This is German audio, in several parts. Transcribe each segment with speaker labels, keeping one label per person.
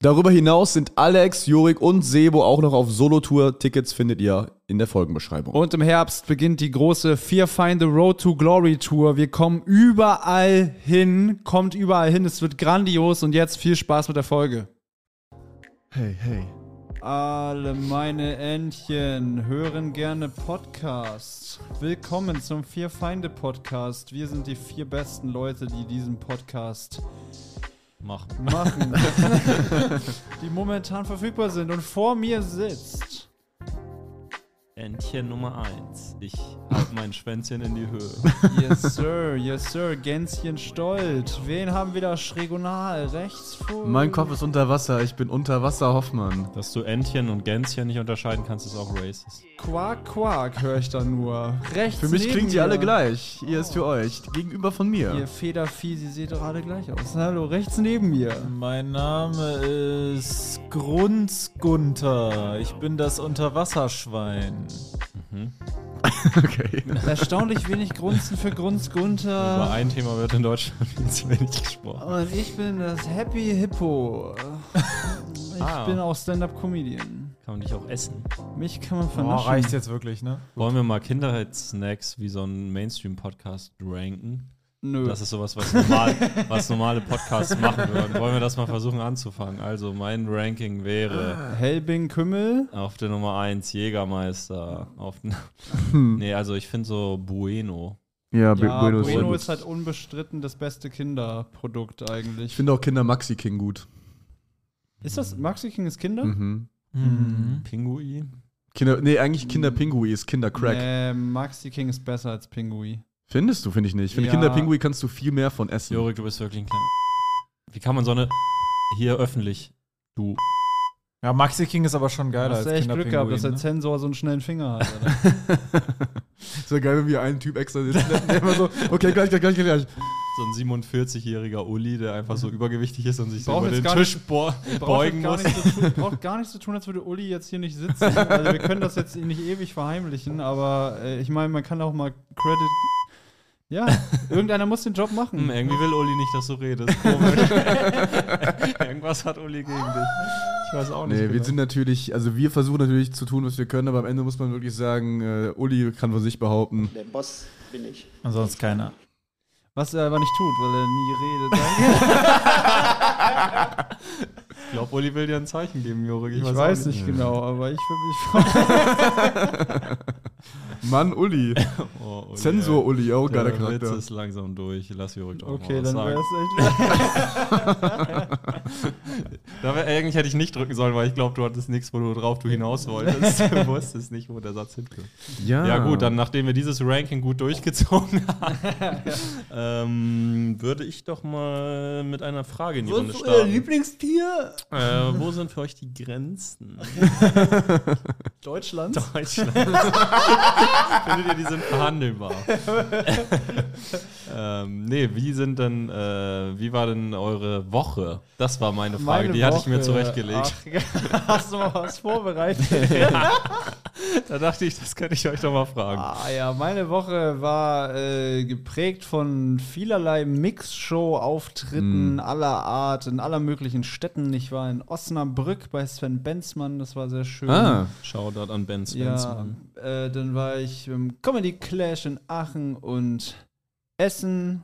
Speaker 1: Darüber hinaus sind Alex, Jurik und Sebo auch noch auf Solo-Tour. Tickets findet ihr in der Folgenbeschreibung.
Speaker 2: Und im Herbst beginnt die große Fear Find the Road to Glory Tour. Wir kommen überall hin, kommt überall hin. Es wird grandios und jetzt viel Spaß mit der Folge.
Speaker 1: hey, hey.
Speaker 2: Alle meine Entchen hören gerne Podcasts. Willkommen zum Vier Feinde Podcast. Wir sind die vier besten Leute, die diesen Podcast
Speaker 3: machen.
Speaker 2: machen, die momentan verfügbar sind. Und vor mir sitzt.
Speaker 3: Entchen Nummer 1. Ich hab mein Schwänzchen in die Höhe.
Speaker 2: Yes, Sir, yes, Sir, Gänschen Stolz. Wen haben wir da schrägonal? Rechts vor.
Speaker 4: Mein Kopf ist unter Wasser, ich bin unter Wasser Hoffmann.
Speaker 3: Dass du Entchen und Gänschen nicht unterscheiden kannst, ist auch racist.
Speaker 2: Quark, Quark, höre ich da nur. Rechts.
Speaker 4: Für mich
Speaker 2: neben
Speaker 4: klingen die
Speaker 2: mir.
Speaker 4: alle gleich. Ihr ist für euch. Gegenüber von
Speaker 2: Ihr
Speaker 4: mir.
Speaker 2: Federvieh, sie seht doch alle gleich aus. Hallo, rechts neben mir.
Speaker 5: Mein Name ist Grunzgunter. Ich bin das Unterwasserschwein.
Speaker 4: Okay.
Speaker 2: Erstaunlich wenig Grunzen für Grunz
Speaker 3: Über
Speaker 2: Gunther.
Speaker 3: ein Thema wird in Deutschland viel zu wenig gesprochen.
Speaker 2: Und ich bin das Happy Hippo. Ich
Speaker 3: Ah.
Speaker 2: bin auch Stand-Up-Comedian.
Speaker 3: Kann man dich auch essen?
Speaker 2: Mich kann
Speaker 4: Oh,
Speaker 2: man
Speaker 5: Boah,
Speaker 2: vernaschen.
Speaker 5: reicht jetzt wirklich, ne?
Speaker 3: Wollen wir mal Kinderheitssnacks wie so einen Mainstream-Podcast ranken?
Speaker 2: Nö.
Speaker 3: Das ist sowas, was, normal, was normale Podcasts machen würden. Wollen wir das mal versuchen anzufangen? Also, mein Ranking wäre
Speaker 2: Helbing Kümmel.
Speaker 3: auf der Nummer 1 Jägermeister. Auf nee, also ich finde so Bueno.
Speaker 4: Ja, Bu-
Speaker 2: Ja, Bueno,
Speaker 4: ist sehr gut.
Speaker 2: ist halt unbestritten das beste Kinderprodukt
Speaker 4: Ich
Speaker 2: eigentlich.
Speaker 4: finde auch Kinder Maxi King gut.
Speaker 2: Ist das Maxi King ist Kinder?
Speaker 4: Mhm.
Speaker 3: Pinguin?
Speaker 4: Kinder, nee, eigentlich Kinder Pinguis, ist Kinder Crack.
Speaker 2: Nee, Maxi King ist besser als Pingui.
Speaker 4: Findest du, finde ich nicht. Ich finde,
Speaker 2: Ja.
Speaker 4: Kinder Pinguis kannst du viel mehr von essen.
Speaker 3: Jorik, du bist wirklich ein kleiner. Wie kann man so eine. Hier öffentlich. Du.
Speaker 5: Ja, Maxi King ist aber schon
Speaker 2: Du
Speaker 5: geiler
Speaker 2: hast echt Glück gehabt, dass der
Speaker 5: ne?
Speaker 2: Zensor so einen schnellen Finger hat. Alter.
Speaker 4: Ist ja geil, wenn wir einen Typ extra sitzen lassen, der immer so, okay, gleich, gleich, gleich, gleich.
Speaker 3: So ein 47-jähriger Uli, der einfach so übergewichtig ist und sich so
Speaker 2: Braucht
Speaker 3: über
Speaker 2: jetzt
Speaker 3: den
Speaker 2: gar
Speaker 3: Tisch bo beugen muss.
Speaker 2: Nicht so tu- braucht gar nichts zu tun, als würde Uli jetzt hier nicht sitzen. Also wir können das jetzt nicht ewig verheimlichen, aber äh, ich meine, man kann auch mal Credit. Ja, irgendeiner muss den Job
Speaker 3: Hm,
Speaker 2: machen.
Speaker 3: irgendwie will Uli nicht, dass du redest. Komisch. Irgendwas hat Uli gegen dich. Ich weiß auch nicht. genau.
Speaker 4: Nee,
Speaker 2: genau.
Speaker 4: wir sind natürlich, also wir versuchen natürlich zu tun, was wir können, aber am Ende muss man wirklich sagen, äh, Uli kann von sich behaupten.
Speaker 6: Der Boss bin ich.
Speaker 5: Ansonsten keiner.
Speaker 2: Was er aber nicht tut, weil er nie redet.
Speaker 3: ich glaube, Uli will dir ein Zeichen geben, Jorik.
Speaker 2: Ich,
Speaker 3: auch
Speaker 2: weiß nicht genau, aber ich würde mich freuen.
Speaker 4: Mann, Uli.
Speaker 3: Oh, Uli,
Speaker 4: Zensor Uli, auch
Speaker 3: ey.
Speaker 4: geiler
Speaker 3: Der Witz
Speaker 4: Charakter.
Speaker 3: ist langsam durch. Lass Jorik doch
Speaker 2: Okay,
Speaker 3: mal was
Speaker 2: dann wäre
Speaker 3: sagen.
Speaker 2: es echt.
Speaker 3: Da wär, eigentlich hätte ich nicht drücken sollen, weil ich glaube, du hattest nichts, wo du drauf du hinaus wolltest. Du wusstest nicht, wo der Satz hinkommt. Ja
Speaker 2: Ah.
Speaker 3: gut, dann nachdem wir dieses Ranking gut durchgezogen haben, ähm, würde ich doch mal mit einer Frage in die Runde
Speaker 2: äh,
Speaker 3: starten.
Speaker 2: Lieblingstier?
Speaker 3: Äh, wo sind für euch die Grenzen?
Speaker 2: Deutschland?
Speaker 3: Deutschland. Findet ihr, die sind verhandelbar? ähm, nee, wie sind denn, äh, wie war denn eure Woche? Das war meine Frage,
Speaker 2: Meine
Speaker 3: die hatte ich mir
Speaker 2: Woche.
Speaker 3: zurechtgelegt.
Speaker 2: Ach, hast du mal was vorbereitet?
Speaker 3: Da dachte ich, das könnte ich euch doch mal fragen.
Speaker 2: Ah ja, meine Woche war äh, geprägt von vielerlei Mix-Show-Auftritten
Speaker 3: Hm.
Speaker 2: aller Art in aller möglichen Städten. Ich war in Osnabrück bei Sven Benzmann, das war sehr schön.
Speaker 4: Ah,
Speaker 3: Shoutout an Ben
Speaker 2: ja,
Speaker 3: Svensson.
Speaker 2: äh, dann war ich im Comedy Clash in Aachen und Essen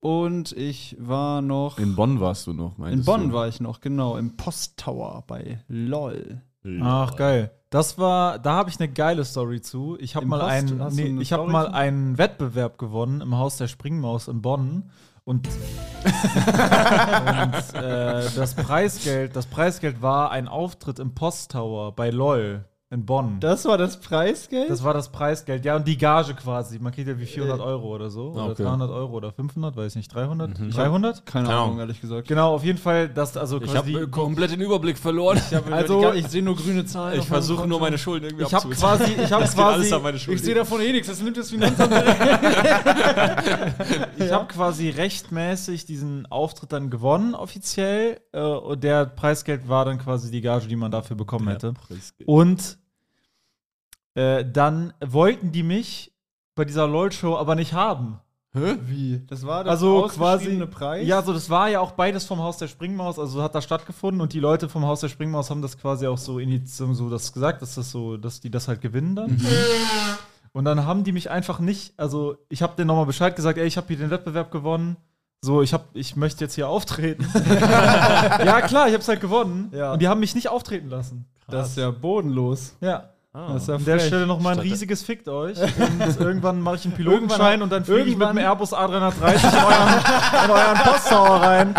Speaker 2: und ich war noch
Speaker 4: in Bonn warst du noch, meinst
Speaker 2: in Bonn
Speaker 4: du?
Speaker 2: war ich noch genau im Post Tower bei LOL.
Speaker 5: Ach, geil. Das war, da habe ich eine geile Story zu. Ich habe
Speaker 2: Im
Speaker 5: mal,
Speaker 2: Post-
Speaker 5: einen,
Speaker 2: hast du
Speaker 5: nee,
Speaker 2: eine
Speaker 5: ich hab
Speaker 2: Story
Speaker 5: mal
Speaker 2: zu?
Speaker 5: einen Wettbewerb gewonnen im Haus der Springmaus in Bonn. Und, und äh, das Preisgeld, das Preisgeld war ein Auftritt im Posttower bei LOL. in Bonn.
Speaker 2: Das war das Preisgeld?
Speaker 5: Das war das Preisgeld, ja, und die Gage quasi. Man kriegt ja wie 400 Euro oder so. Oder
Speaker 3: Äh. Ah, okay. Mhm.
Speaker 5: 300 Euro oder 500, weiß nicht, 300? 300?
Speaker 2: Keine
Speaker 3: Keine
Speaker 2: Ahnung,
Speaker 3: Ahnung.
Speaker 2: ehrlich gesagt.
Speaker 5: Genau, auf jeden Fall, das also
Speaker 3: Ich habe
Speaker 5: quasi.
Speaker 3: äh, komplett den Überblick verloren. Ich,
Speaker 2: Also, ich sehe nur grüne Zahlen. auf meinem
Speaker 3: versuche
Speaker 2: Konto.
Speaker 3: nur meine Schulden irgendwie
Speaker 5: Ich habe quasi, ich habe
Speaker 3: Das geht alles
Speaker 5: quasi,
Speaker 3: an meine Schulden.
Speaker 5: ich sehe davon eh nichts. Das nimmt das Finanzamt. ich habe quasi rechtmäßig diesen Auftritt dann gewonnen offiziell äh, und der Preisgeld war dann quasi die Gage, die man dafür bekommen hätte. Und äh, dann wollten die mich bei dieser LOL-Show aber nicht haben.
Speaker 2: Wie? Das war das
Speaker 5: Also quasi.
Speaker 2: ausgeschriebene Preis?
Speaker 5: Ja, so das war ja auch beides vom Haus der Springmaus, also hat da stattgefunden und die Leute vom Haus der Springmaus haben das quasi auch so in so das gesagt, dass das so, dass die das halt gewinnen dann. Und dann haben die mich einfach nicht, also ich habe denen nochmal Bescheid gesagt, ey, ich habe hier den Wettbewerb gewonnen. So, ich hab, ich möchte jetzt hier auftreten. ja, klar, ich hab's halt gewonnen.
Speaker 2: Ja.
Speaker 5: Und die haben mich nicht auftreten lassen.
Speaker 2: Das ist ja bodenlos.
Speaker 5: Ja.
Speaker 2: Das ist ja
Speaker 5: An der
Speaker 2: frech.
Speaker 5: Stelle nochmal ein
Speaker 3: Statt-
Speaker 5: riesiges Fickt euch. Und irgendwann mache ich einen
Speaker 2: Irgendwann-
Speaker 5: Pilotenschein und dann fliege ich mit
Speaker 2: irgendwann-
Speaker 5: dem Airbus A330 in euren, in euren Posthauer rein.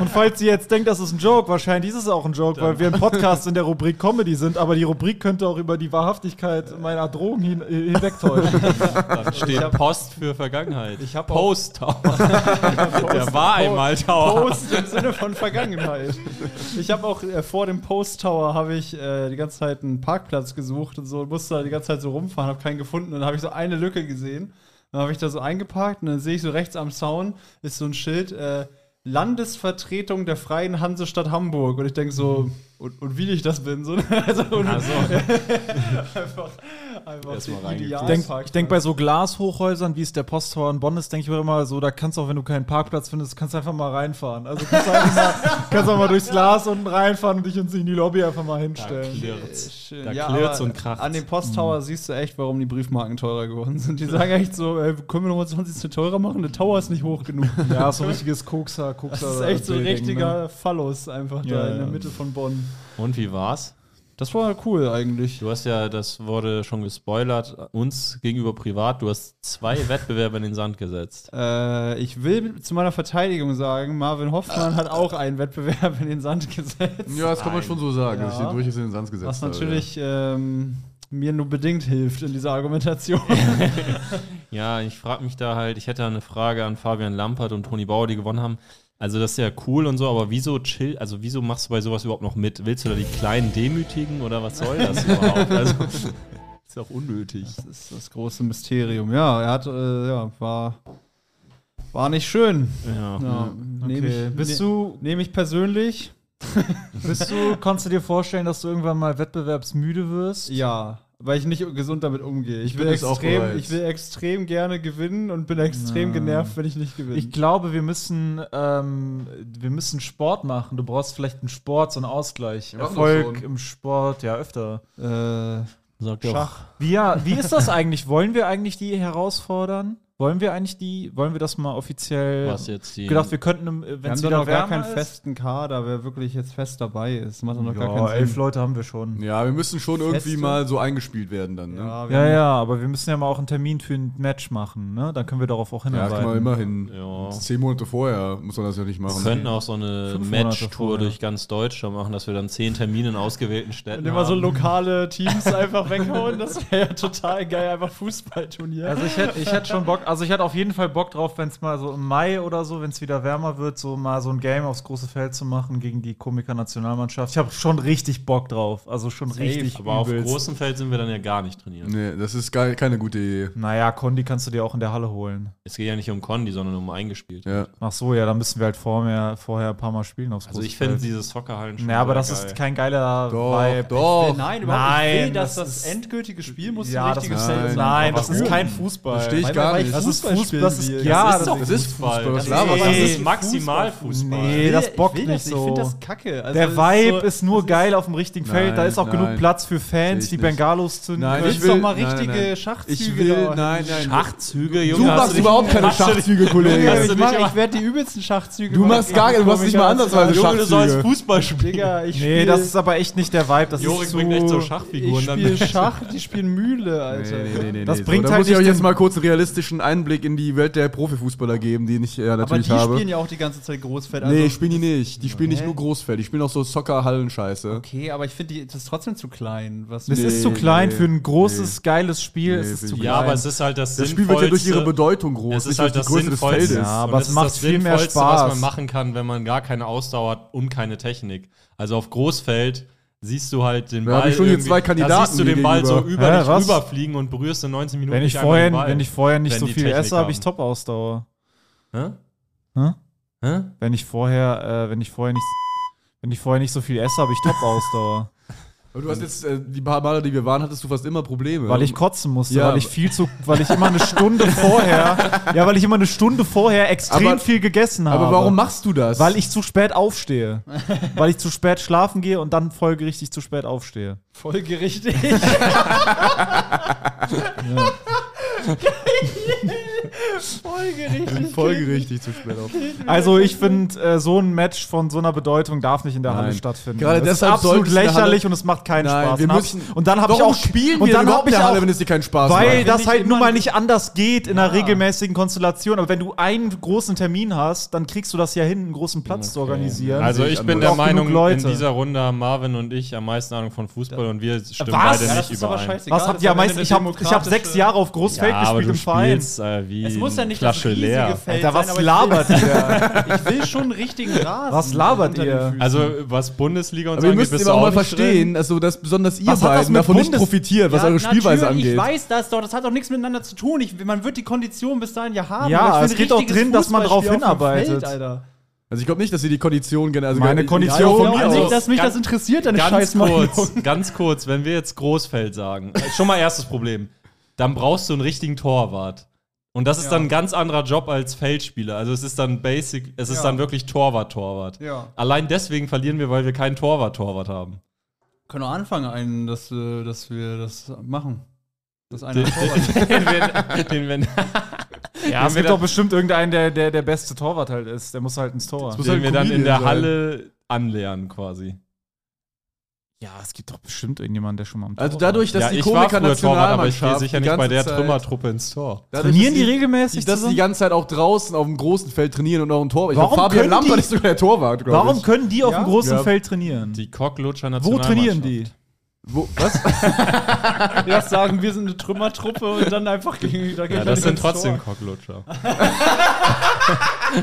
Speaker 5: Und falls ihr jetzt denkt, das ist ein Joke, wahrscheinlich ist es auch ein Joke, weil wir ein Podcast in der Rubrik Comedy sind, aber die Rubrik könnte auch über die Wahrhaftigkeit meiner Drogen hin, äh, hinwegtäuschen.
Speaker 3: Dann steht Post für Vergangenheit.
Speaker 2: Ich hab auch-
Speaker 3: Post Tower. Der war einmal Tower.
Speaker 2: Post im Sinne von Vergangenheit. Ich habe auch äh, vor dem Post Tower habe ich äh, die ganze Zeit einen Parkplatz gesucht und so und musste da die ganze Zeit so rumfahren, habe keinen gefunden und dann habe ich so eine Lücke gesehen. Dann habe ich da so eingeparkt und dann sehe ich so rechts am Zaun ist so ein Schild äh, Landesvertretung der Freien Hansestadt Hamburg und ich denke so und, und wie ich das bin so also, und,
Speaker 3: Also,
Speaker 2: einfach einfach den
Speaker 3: Erstmal reingeknallt.
Speaker 2: idealen
Speaker 5: Ich denke
Speaker 2: Parkplatz.
Speaker 5: denk bei so Glashochhäusern, wie es der Posthauer in Bonn ist, denke ich mir immer so, da kannst du auch, wenn du keinen Parkplatz findest, kannst du einfach mal reinfahren. Also kannst du einfach mal, kannst auch mal durchs Glas unten reinfahren und dich in die Lobby einfach mal hinstellen.
Speaker 3: klirrt's.
Speaker 2: Äh, Schön.
Speaker 3: Da
Speaker 2: Ja,
Speaker 3: klirrt's
Speaker 2: aber
Speaker 3: und kracht's. Mhm.
Speaker 2: An dem Posttower siehst du echt, warum die Briefmarken teurer geworden sind. Die sagen echt so, ey, können wir nochmal 20 Cent teurer machen? Der Tower ist nicht hoch genug.
Speaker 5: Ja, so ein richtiges Kokser, Kokser. ne?
Speaker 2: Das ist echt so ein
Speaker 3: ne?
Speaker 5: Building,
Speaker 2: richtiger Phallus einfach
Speaker 5: Ja,
Speaker 2: da in der
Speaker 5: ja.
Speaker 2: Mitte von Bonn.
Speaker 3: und wie war's?
Speaker 2: Das war cool eigentlich.
Speaker 3: Du hast ja, das wurde schon gespoilert, uns gegenüber privat, du hast zwei Wettbewerbe in den Sand gesetzt.
Speaker 2: Äh, ich will zu meiner Verteidigung sagen, Marvin Hoffmann hat auch einen Wettbewerb in den Sand gesetzt.
Speaker 4: Ja, das kann man schon so sagen, dass ich
Speaker 2: Ja.
Speaker 4: den durchaus in den Sand gesetzt
Speaker 2: was
Speaker 4: habe,
Speaker 2: natürlich ähm, mir nur bedingt hilft in dieser Argumentation.
Speaker 3: Ja, ich frage mich da halt, ich hätte da eine Frage an Fabian Lampert und Toni Bauer, die gewonnen haben. Also das ist ja cool und so, aber wieso chill, also wieso machst du bei sowas überhaupt noch mit? Willst du da die Kleinen demütigen oder was soll das überhaupt? Also, ist auch unnötig.
Speaker 2: Das ist das große Mysterium. Ja, er hat, äh, ja, war, war nicht schön.
Speaker 3: Ja.
Speaker 2: Ja, nehm
Speaker 5: Okay.
Speaker 2: ich,
Speaker 5: Bist
Speaker 2: ne, du? Nehme ich persönlich?
Speaker 5: ne? Bist du, kannst du dir vorstellen, dass du irgendwann mal wettbewerbsmüde wirst?
Speaker 2: Ja, weil ich nicht gesund damit umgehe. Ich, will
Speaker 4: bin es auch
Speaker 2: extrem,
Speaker 4: bereit.
Speaker 2: ich will extrem gerne gewinnen und bin extrem genervt, wenn ich nicht gewinne.
Speaker 5: Ich glaube, wir müssen, ähm, wir müssen Sport machen. Du brauchst vielleicht einen Sport, so einen Ausgleich.
Speaker 4: Wir machen das
Speaker 5: Erfolg
Speaker 4: schon.
Speaker 5: im Sport, ja, öfter.
Speaker 2: äh,
Speaker 3: Sagt
Speaker 2: Schach.
Speaker 5: Wie, ja, wie ist das eigentlich? Wollen wir eigentlich die herausfordern? Wollen wir eigentlich die, wollen wir das mal offiziell?
Speaker 3: was jetzt die.
Speaker 5: gedacht, wir könnten, äh,
Speaker 2: Wir
Speaker 5: wenn
Speaker 2: haben
Speaker 5: es
Speaker 2: doch noch
Speaker 5: wieder
Speaker 2: gar
Speaker 5: wärmer
Speaker 2: keinen
Speaker 5: ist.
Speaker 2: festen Kader, wer wirklich jetzt fest dabei ist. Macht doch noch gar
Speaker 5: ja,
Speaker 2: keinen
Speaker 5: elf
Speaker 2: Sinn.
Speaker 5: Leute haben wir schon.
Speaker 4: Ja, Ja, wir müssen schon irgendwie
Speaker 2: Feste.
Speaker 4: mal so eingespielt werden dann. Ne? Ja,
Speaker 2: Ja, wir
Speaker 5: Ja,
Speaker 2: haben-
Speaker 5: ja, aber wir müssen ja mal auch einen Termin für ein Match machen, ne? Dann können wir darauf auch
Speaker 4: das kann man
Speaker 5: hinarbeiten.
Speaker 4: immerhin.
Speaker 3: Ja.
Speaker 4: Zehn Monate vorher muss man das ja nicht
Speaker 3: wir
Speaker 4: machen.
Speaker 3: könnten auch so eine
Speaker 5: Fünf Monate
Speaker 3: Match-Tour
Speaker 5: vorher.
Speaker 3: durch ganz Deutschland machen, dass wir dann zehn Termine in ausgewählten
Speaker 2: Und
Speaker 3: Städten
Speaker 2: immer so
Speaker 3: haben.
Speaker 2: lokale Teams einfach weghauen, das wäre ja total geil, einfach Fußballturnier.
Speaker 5: Also ich hätte ich hätt schon Bock, also ich hätte auf jeden Fall Bock drauf, wenn es mal so im Mai oder so, wenn es wieder wärmer wird, so mal so ein Game aufs große Feld zu machen gegen die Komiker-Nationalmannschaft. Ich habe schon richtig Bock drauf, also schon richtig
Speaker 3: aber auf
Speaker 5: übelst.
Speaker 3: großem Feld sind wir dann ja gar nicht trainiert.
Speaker 4: Nee, das ist gar, keine gute Idee.
Speaker 5: Naja, Kondi kannst du dir auch in der Halle holen.
Speaker 3: Es geht ja nicht um Condi, sondern um eingespielt.
Speaker 4: Ja.
Speaker 5: Ach so, ja, dann müssen wir halt vorher, vorher ein paar Mal spielen aufs
Speaker 3: Also ich
Speaker 5: große
Speaker 3: finde
Speaker 5: Feld.
Speaker 3: dieses Soccerhallen
Speaker 5: Naja, aber
Speaker 3: sehr
Speaker 5: das
Speaker 3: geil.
Speaker 5: ist kein geiler
Speaker 4: Doch,
Speaker 5: Vibe.
Speaker 4: doch.
Speaker 2: Nein,
Speaker 5: Oh, Nein,
Speaker 2: Nein, dass
Speaker 5: das
Speaker 2: das,
Speaker 5: ist-
Speaker 2: endgültige Spiel muss
Speaker 5: Ja,
Speaker 2: ein
Speaker 5: das
Speaker 2: richtiges
Speaker 5: muss,
Speaker 4: muss-
Speaker 2: Feld
Speaker 5: nein,
Speaker 2: sein.
Speaker 4: Nein,
Speaker 5: das ist
Speaker 4: warum?
Speaker 5: kein Fußball.
Speaker 4: Verstehe ich
Speaker 2: Weil-
Speaker 4: gar
Speaker 2: weil
Speaker 4: nicht.
Speaker 5: Das ist
Speaker 2: Fußball
Speaker 5: Fußball, das ist,
Speaker 2: spielen wir.
Speaker 5: ja,
Speaker 3: Das ist doch
Speaker 4: Das ist Fußball. Was
Speaker 3: das
Speaker 4: laberst
Speaker 3: ist, eh-
Speaker 4: du?
Speaker 3: das
Speaker 5: Nee,
Speaker 3: ist maximal Fußball.
Speaker 5: Nee, das bockt nicht
Speaker 2: das, Ich
Speaker 5: so.
Speaker 2: finde das kacke. Also
Speaker 5: Der
Speaker 2: das
Speaker 5: Vibe
Speaker 2: so-
Speaker 5: ist nur geil auf dem richtigen Feld. Da
Speaker 4: Nein,
Speaker 5: ist auch genug
Speaker 4: nein.
Speaker 5: Platz für Fans,
Speaker 4: Seh ich
Speaker 5: die
Speaker 4: nicht.
Speaker 5: Bengalos zünden.
Speaker 4: Nein,
Speaker 5: können.
Speaker 4: ich
Speaker 2: willst doch
Speaker 4: will-
Speaker 2: mal
Speaker 4: nein, nein,
Speaker 2: richtige
Speaker 4: nein.
Speaker 2: Schachzüge.
Speaker 4: Ich will,
Speaker 2: da-
Speaker 4: nein, nein.
Speaker 3: Schachzüge,
Speaker 4: Du
Speaker 3: Junge. hast
Speaker 4: machst
Speaker 3: dich-
Speaker 4: überhaupt keine
Speaker 3: hast du dich-
Speaker 4: Schachzüge,
Speaker 2: Digga,
Speaker 4: Kollege.
Speaker 3: Hast du
Speaker 2: ich
Speaker 3: dich
Speaker 2: mach-
Speaker 3: aber-
Speaker 2: ich werde die übelsten Schachzüge
Speaker 4: Du
Speaker 2: machen.
Speaker 4: machst gar du machst nicht mal ansatzweise
Speaker 3: Junge, du sollst
Speaker 4: Schachzüge.
Speaker 3: Fußball spielen.
Speaker 2: Digga, ich
Speaker 5: nee,
Speaker 2: spiel-
Speaker 5: das ist aber echt nicht der Vibe. Das
Speaker 3: Jorik
Speaker 5: ist zu,
Speaker 3: bringt echt so
Speaker 2: Ich
Speaker 3: Schachfiguren.
Speaker 2: spiele
Speaker 3: dann
Speaker 2: Schach, die spielen Mühle, Alter.
Speaker 4: Nee, nee, nee, nee,
Speaker 5: Das
Speaker 4: so,
Speaker 5: bringt
Speaker 4: da
Speaker 5: halt
Speaker 4: muss ich
Speaker 5: nicht
Speaker 4: euch
Speaker 5: den-
Speaker 4: jetzt mal kurz einen realistischen Einblick in die Welt der Profifußballer geben, die ich ja
Speaker 2: Aber die
Speaker 4: natürlich habe.
Speaker 2: spielen ja auch die ganze Zeit Großfeld. also
Speaker 4: nee, spielen die nicht. Die spielen nicht
Speaker 2: Hä?
Speaker 4: nur Großfeld. Die spielen auch so Soccer-Hallenscheiße.
Speaker 2: Okay, aber ich finde, die- das ist trotzdem zu klein. Was
Speaker 5: Es
Speaker 4: Nee,
Speaker 5: ist zu klein
Speaker 4: nee,
Speaker 5: für ein großes, geiles Spiel.
Speaker 4: Nee,
Speaker 5: es ist
Speaker 4: find
Speaker 5: zu
Speaker 4: ich
Speaker 5: klein.
Speaker 3: Ja, aber es ist halt das,
Speaker 4: Das Spiel wird ja durch ihre
Speaker 3: Sinnvollste-
Speaker 4: Bedeutung groß,
Speaker 3: Es ist
Speaker 4: nicht
Speaker 3: halt
Speaker 4: durch
Speaker 3: das
Speaker 4: die Größe des
Speaker 3: Sinnvollste.
Speaker 4: Feldes.
Speaker 5: Ja,
Speaker 3: Und
Speaker 5: aber
Speaker 3: das
Speaker 5: es
Speaker 3: ist
Speaker 5: macht
Speaker 3: das
Speaker 5: viel mehr
Speaker 3: Sinnvollste, was
Speaker 5: Spaß.
Speaker 3: man machen kann, wenn man gar keine Ausdauer hat und keine Technik. Also auf Großfeld siehst du halt den
Speaker 4: Da
Speaker 3: Ball.
Speaker 4: hab ich schon hier
Speaker 3: irgendwie-
Speaker 4: zwei
Speaker 3: Da
Speaker 4: Kandidaten
Speaker 3: siehst du den
Speaker 4: mir
Speaker 3: Ball so
Speaker 4: gegenüber.
Speaker 3: über
Speaker 5: Hä,
Speaker 3: dich
Speaker 5: was?
Speaker 3: rüberfliegen und berührst in 19 Minuten
Speaker 5: wenn, ich
Speaker 3: nicht einmal
Speaker 5: vorher,
Speaker 3: den Ball.
Speaker 5: wenn ich vorher nicht
Speaker 3: wenn
Speaker 5: so
Speaker 3: die
Speaker 5: viel
Speaker 3: Technik
Speaker 5: esse, habe ich
Speaker 3: haben.
Speaker 5: Top-Ausdauer.
Speaker 3: Hä?
Speaker 5: Hä?
Speaker 3: Hä?
Speaker 5: Wenn ich vorher, äh, wenn ich vorher nicht, wenn ich vorher nicht so viel esse, habe ich Top-Ausdauer.
Speaker 4: Aber du hast jetzt, äh, die paar Male, die wir waren, hattest du fast immer Probleme.
Speaker 5: Weil ich kotzen musste,
Speaker 4: Ähm, Ja,
Speaker 5: weil ich viel zu, weil ich immer eine Stunde vorher, ja, weil ich immer eine Stunde vorher extrem
Speaker 4: Aber-
Speaker 5: viel gegessen habe.
Speaker 4: Aber warum machst du das?
Speaker 5: Weil ich zu spät aufstehe. weil ich zu spät schlafen gehe und dann folgerichtig zu spät aufstehe.
Speaker 2: folgerichtig.
Speaker 4: Um
Speaker 2: folgerichtig.
Speaker 4: folgerichtig zu spät auf.
Speaker 5: Also ich finde, äh, so ein Match von so einer Bedeutung darf nicht in der
Speaker 4: Nein.
Speaker 5: Halle stattfinden.
Speaker 4: Gerade
Speaker 5: das ist
Speaker 4: deshalb
Speaker 5: absolut
Speaker 4: sollten sie in der
Speaker 5: lächerlich
Speaker 4: Halle-
Speaker 5: und es macht keinen
Speaker 4: Nein,
Speaker 5: Spaß.
Speaker 4: wir
Speaker 5: Dann hab
Speaker 4: müssen-
Speaker 5: ich, und dann habe ich
Speaker 4: Warum
Speaker 5: auch
Speaker 4: spielen
Speaker 5: und
Speaker 4: wir
Speaker 5: dann
Speaker 4: überhaupt
Speaker 5: hab
Speaker 4: in
Speaker 5: ich
Speaker 4: der Halle,
Speaker 5: auch,
Speaker 4: wenn es dir keinen Spaß
Speaker 5: weil
Speaker 4: macht?
Speaker 5: das
Speaker 2: ich
Speaker 5: halt nun
Speaker 2: immer-
Speaker 5: mal nicht anders geht in einer regelmäßigen Konstellation. Aber wenn du einen großen Termin hast, dann kriegst du das ja hin, einen großen Platz zu organisieren.
Speaker 3: Also
Speaker 4: sehe
Speaker 3: ich
Speaker 4: ich
Speaker 3: bin
Speaker 4: anders.
Speaker 3: der
Speaker 5: Auch genug
Speaker 3: Meinung, in
Speaker 5: Leute.
Speaker 3: dieser Runde haben Marvin und ich am meisten Ahnung von Fußball und wir stimmen
Speaker 5: Was?
Speaker 3: beide
Speaker 5: Ja,
Speaker 3: nicht überein.
Speaker 5: was habt ihr am meisten? Ich habe hab sechs Jahre auf Großfeld gespielt im Verein.
Speaker 3: äh, wie
Speaker 2: Es muss ja nicht
Speaker 3: Flasche
Speaker 2: das riesige
Speaker 3: leer.
Speaker 2: Feld
Speaker 5: Alter, was
Speaker 2: sein, aber ich
Speaker 5: labert ihr?
Speaker 2: will- Ich will schon einen richtigen Rasen.
Speaker 5: Was labert
Speaker 2: unter
Speaker 5: ihr?
Speaker 2: den Füßen.
Speaker 3: Also was Bundesliga und
Speaker 4: Aber ihr
Speaker 3: angeht,
Speaker 4: müsst
Speaker 3: bist
Speaker 4: eben
Speaker 3: du
Speaker 4: auch mal
Speaker 3: nicht
Speaker 4: verstehen, also dass besonders ihr
Speaker 5: Was hat das
Speaker 4: beiden
Speaker 5: mit
Speaker 4: davon nicht
Speaker 5: Bundes-
Speaker 4: profitiert, was
Speaker 2: Ja,
Speaker 4: eure Spielweise
Speaker 2: natürlich,
Speaker 4: angeht.
Speaker 2: Ich weiß das doch, das hat doch nichts miteinander zu tun. Ich, man wird die Kondition bis dahin ja haben.
Speaker 5: Ja,
Speaker 2: aber ich
Speaker 5: es
Speaker 2: finde,
Speaker 5: geht doch
Speaker 2: richtiges
Speaker 5: drin, dass man drauf
Speaker 2: Fußballspiel auf dem
Speaker 5: hinarbeitet.
Speaker 2: Feld, Alter.
Speaker 4: Also ich glaube nicht, dass ihr die Kondition gerne. Also
Speaker 5: Meine
Speaker 4: gerne-
Speaker 5: Kondition
Speaker 4: Ja,
Speaker 5: von
Speaker 4: ja,
Speaker 5: mir
Speaker 2: An
Speaker 4: also-
Speaker 2: sich, dass mich
Speaker 3: ganz-
Speaker 2: das interessiert, deine
Speaker 3: Ganz
Speaker 2: Scheißmeinung.
Speaker 3: kurz, ganz kurz, wenn wir jetzt Großfeld sagen, äh, schon mal erstes Problem, dann brauchst du einen richtigen Torwart. Und das ist dann ein ganz anderer Job als Feldspieler. Also es ist dann basic, es ist
Speaker 2: Ja.
Speaker 3: dann wirklich Torwart-Torwart.
Speaker 2: Ja.
Speaker 3: Allein deswegen verlieren wir, weil wir keinen Torwart-Torwart haben.
Speaker 2: Können wir anfangen, einen, dass, äh, dass wir das machen. Das eine
Speaker 3: den wir, den wir,
Speaker 5: Ja, es
Speaker 3: wir
Speaker 5: gibt
Speaker 3: da-
Speaker 5: doch bestimmt irgendeinen, der, der der beste Torwart halt ist. Der muss halt ins Tor.
Speaker 4: muss
Speaker 3: den
Speaker 4: halt
Speaker 3: wir dann
Speaker 4: Comedian
Speaker 3: in der
Speaker 4: sein.
Speaker 3: Halle anlernen quasi.
Speaker 5: Ja, es gibt doch bestimmt irgendjemanden, der schon mal am Tor
Speaker 4: Also dadurch, dass
Speaker 3: ja,
Speaker 4: die
Speaker 3: ich war
Speaker 4: Komiker
Speaker 3: früher Torwart, aber ich gehe
Speaker 4: Nationalmannschaft
Speaker 3: sicher
Speaker 4: die
Speaker 3: nicht bei
Speaker 4: ganze
Speaker 3: der
Speaker 4: Zeit-
Speaker 3: Trümmertruppe ins Tor.
Speaker 4: dadurch,
Speaker 5: Trainieren
Speaker 4: dass
Speaker 5: die regelmäßig
Speaker 4: Dass sie die
Speaker 5: zusammen?
Speaker 4: ganze Zeit auch draußen auf dem großen Feld trainieren und auch ein Tor. Ich
Speaker 5: Warum
Speaker 4: glaub,
Speaker 5: können
Speaker 4: Fabian Lampert
Speaker 5: die-
Speaker 4: ist sogar der Torwart, glaub
Speaker 5: Warum
Speaker 4: ich.
Speaker 5: können die auf
Speaker 2: Ja?
Speaker 5: dem großen
Speaker 4: Ja.
Speaker 5: Feld trainieren?
Speaker 3: Die Cocklutscher
Speaker 5: Wo
Speaker 3: Nationalmannschaft.
Speaker 5: trainieren die?
Speaker 4: Wo, was?
Speaker 2: Erst sagen, wir sind eine Trümmertruppe und dann einfach gegen dagegen
Speaker 3: Ja, das sind
Speaker 2: ins Tor.
Speaker 3: trotzdem Cocklutscher.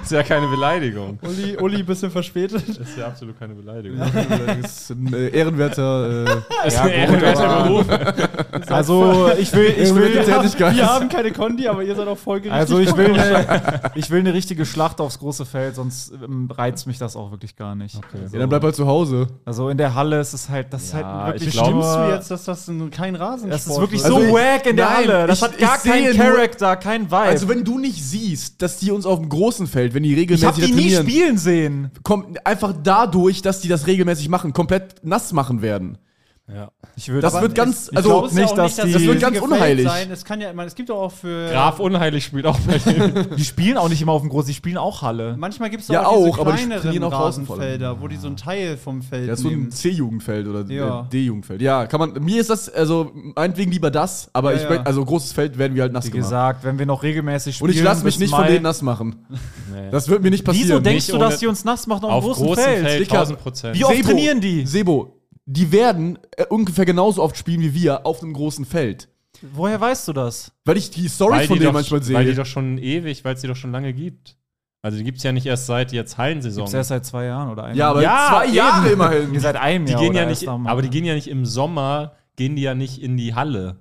Speaker 3: ist ja keine Beleidigung.
Speaker 2: Uli, Uli, ein bisschen verspätet.
Speaker 3: Das ist ja absolut keine Beleidigung.
Speaker 4: das ist ein äh, ehrenwerter. Äh,
Speaker 3: Das ist ein ehrenwerter Beruf.
Speaker 5: Also ich will, ich
Speaker 4: Ehrenwerte
Speaker 5: will,
Speaker 4: Tätigkeit.
Speaker 2: Wir haben keine Kondi, aber ihr seid auch vollgerichtet.
Speaker 5: also ich will, eine, ich will eine richtige Schlacht aufs große Feld, sonst ähm, reizt mich das auch wirklich gar nicht.
Speaker 4: ja, dann bleib halt zu Hause.
Speaker 5: Also in der Halle ist es halt, das ist
Speaker 3: Ja,
Speaker 5: halt wirklich
Speaker 3: ich glaub-
Speaker 5: nur-
Speaker 2: Stimmst du jetzt, dass das ein, kein Rasensport
Speaker 5: Das ist wirklich
Speaker 4: Also
Speaker 5: so
Speaker 4: ich-
Speaker 5: wack in der
Speaker 4: nein,
Speaker 5: Halle. Das
Speaker 4: ich-
Speaker 5: hat gar
Speaker 4: ich sehe
Speaker 5: keinen
Speaker 4: nur-
Speaker 5: Charakter, kein Vibe.
Speaker 4: Also, wenn du nicht siehst, dass die uns auf dem großen Feld, wenn die
Speaker 5: ich hab
Speaker 4: regelmäßig
Speaker 5: die
Speaker 4: da
Speaker 5: nie
Speaker 4: trainieren,
Speaker 5: spielen sehen.
Speaker 4: kommt einfach dadurch, dass die das regelmäßig machen, komplett nass machen werden.
Speaker 5: Ich würd,
Speaker 4: Das
Speaker 5: aber
Speaker 4: wird ganz-
Speaker 5: Ich
Speaker 4: also-
Speaker 5: glaube
Speaker 4: Muss
Speaker 5: nicht, dass die.
Speaker 4: das wird ganz unheilig.
Speaker 2: Es kann ja, ich meine, es gibt doch auch für.
Speaker 3: Graf Unheilig spielt auch bei denen.
Speaker 5: die spielen auch nicht immer auf dem Großen, die spielen auch Halle.
Speaker 2: Manchmal gibt es
Speaker 4: Ja, auch, aber die
Speaker 2: kleineren
Speaker 4: trainieren auch draußen vor allem.
Speaker 2: Rasenfelder, wo die so einen Teil vom Feld
Speaker 4: Ja, so ein
Speaker 2: nehmen.
Speaker 4: C-Jugendfeld oder
Speaker 2: Ja.
Speaker 4: äh, D-Jugendfeld. Ja, kann man. Mir ist das, also meinetwegen lieber das, aber
Speaker 2: Ja,
Speaker 4: ich
Speaker 2: ja.
Speaker 4: mein, also großes Feld werden wir halt nass
Speaker 5: Wie
Speaker 4: gemacht.
Speaker 5: gesagt, wenn wir noch regelmäßig spielen.
Speaker 4: Und ich lasse
Speaker 5: bis
Speaker 4: mich nicht
Speaker 5: Mai-
Speaker 4: von denen nass machen. Das wird mir nicht
Speaker 5: Wieso
Speaker 4: passieren.
Speaker 5: denkst
Speaker 3: Nicht
Speaker 5: du, dass
Speaker 3: ohne-
Speaker 5: die uns nass machen
Speaker 3: Auf
Speaker 5: auf dem großen,
Speaker 3: großem
Speaker 5: Feld?
Speaker 3: Feld,
Speaker 4: Dicker.
Speaker 3: 1000 Prozent.
Speaker 5: Wie oft trainieren die?
Speaker 4: Sebo, die werden äh, ungefähr genauso oft spielen wie wir auf einem großen Feld.
Speaker 5: Woher weißt du das?
Speaker 4: Weil ich die Stories
Speaker 3: die
Speaker 4: von denen
Speaker 3: doch,
Speaker 4: manchmal sehe.
Speaker 3: Weil die doch schon ewig, weil es die doch schon lange gibt. Also die gibt es ja nicht erst seit jetzt Hallensaison.
Speaker 5: Ist erst seit zwei Jahren oder einem
Speaker 4: ja, aber
Speaker 5: Jahr?
Speaker 4: zwei Jahre immerhin.
Speaker 5: Ihr seid einem
Speaker 3: die
Speaker 5: Jahr.
Speaker 3: gehen
Speaker 5: oder
Speaker 3: ja
Speaker 5: erst ne?
Speaker 3: nicht,
Speaker 5: nach-
Speaker 3: aber die gehen ja nicht im Sommer, gehen die ja nicht in die Halle.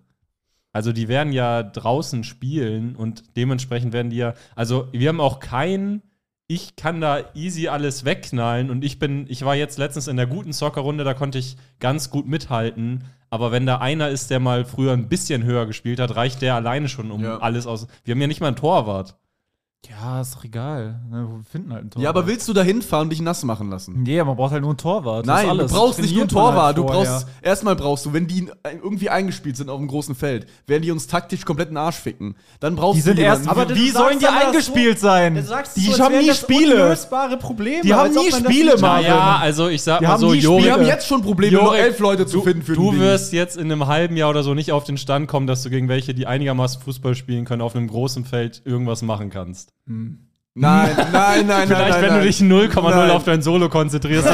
Speaker 3: Also die werden ja draußen spielen und dementsprechend werden die ja, also wir haben auch keinen, ich kann da easy alles wegknallen und ich bin, ich war jetzt letztens in der guten Soccer-Runde, da konnte ich ganz gut mithalten, aber wenn da einer ist, der mal früher ein bisschen höher gespielt hat, reicht der alleine schon um
Speaker 4: Ja.
Speaker 3: alles aus. Wir haben ja nicht mal einen Torwart.
Speaker 5: Ja, ist doch egal. Ne, Wir finden halt einen Torwart.
Speaker 4: Ja, aber willst du da hinfahren und dich nass machen lassen?
Speaker 5: Nee, man braucht halt nur einen Torwart. das ist
Speaker 4: Nein, du
Speaker 5: alles.
Speaker 4: brauchst nicht nur einen
Speaker 5: Trainiert man
Speaker 4: Torwart.
Speaker 5: halt
Speaker 4: du
Speaker 5: vorher.
Speaker 4: brauchst, erstmal brauchst du, wenn die äh, irgendwie eingespielt sind auf dem großen Feld, werden die uns taktisch komplett in den Arsch ficken. Dann brauchst
Speaker 5: Die
Speaker 4: du
Speaker 5: sind
Speaker 4: jemanden.
Speaker 5: erst. Aber
Speaker 2: du
Speaker 5: wie
Speaker 2: sagst
Speaker 5: sollen die
Speaker 2: aber so-
Speaker 5: eingespielt sein? Die
Speaker 2: so, als
Speaker 5: haben
Speaker 2: wären
Speaker 5: nie
Speaker 2: das
Speaker 5: Spiele.
Speaker 2: unlösbare Probleme.
Speaker 5: Die haben
Speaker 2: als ob
Speaker 5: nie
Speaker 2: man das
Speaker 5: Spiele,
Speaker 2: nicht-
Speaker 5: Mann.
Speaker 3: Naja, also ich sag
Speaker 5: Wir
Speaker 3: mal
Speaker 5: haben
Speaker 3: so,
Speaker 5: nie Spiele.
Speaker 4: wir haben
Speaker 3: Jorik,
Speaker 4: jetzt schon Probleme, noch elf Leute zu finden für
Speaker 3: du
Speaker 4: den
Speaker 3: wirst jetzt in einem halben Jahr oder so nicht auf den Stand kommen, dass du gegen welche, die einigermaßen Fußball spielen können, auf einem großen Feld irgendwas machen kannst.
Speaker 4: Ding. Nein, nein, nein, nein.
Speaker 3: Vielleicht,
Speaker 4: nein,
Speaker 3: wenn
Speaker 4: nein.
Speaker 3: du dich 0,0
Speaker 4: Nein.
Speaker 3: auf dein Solo konzentrierst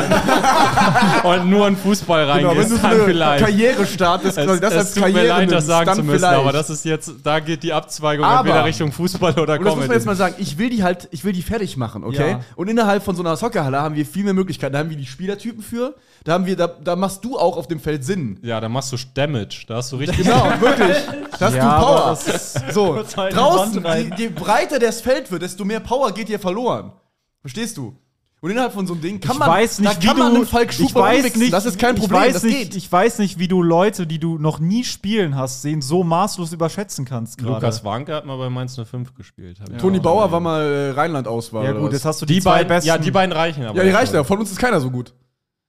Speaker 3: und- und nur in Fußball
Speaker 4: Genau, wenn
Speaker 3: reingehst,
Speaker 4: du so
Speaker 3: dann
Speaker 4: eine
Speaker 3: vielleicht.
Speaker 4: Karriere startest,
Speaker 3: es,
Speaker 4: quasi das
Speaker 3: es
Speaker 4: als
Speaker 3: tut mir
Speaker 4: Karriere
Speaker 3: leid, das
Speaker 4: nimmst,
Speaker 3: sagen
Speaker 4: dann
Speaker 3: zu müssen,
Speaker 4: vielleicht.
Speaker 3: aber das ist jetzt, da geht die Abzweigung
Speaker 4: Aber-
Speaker 3: entweder Richtung Fußball oder
Speaker 4: Und das muss man
Speaker 3: Comedy.
Speaker 4: jetzt mal sagen, ich will die halt, ich will die fertig machen, okay?
Speaker 2: Ja.
Speaker 4: Und innerhalb von so einer Soccerhalle haben wir viel mehr Möglichkeiten. Da haben wir die Spielertypen für, da haben wir, da, da machst du auch auf dem Feld Sinn.
Speaker 3: Ja, da machst du Damage, da hast du richtig
Speaker 4: Genau, wirklich. Da hast
Speaker 5: Ja,
Speaker 4: du
Speaker 5: aber
Speaker 4: Power. So,
Speaker 2: halt in die
Speaker 4: draußen,
Speaker 2: Wand rein.
Speaker 4: je, je breiter das Feld wird, desto mehr Power geht dir verloren. Verstehst du? Und innerhalb von so einem Ding kann
Speaker 5: Ich
Speaker 4: man,
Speaker 5: weiß nicht,
Speaker 4: da kann
Speaker 5: wie
Speaker 4: man
Speaker 5: du,
Speaker 4: einen Falk
Speaker 5: ich
Speaker 4: Schuber
Speaker 5: weiß
Speaker 4: umwichsen.
Speaker 5: nicht,
Speaker 4: Das ist kein Problem,
Speaker 5: ich weiß
Speaker 4: das
Speaker 5: nicht,
Speaker 4: geht.
Speaker 5: Ich weiß nicht, wie du Leute, die du noch nie spielen hast, sehen, so maßlos überschätzen kannst gerade.
Speaker 3: Lukas Wanke hat mal bei Mainz 05 gespielt. hab ich
Speaker 4: Toni
Speaker 3: auch
Speaker 4: Bauer
Speaker 3: gesehen.
Speaker 4: war mal äh, Rheinland-Auswahl.
Speaker 5: Ja
Speaker 4: oder
Speaker 5: gut,
Speaker 4: was?
Speaker 5: jetzt hast du die,
Speaker 3: die,
Speaker 5: zwei
Speaker 3: beiden,
Speaker 5: besten.
Speaker 3: ja, die beiden reichen aber.
Speaker 4: Ja, die reicht
Speaker 3: schon.
Speaker 4: ja. Von uns ist keiner so gut.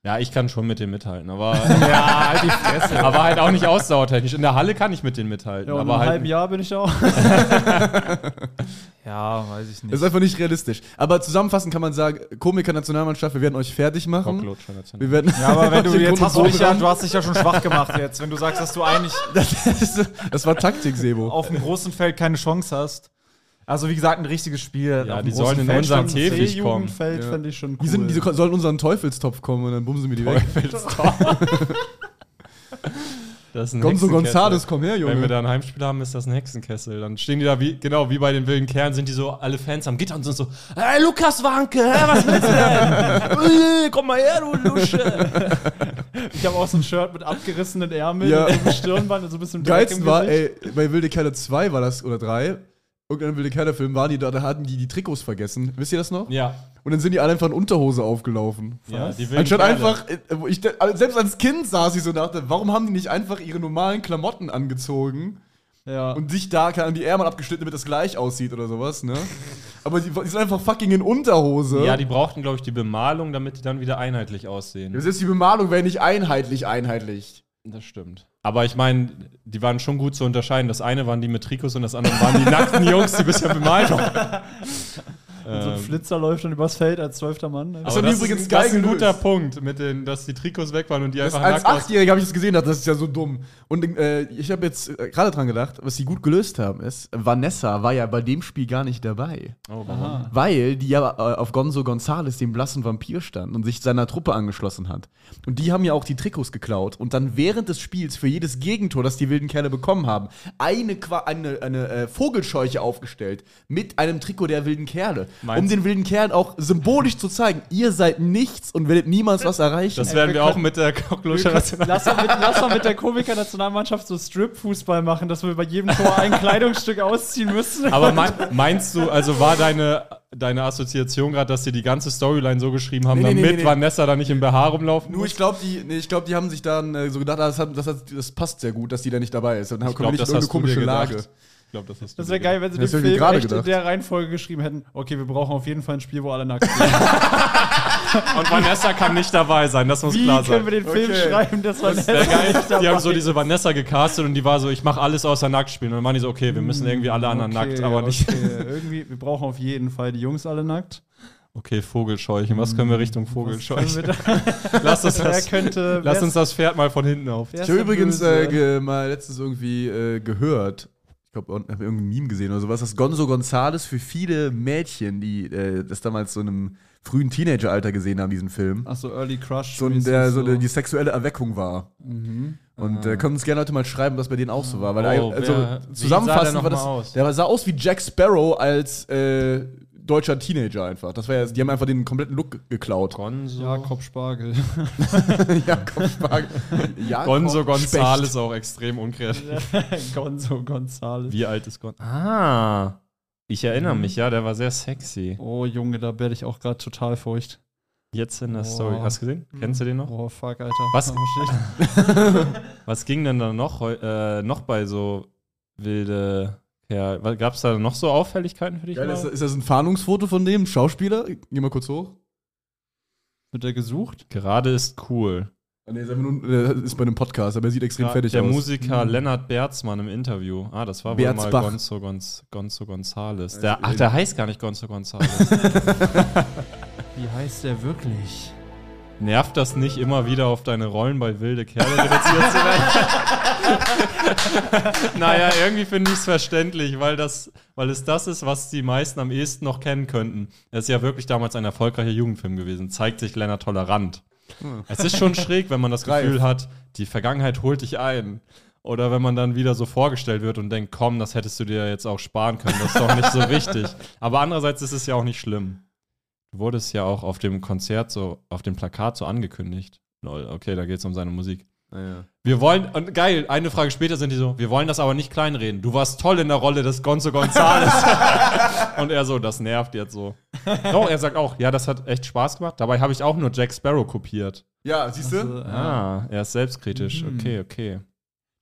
Speaker 3: Ja, ich kann schon mit denen mithalten, aber, ja, halt die Fresse. aber halt auch nicht ausdauertechnisch. In der Halle kann ich mit denen mithalten,
Speaker 2: Ja, und in
Speaker 3: aber
Speaker 2: einem halben
Speaker 3: halt.
Speaker 2: Jahr bin ich auch.
Speaker 5: ja, weiß ich
Speaker 4: Das
Speaker 5: nicht.
Speaker 4: ist einfach nicht realistisch. Aber zusammenfassend kann man sagen, Komiker Nationalmannschaft, wir werden euch fertig machen.
Speaker 3: Cockload schon erzählt.
Speaker 4: Wir werden
Speaker 5: Ja, aber wenn du
Speaker 4: den
Speaker 5: jetzt
Speaker 4: Grund
Speaker 5: hast du, dich ja,
Speaker 4: Bogen
Speaker 5: du hast dich ja schon schwach gemacht jetzt, wenn du sagst, dass du eigentlich
Speaker 4: an. Das war Taktik, Sebo.
Speaker 5: auf dem großen Feld keine Chance hast. Also wie gesagt, ein richtiges Spiel.
Speaker 3: Ja,
Speaker 5: auf dem
Speaker 3: die
Speaker 5: großen
Speaker 3: sollen in
Speaker 5: Feld
Speaker 3: unseren
Speaker 5: schon-
Speaker 3: Käfig kommen.
Speaker 2: Jugendfeld fänd ich schon cool.
Speaker 4: Die, sind, die so- sollen unseren Teufelstopf kommen und dann bumsen wir die weg.
Speaker 3: Das ist ein
Speaker 4: Gonzo
Speaker 3: Hexenkessel.
Speaker 4: Gonzales, komm her,
Speaker 3: Wenn wir
Speaker 4: Junge.
Speaker 3: da ein Heimspiel haben, ist das ein Hexenkessel. Dann stehen die da, wie, genau wie bei den wilden Kerlen, sind die so, alle Fans am Gitter und sind so, hey, Lukas Wanke, hä, was willst du denn? Äh, Komm mal her, du Lusche.
Speaker 2: Ich habe auch so ein Shirt mit abgerissenen Ärmeln
Speaker 4: Ja.
Speaker 2: und so einem Stirnband und so ein bisschen Dreck
Speaker 4: Geilsten
Speaker 2: im
Speaker 4: war,
Speaker 2: Gesicht.
Speaker 4: ey, bei Wilde Kerle 2 war das, oder 3, irgendein Wilde Kerle-Film waren die da, da hatten die die Trikots vergessen. Wisst ihr das noch?
Speaker 3: Ja,
Speaker 4: Und dann sind die alle einfach in Unterhose aufgelaufen.
Speaker 3: ja die wilden
Speaker 4: Anstatt
Speaker 3: Kerle.
Speaker 4: einfach, äh, wo ich, da- selbst als Kind saß ich so und dachte, warum haben die nicht einfach ihre normalen Klamotten angezogen?
Speaker 2: Ja.
Speaker 4: Und sich da kann die Ärmel abgeschnitten, damit das gleich aussieht oder sowas, ne? Aber die, die sind einfach fucking in Unterhose.
Speaker 3: Ja, die brauchten, glaube ich, die Bemalung, damit die dann wieder einheitlich aussehen.
Speaker 4: Selbst die Bemalung wäre nicht einheitlich, einheitlich.
Speaker 3: Das stimmt. Aber ich meine, die waren schon gut zu unterscheiden. Das eine waren die mit Trikots und das andere waren die nackten Jungs, die bisher bemalt waren. Ähm,
Speaker 2: Und so ein Flitzer läuft dann übers Feld als zwölfter Mann. ne?
Speaker 3: Aber
Speaker 4: haben die
Speaker 3: das,
Speaker 4: übrigens
Speaker 3: ist, das ist
Speaker 4: geil
Speaker 3: ein guter
Speaker 4: gelöst.
Speaker 3: Punkt, mit den, dass die Trikots weg waren und die
Speaker 4: Das,
Speaker 3: einfach
Speaker 4: als
Speaker 3: nackt aus.
Speaker 4: Achtjähriger habe ich das gesehen, dachte, das ist ja so dumm. Und äh, ich habe jetzt äh, gerade dran gedacht, was sie gut gelöst haben, ist, Vanessa war ja bei dem Spiel gar nicht dabei.
Speaker 3: Oh, warum?
Speaker 4: Weil die ja äh, auf Gonzo Gonzales, dem blassen Vampir, stand und sich seiner Truppe angeschlossen hat. Und die haben ja auch die Trikots geklaut und dann während des Spiels für jedes Gegentor, das die wilden Kerle bekommen haben, eine, Qua- eine, eine äh, Vogelscheuche aufgestellt mit einem Trikot der wilden Kerle.
Speaker 3: Meinst
Speaker 4: um
Speaker 3: du?
Speaker 4: den wilden Kerlen auch symbolisch zu zeigen, ihr seid nichts und werdet niemals was erreichen.
Speaker 3: Das werden
Speaker 2: wir
Speaker 3: wir auch
Speaker 2: können-
Speaker 3: mit der Cockluscher National.
Speaker 2: Lass mal, mit, lass mal mit der Komiker-Nationalmannschaft so Strip-Fußball machen, dass wir bei jedem Tor ein Kleidungsstück ausziehen müssen.
Speaker 3: Aber mein, meinst du, also war deine, deine Assoziation gerade, dass sie die ganze Storyline so geschrieben haben,
Speaker 4: Nee, nee,
Speaker 3: damit
Speaker 4: nee, nee.
Speaker 3: Vanessa da nicht im BH rumlaufen
Speaker 4: Nur ich glaube, die, nee, ich glaub, die haben sich dann äh, so gedacht, ah, das, hat, das, hat, das passt sehr gut, dass die da nicht dabei ist. Und dann kommen wir nicht in irgendeine komische Lage.
Speaker 3: Ich glaube, das hast du
Speaker 2: Das
Speaker 3: dir
Speaker 2: wäre geil, wenn sie den
Speaker 4: Das hab ich mir
Speaker 2: Film
Speaker 4: gerade
Speaker 2: echt in
Speaker 4: gedacht.
Speaker 2: der Reihenfolge geschrieben hätten. Okay, wir brauchen auf jeden Fall ein Spiel, wo alle nackt sind.
Speaker 3: gedacht. Und Vanessa kann nicht dabei sein, das muss
Speaker 2: Wie
Speaker 3: klar
Speaker 2: können
Speaker 3: sein.
Speaker 2: wir den Film
Speaker 4: Okay.
Speaker 2: schreiben, dass man
Speaker 3: Wär geil. Die haben so diese Vanessa gecastet und die war so, ich mache alles außer nackt spielen. Und dann waren die so, okay, wir müssen irgendwie alle anderen nackt, aber nicht.
Speaker 2: Okay. Irgendwie, wir brauchen auf jeden Fall die Jungs alle nackt.
Speaker 3: Okay, Vogelscheuchen. Was können wir Richtung Vogelscheuchen?
Speaker 2: Können wir da-
Speaker 3: Lass uns
Speaker 2: Wer
Speaker 3: das,
Speaker 2: könnte.
Speaker 3: lass
Speaker 2: wer
Speaker 3: uns
Speaker 2: ist-
Speaker 3: das Pferd mal von hinten auf.
Speaker 2: wer
Speaker 4: Ich
Speaker 2: ist
Speaker 4: habe
Speaker 2: der
Speaker 4: übrigens
Speaker 2: Böse?
Speaker 4: äh, ge- mal letztens irgendwie äh, gehört, ich glaube, habe irgendein Meme gesehen oder sowas, dass Gonzo Gonzales für viele Mädchen, die äh, das damals so in einem frühen Teenageralter gesehen haben, diesen Film,
Speaker 2: Ach so, Early Crush.
Speaker 4: so, ein-
Speaker 2: mäßig
Speaker 4: der, so eine, die sexuelle Erweckung war. Und äh, können uns gerne Leute mal schreiben, was bei denen auch so war. Weil
Speaker 3: Mhm. Ah. Oh,
Speaker 4: äh, also,
Speaker 3: wer- wie sah der
Speaker 4: zusammenfassend
Speaker 3: noch
Speaker 4: war
Speaker 3: mal
Speaker 4: das.
Speaker 3: aus?
Speaker 4: Der sah aus wie Jack Sparrow als äh, deutscher Teenager einfach. Das war ja, die haben einfach den kompletten Look geklaut.
Speaker 3: Gonzo.
Speaker 2: Jakob Spargel.
Speaker 4: Jakob Spargel. Jakob
Speaker 3: Gonzo
Speaker 4: Specht.
Speaker 3: Gonzales auch extrem unkreativ.
Speaker 2: Gonzo Gonzales.
Speaker 3: Wie alt ist Gon? Ah, ich erinnere mich, ja, der war sehr sexy.
Speaker 2: Oh Junge, da werde ich auch gerade total feucht.
Speaker 3: Jetzt in der
Speaker 2: Oh.
Speaker 3: Story. Hast du gesehen? Kennst du den noch?
Speaker 2: Oh fuck, Alter.
Speaker 3: Was-
Speaker 2: Oh, shit.
Speaker 3: Was ging denn da noch, heu- äh, noch bei so wilde Ja, gab es da noch so Auffälligkeiten für dich?
Speaker 4: Geil,
Speaker 3: mal?
Speaker 4: ist, ist das ein Fahndungsfoto von dem Schauspieler? Geh mal kurz hoch.
Speaker 2: Wird er gesucht?
Speaker 3: Gerade ist cool.
Speaker 4: Ah, Nee, ist, einfach nur, der ist bei einem Podcast, aber er sieht extrem
Speaker 3: Ja,
Speaker 4: fertig
Speaker 3: der
Speaker 4: aus. Mhm.
Speaker 3: Musiker Lennart Bertzmann im Interview. Ah, das war wohl mal
Speaker 4: Berzbach.
Speaker 3: Gonzo, Gonz, Gonzo Gonzales. Der, ach, der heißt gar nicht Gonzo Gonzales.
Speaker 2: Wie heißt der wirklich?
Speaker 3: Nervt das nicht immer wieder auf deine Rollen bei wilde Kerle reduziert zu werden? naja, irgendwie finde ich es verständlich, weil, das, weil es das ist, was die meisten am ehesten noch kennen könnten. Er ist ja wirklich damals ein erfolgreicher Jugendfilm gewesen, zeigt sich Lennart tolerant. Es ist schon schräg, wenn man das
Speaker 4: Reif.
Speaker 3: Gefühl hat, die Vergangenheit holt dich ein. Oder wenn man dann wieder so vorgestellt wird und denkt, komm, das hättest du dir jetzt auch sparen können, das ist doch nicht so wichtig. Aber andererseits ist es ja auch nicht schlimm. Du wurdest ja auch auf dem Konzert so, auf dem Plakat so angekündigt. Lol, okay, da geht's um seine Musik. Wir wollen, und geil, eine Frage später sind die so, wir wollen das aber nicht kleinreden. Du warst toll in der Rolle des Gonzo Gonzales. und er so, das nervt jetzt so. Doch, er sagt auch, ja, das hat echt Spaß gemacht. Dabei habe ich auch nur Jack Sparrow kopiert.
Speaker 4: Ja, siehst du?
Speaker 2: Also,
Speaker 3: Ah, er ist selbstkritisch.
Speaker 2: Mhm.
Speaker 3: Okay, okay.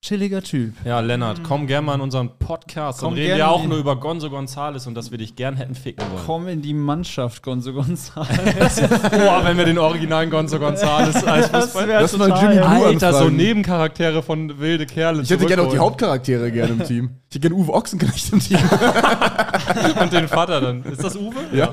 Speaker 2: Chilliger Typ.
Speaker 3: Ja, Lennart, komm gerne mal in unseren Podcast. Dann
Speaker 2: Mhm. Komm
Speaker 3: reden wir
Speaker 2: gerne
Speaker 3: auch
Speaker 2: in-
Speaker 3: nur über Gonzo Gonzales und dass wir dich gern hätten ficken wollen.
Speaker 2: Komm in die Mannschaft, Gonzo Gonzales.
Speaker 3: Boah, wenn wir den originalen Gonzo Gonzales als Fußball.
Speaker 4: Lass mal Jimmy Blue
Speaker 3: Alter, so
Speaker 4: anfragen.
Speaker 3: Nebencharaktere von wilde Kerle.
Speaker 4: Ich hätte gerne auch die
Speaker 3: zurückholen.
Speaker 4: Hauptcharaktere gerne im Team. Ich hätte gerne Uwe Ochsenknecht im Team.
Speaker 3: Und den Vater dann. Ist das Uwe?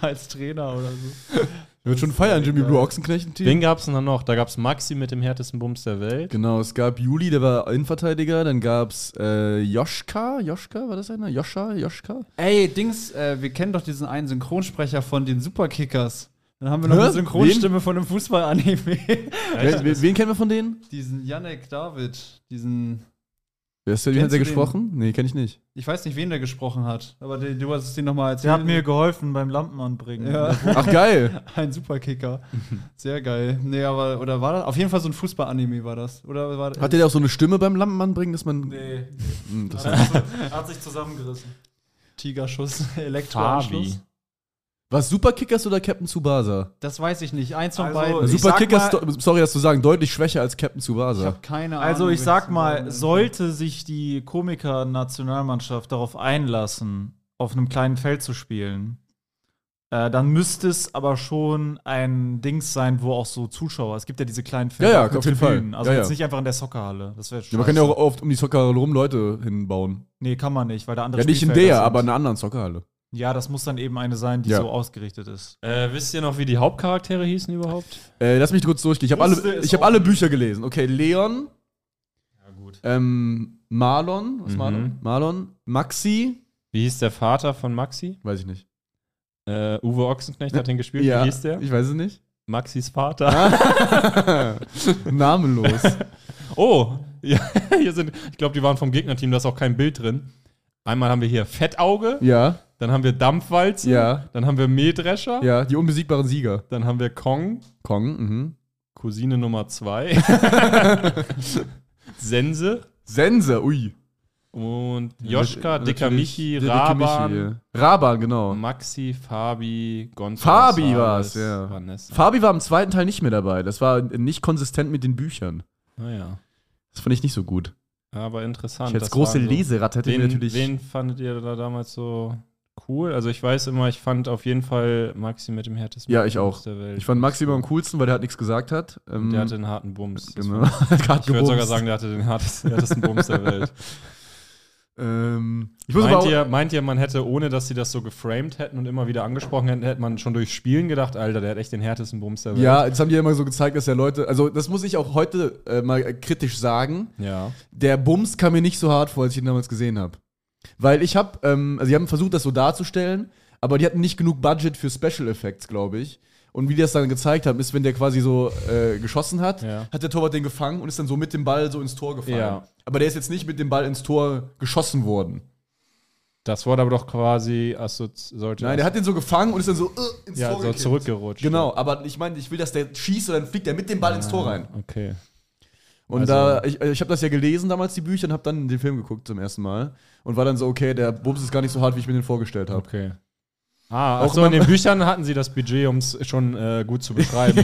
Speaker 2: als Trainer oder so.
Speaker 4: Wird schon feiern, Jimmy Blue Ochsenknecht im Team.
Speaker 3: Wen gab's denn dann noch? Da gab's Maxi mit dem härtesten Bums der Welt.
Speaker 4: Genau, es gab Juli, der war Innenverteidiger, dann gab es äh, Joschka, Joschka, war das einer? Joscha, Joschka?
Speaker 2: Ey, Dings, äh, wir kennen doch diesen einen Synchronsprecher von den Superkickers. Dann haben wir noch
Speaker 4: Hä?
Speaker 2: eine Synchronstimme von einem Fußball-Anime.
Speaker 4: Wen, wen, wen kennen wir von denen?
Speaker 2: diesen Yannick David, diesen.
Speaker 4: Wer ist der, wie hat der
Speaker 2: Kennst du
Speaker 4: gesprochen? Nee, kenne ich nicht.
Speaker 2: Ich weiß nicht, wen der gesprochen hat, aber der, du hast es dir nochmal erzählt.
Speaker 5: Der hat mir geholfen beim Lampen anbringen.
Speaker 2: Ja,
Speaker 4: Ach, geil.
Speaker 2: ein Superkicker. Sehr geil. Nee, aber, oder war das? Auf jeden Fall so ein Fußball-Anime war das. Oder war
Speaker 4: Hat der da auch so eine Stimme beim Lampenmann bringen, dass man.
Speaker 5: Nee,
Speaker 4: Hm, das
Speaker 5: hat sich zusammengerissen.
Speaker 2: Tigerschuss, Elektroanschluss?
Speaker 4: war es Superkickers oder Captain Tsubasa?
Speaker 2: Das weiß ich nicht. Eins von
Speaker 5: Also,
Speaker 2: beiden.
Speaker 5: ich
Speaker 4: Superkickers,
Speaker 5: sag
Speaker 4: do- sorry, das zu sagen, deutlich schwächer als Captain
Speaker 2: Ich
Speaker 4: Tsubasa.
Speaker 2: habe keine Ahnung.
Speaker 5: Also ich
Speaker 2: welches
Speaker 5: sag
Speaker 2: von beiden
Speaker 5: mal,
Speaker 2: das
Speaker 5: sollte sich die Komiker-Nationalmannschaft darauf einlassen, auf einem kleinen Feld zu spielen, äh, dann müsste es aber schon ein Dings sein, wo auch so Zuschauer. Es gibt ja diese kleinen Felder.
Speaker 4: Ja, ja,
Speaker 5: mit
Speaker 4: auf jeden Fall.
Speaker 5: Tribünen. Also
Speaker 4: Ja,
Speaker 5: jetzt
Speaker 4: ja.
Speaker 5: nicht einfach in der Soccerhalle. Das wäre
Speaker 4: Ja, man kann ja auch oft um die Soccerhalle rum Leute hinbauen.
Speaker 5: Nee, kann man nicht, weil da andere
Speaker 4: Ja, nicht in
Speaker 5: Spielfelder
Speaker 4: der,
Speaker 5: sind.
Speaker 4: aber in einer anderen Soccerhalle.
Speaker 5: Ja, das muss dann eben eine sein, die
Speaker 4: Ja.
Speaker 5: so ausgerichtet ist.
Speaker 3: Äh, wisst ihr noch, wie die Hauptcharaktere hießen überhaupt?
Speaker 4: Äh, lass mich kurz durchgehen. Ich habe
Speaker 5: Wusste
Speaker 4: alle,
Speaker 5: es
Speaker 4: ich hab
Speaker 5: auch
Speaker 4: alle Bücher gelesen. Okay, Leon,
Speaker 3: Ja, gut.
Speaker 4: ähm, Marlon, was
Speaker 3: Mhm.
Speaker 4: Marlon? Marlon, Maxi,
Speaker 3: Wie hieß der Vater von Maxi?
Speaker 4: weiß ich nicht.
Speaker 3: Äh, Uwe Ochsenknecht hat den gespielt. Wie hieß der?
Speaker 4: Ich weiß es nicht.
Speaker 3: Maxis Vater.
Speaker 4: Namenlos.
Speaker 3: Oh, ja, hier sind, ich glaube, die waren vom Gegnerteam, da ist auch kein Bild drin. Einmal haben wir hier Fettauge,
Speaker 4: ja,
Speaker 3: dann haben wir Dampfwalzen,
Speaker 4: Ja.
Speaker 3: dann haben wir Mähdrescher,
Speaker 4: ja, die unbesiegbaren Sieger.
Speaker 3: dann haben wir Kong,
Speaker 4: Kong, mhm.
Speaker 3: Cousine Nummer 2, Sense
Speaker 4: Sense, ui.
Speaker 3: und Joschka,
Speaker 4: Natürlich,
Speaker 3: Dicker Michi,
Speaker 4: der dicke
Speaker 3: Raban,
Speaker 4: Michi, ja. Raban, genau.
Speaker 3: Maxi, Fabi, Gonzalo.
Speaker 4: Fabi war's, ja.
Speaker 3: Vanessa.
Speaker 4: Fabi war im zweiten Teil nicht mehr dabei. Das war nicht konsistent mit den Büchern.
Speaker 3: naja.
Speaker 4: Das fand ich nicht so gut.
Speaker 3: Aber interessant.
Speaker 4: Ich als
Speaker 3: das
Speaker 4: große
Speaker 3: waren so-
Speaker 4: Leseratte hätte ich mir
Speaker 3: Wen,
Speaker 4: natürlich.
Speaker 3: wen fandet ihr da damals so cool? Also ich weiß immer, ich fand auf jeden Fall Maxi mit dem härtesten
Speaker 4: Ja, ich
Speaker 3: Bums
Speaker 4: auch.
Speaker 3: der Welt.
Speaker 4: ich fand Maxi immer am coolsten, weil der halt nichts gesagt hat. Ähm,
Speaker 3: Der hatte einen harten Bums. Das
Speaker 4: genau.
Speaker 3: war-
Speaker 4: Hat
Speaker 3: Ich würde sogar
Speaker 4: gebumst.
Speaker 3: sagen, der hatte den härtesten, härtesten Bums der Welt.
Speaker 4: Ähm, ich muss aber
Speaker 3: Meint
Speaker 4: auch,
Speaker 3: ihr, meint ihr, man hätte, ohne dass sie das so geframed hätten und immer wieder angesprochen hätten, hätte man schon durch Spielen gedacht, Alter, der hat echt den härtesten Bums der Welt.
Speaker 4: Ja, jetzt haben die ja immer so gezeigt, dass ja Leute, also das muss ich auch heute äh, mal äh, kritisch sagen.
Speaker 3: Ja.
Speaker 4: der Bums kam mir nicht so hart vor, als ich ihn damals gesehen habe. Weil ich habe, ähm, also die haben versucht, das so darzustellen, aber die hatten nicht genug Budget für Special Effects, glaube ich. Und wie die das dann gezeigt haben, ist, wenn der quasi so äh, geschossen hat,
Speaker 3: Ja.
Speaker 4: hat der Torwart den gefangen und ist dann so mit dem Ball so ins Tor gefallen.
Speaker 3: Ja.
Speaker 4: Aber der ist jetzt nicht mit dem Ball ins Tor geschossen worden.
Speaker 3: Das wurde aber doch quasi assozi sollte
Speaker 4: Nein, der hat den so gefangen und ist dann so äh, ins
Speaker 3: ja,
Speaker 4: Tor
Speaker 3: so
Speaker 4: gekippt.
Speaker 3: zurückgerutscht.
Speaker 4: Genau, aber ich meine, ich will, dass der schießt und dann fliegt er mit dem Ball ins Tor rein.
Speaker 3: Okay.
Speaker 4: Und
Speaker 3: Also-
Speaker 4: da, ich, ich habe das ja gelesen damals, die Bücher, und habe dann den Film geguckt zum ersten Mal. Und war dann so, okay, der Bums ist gar nicht so hart, wie ich mir den vorgestellt habe.
Speaker 3: Okay. Ah,
Speaker 4: Auch
Speaker 3: auch so in
Speaker 4: immer-
Speaker 3: den Büchern hatten sie das Budget, um es schon äh, gut zu beschreiben.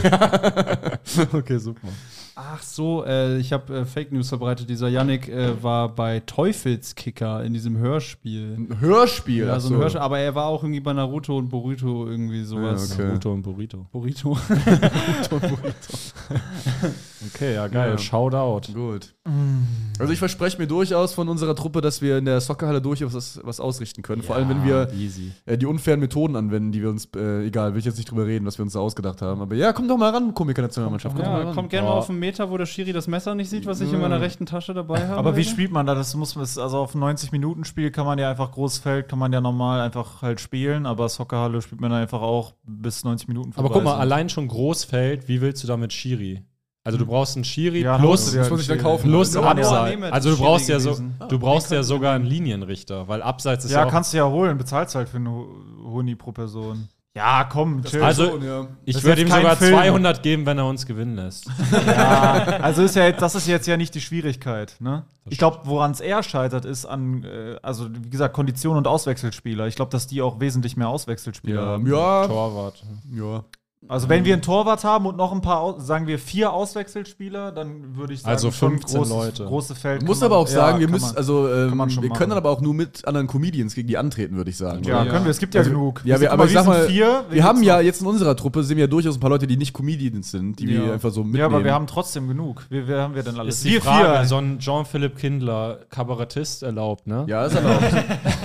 Speaker 3: okay, super.
Speaker 2: Ach so, äh, ich habe äh, Fake News verbreitet. Dieser Yannick äh, war bei Teufelskicker in diesem Hörspiel.
Speaker 4: Ein Hörspiel.
Speaker 2: Ja,
Speaker 4: ach
Speaker 2: so ein Hörspiel. Aber er war auch irgendwie bei Naruto und Boruto irgendwie sowas.
Speaker 4: Ja, okay.
Speaker 3: Burrito und Burrito.
Speaker 2: Boruto.
Speaker 3: Okay, ja, geil.
Speaker 4: Ja.
Speaker 3: Shout out.
Speaker 4: Gut. Also ich verspreche mir durchaus von unserer Truppe, dass wir in der Soccerhalle durchaus was, was ausrichten können. Vor allem, wenn wir
Speaker 3: Easy.
Speaker 4: äh, die unfairen Methoden anwenden, die wir uns, äh, egal, will ich jetzt nicht drüber reden, was wir uns da ausgedacht haben. Aber ja, komm doch mal ran, Komiker-Nationalmannschaft. komm doch mal
Speaker 2: ja,
Speaker 4: ran.
Speaker 2: kommt gerne
Speaker 3: Ja.
Speaker 2: mal auf einen Meter, wo der Schiri das Messer nicht sieht, was ich in meiner rechten Tasche dabei habe.
Speaker 5: Aber wie
Speaker 2: Alter.
Speaker 5: spielt man da? Das muss man, ist- also auf 90-Minuten-Spiel kann man ja einfach Großfeld, kann man ja normal einfach halt spielen, aber Soccerhalle spielt man einfach auch bis 90 Minuten
Speaker 3: Aber guck mal,
Speaker 5: sind.
Speaker 3: allein schon Großfeld, wie willst du damit Schiri? Also du brauchst einen Schiri
Speaker 5: Ja,
Speaker 3: plus,
Speaker 5: Haus- ja,
Speaker 4: muss man sich dann kaufen.
Speaker 3: plus
Speaker 5: Ja,
Speaker 2: Noah
Speaker 3: Abseits.
Speaker 2: Nemeth
Speaker 3: Also du
Speaker 2: ist
Speaker 3: brauchst
Speaker 2: Schiri
Speaker 3: ja so,
Speaker 2: gewesen.
Speaker 3: du brauchst ja sogar einen Linienrichter, weil Abseits ist ja,
Speaker 5: Ja,
Speaker 3: auch
Speaker 5: kannst du ja holen, bezahlst halt für einen Ho- Huni pro Person. Ja, komm, chill.
Speaker 3: Also, ich
Speaker 5: Das
Speaker 3: würde
Speaker 5: ist
Speaker 3: ihm
Speaker 5: kein
Speaker 3: sogar
Speaker 5: Film.
Speaker 3: 200 geben, wenn er uns gewinnen lässt.
Speaker 5: Also ist ja jetzt, das ist jetzt ja nicht die Schwierigkeit. Ne? Ich glaube, woran es eher scheitert, ist an, äh, also wie gesagt, Kondition und Auswechselspieler. Ich glaube, dass die auch wesentlich mehr Auswechselspieler
Speaker 4: Ja,
Speaker 5: haben.
Speaker 4: ja,
Speaker 3: Torwart.
Speaker 4: ja.
Speaker 5: Also wenn wir einen Torwart haben und noch ein paar, Au- sagen wir vier Auswechselspieler, dann würde ich sagen,
Speaker 3: Also
Speaker 5: schon
Speaker 3: 15
Speaker 5: großes,
Speaker 3: Leute.
Speaker 5: große Feld.
Speaker 4: Ich muss
Speaker 5: kann
Speaker 4: aber
Speaker 5: man-
Speaker 4: auch sagen,
Speaker 5: ja,
Speaker 4: wir
Speaker 5: kann
Speaker 4: müssen,
Speaker 5: man-
Speaker 4: also ähm,
Speaker 5: man schon
Speaker 4: wir
Speaker 5: machen.
Speaker 4: können dann aber auch nur mit anderen Comedians gegen die antreten, würde ich sagen.
Speaker 5: ja,
Speaker 2: Ja.
Speaker 5: können wir. Es gibt ja
Speaker 4: Also,
Speaker 5: genug.
Speaker 4: Ja,
Speaker 5: Also,
Speaker 4: wir,
Speaker 5: guck
Speaker 4: aber ich
Speaker 5: wir
Speaker 4: sag mal,
Speaker 5: sind vier,
Speaker 4: wir haben
Speaker 5: gibt's
Speaker 4: ja
Speaker 5: noch-
Speaker 4: jetzt in unserer Truppe sind ja durchaus ein paar Leute, die nicht Comedians sind, die wir
Speaker 2: Ja.
Speaker 4: einfach so mitnehmen.
Speaker 5: Ja, aber wir haben trotzdem genug. Wer, wer haben wir denn alles?
Speaker 3: Ist die Frage, so ein Jean-Philipp Kindler, Kabarettist erlaubt, ne?
Speaker 4: Ja, ist erlaubt.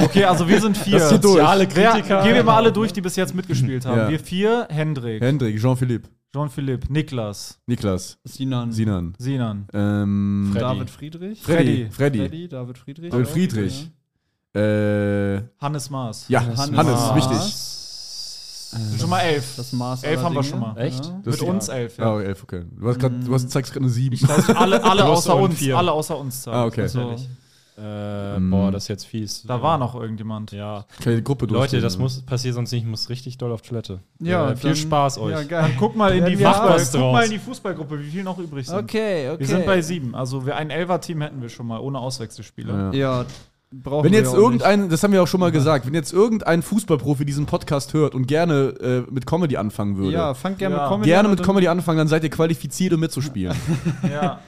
Speaker 5: Okay, also wir sind vier.
Speaker 4: Das zieht durch.
Speaker 3: Soziale
Speaker 5: Wer,
Speaker 3: Kritiker.
Speaker 5: gehen wir mal alle durch, die bis jetzt mitgespielt haben.
Speaker 4: Ja.
Speaker 5: Wir vier, Hendrik,
Speaker 4: Hendrik, Jean-Philippe,
Speaker 5: Jean-Philipp, Niklas,
Speaker 4: Niklas,
Speaker 5: Mhm.
Speaker 2: Sinan.
Speaker 4: Sinan,
Speaker 5: Sinan,
Speaker 4: ähm,
Speaker 3: Freddy.
Speaker 2: David Friedrich.
Speaker 4: Freddy, Freddy,
Speaker 2: Freddy, David Friedrich.
Speaker 4: David
Speaker 2: auch,
Speaker 4: Friedrich. Äh,
Speaker 5: Hannes Maas.
Speaker 4: ja,
Speaker 2: Hannes.
Speaker 4: Hannes,
Speaker 2: Maas.
Speaker 4: wichtig.
Speaker 5: Sind Schon mal elf.
Speaker 2: Das Maß
Speaker 5: Elf
Speaker 2: aller
Speaker 5: haben wir
Speaker 2: Dinge.
Speaker 5: schon mal.
Speaker 3: Echt?
Speaker 2: Ja.
Speaker 4: Das
Speaker 5: Mit uns elf, ja. Mhm.
Speaker 4: Ah, elf, okay. Du hast gerade, du hast zeigst gerade eine 7.
Speaker 5: Alle, alle
Speaker 3: Plus
Speaker 5: außer
Speaker 3: und
Speaker 5: uns.
Speaker 3: vier.
Speaker 5: Alle außer uns. zahlen.
Speaker 4: Ah, okay.
Speaker 5: So.
Speaker 3: Äh, Boah, das ist jetzt fies.
Speaker 5: Da war noch irgendjemand.
Speaker 3: Ja.
Speaker 4: Keine Gruppe also. durch.
Speaker 3: Leute, das muss passiert sonst nicht. Ich muss richtig doll auf Toilette.
Speaker 2: Ja,
Speaker 3: Äh, viel
Speaker 2: dann-
Speaker 3: Spaß euch.
Speaker 2: Ja,
Speaker 5: Dann
Speaker 2: geil.
Speaker 5: guck mal in die,
Speaker 2: Ja,
Speaker 5: Fußball,
Speaker 3: macht was
Speaker 5: guck mal
Speaker 3: draus.
Speaker 5: in die Fußballgruppe, wie viel noch übrig sind.
Speaker 2: Okay, okay.
Speaker 5: Wir sind bei sieben. Also wir, ein Elfer-Team hätten wir schon mal, ohne Auswechselspieler.
Speaker 4: Ja.
Speaker 2: Ja, brauchen
Speaker 4: Wenn
Speaker 2: wir
Speaker 4: jetzt
Speaker 2: ja auch nicht.
Speaker 4: irgendein, das haben wir auch schon mal gesagt, wenn jetzt irgendein Fußballprofi diesen Podcast hört und gerne äh, mit Comedy anfangen würde,
Speaker 2: Ja, fangt gerne
Speaker 5: Ja.
Speaker 2: mit Comedy
Speaker 4: gerne
Speaker 2: an
Speaker 4: mit
Speaker 2: und
Speaker 4: Comedy anfangen, dann seid ihr qualifiziert, um mitzuspielen.
Speaker 5: Ja.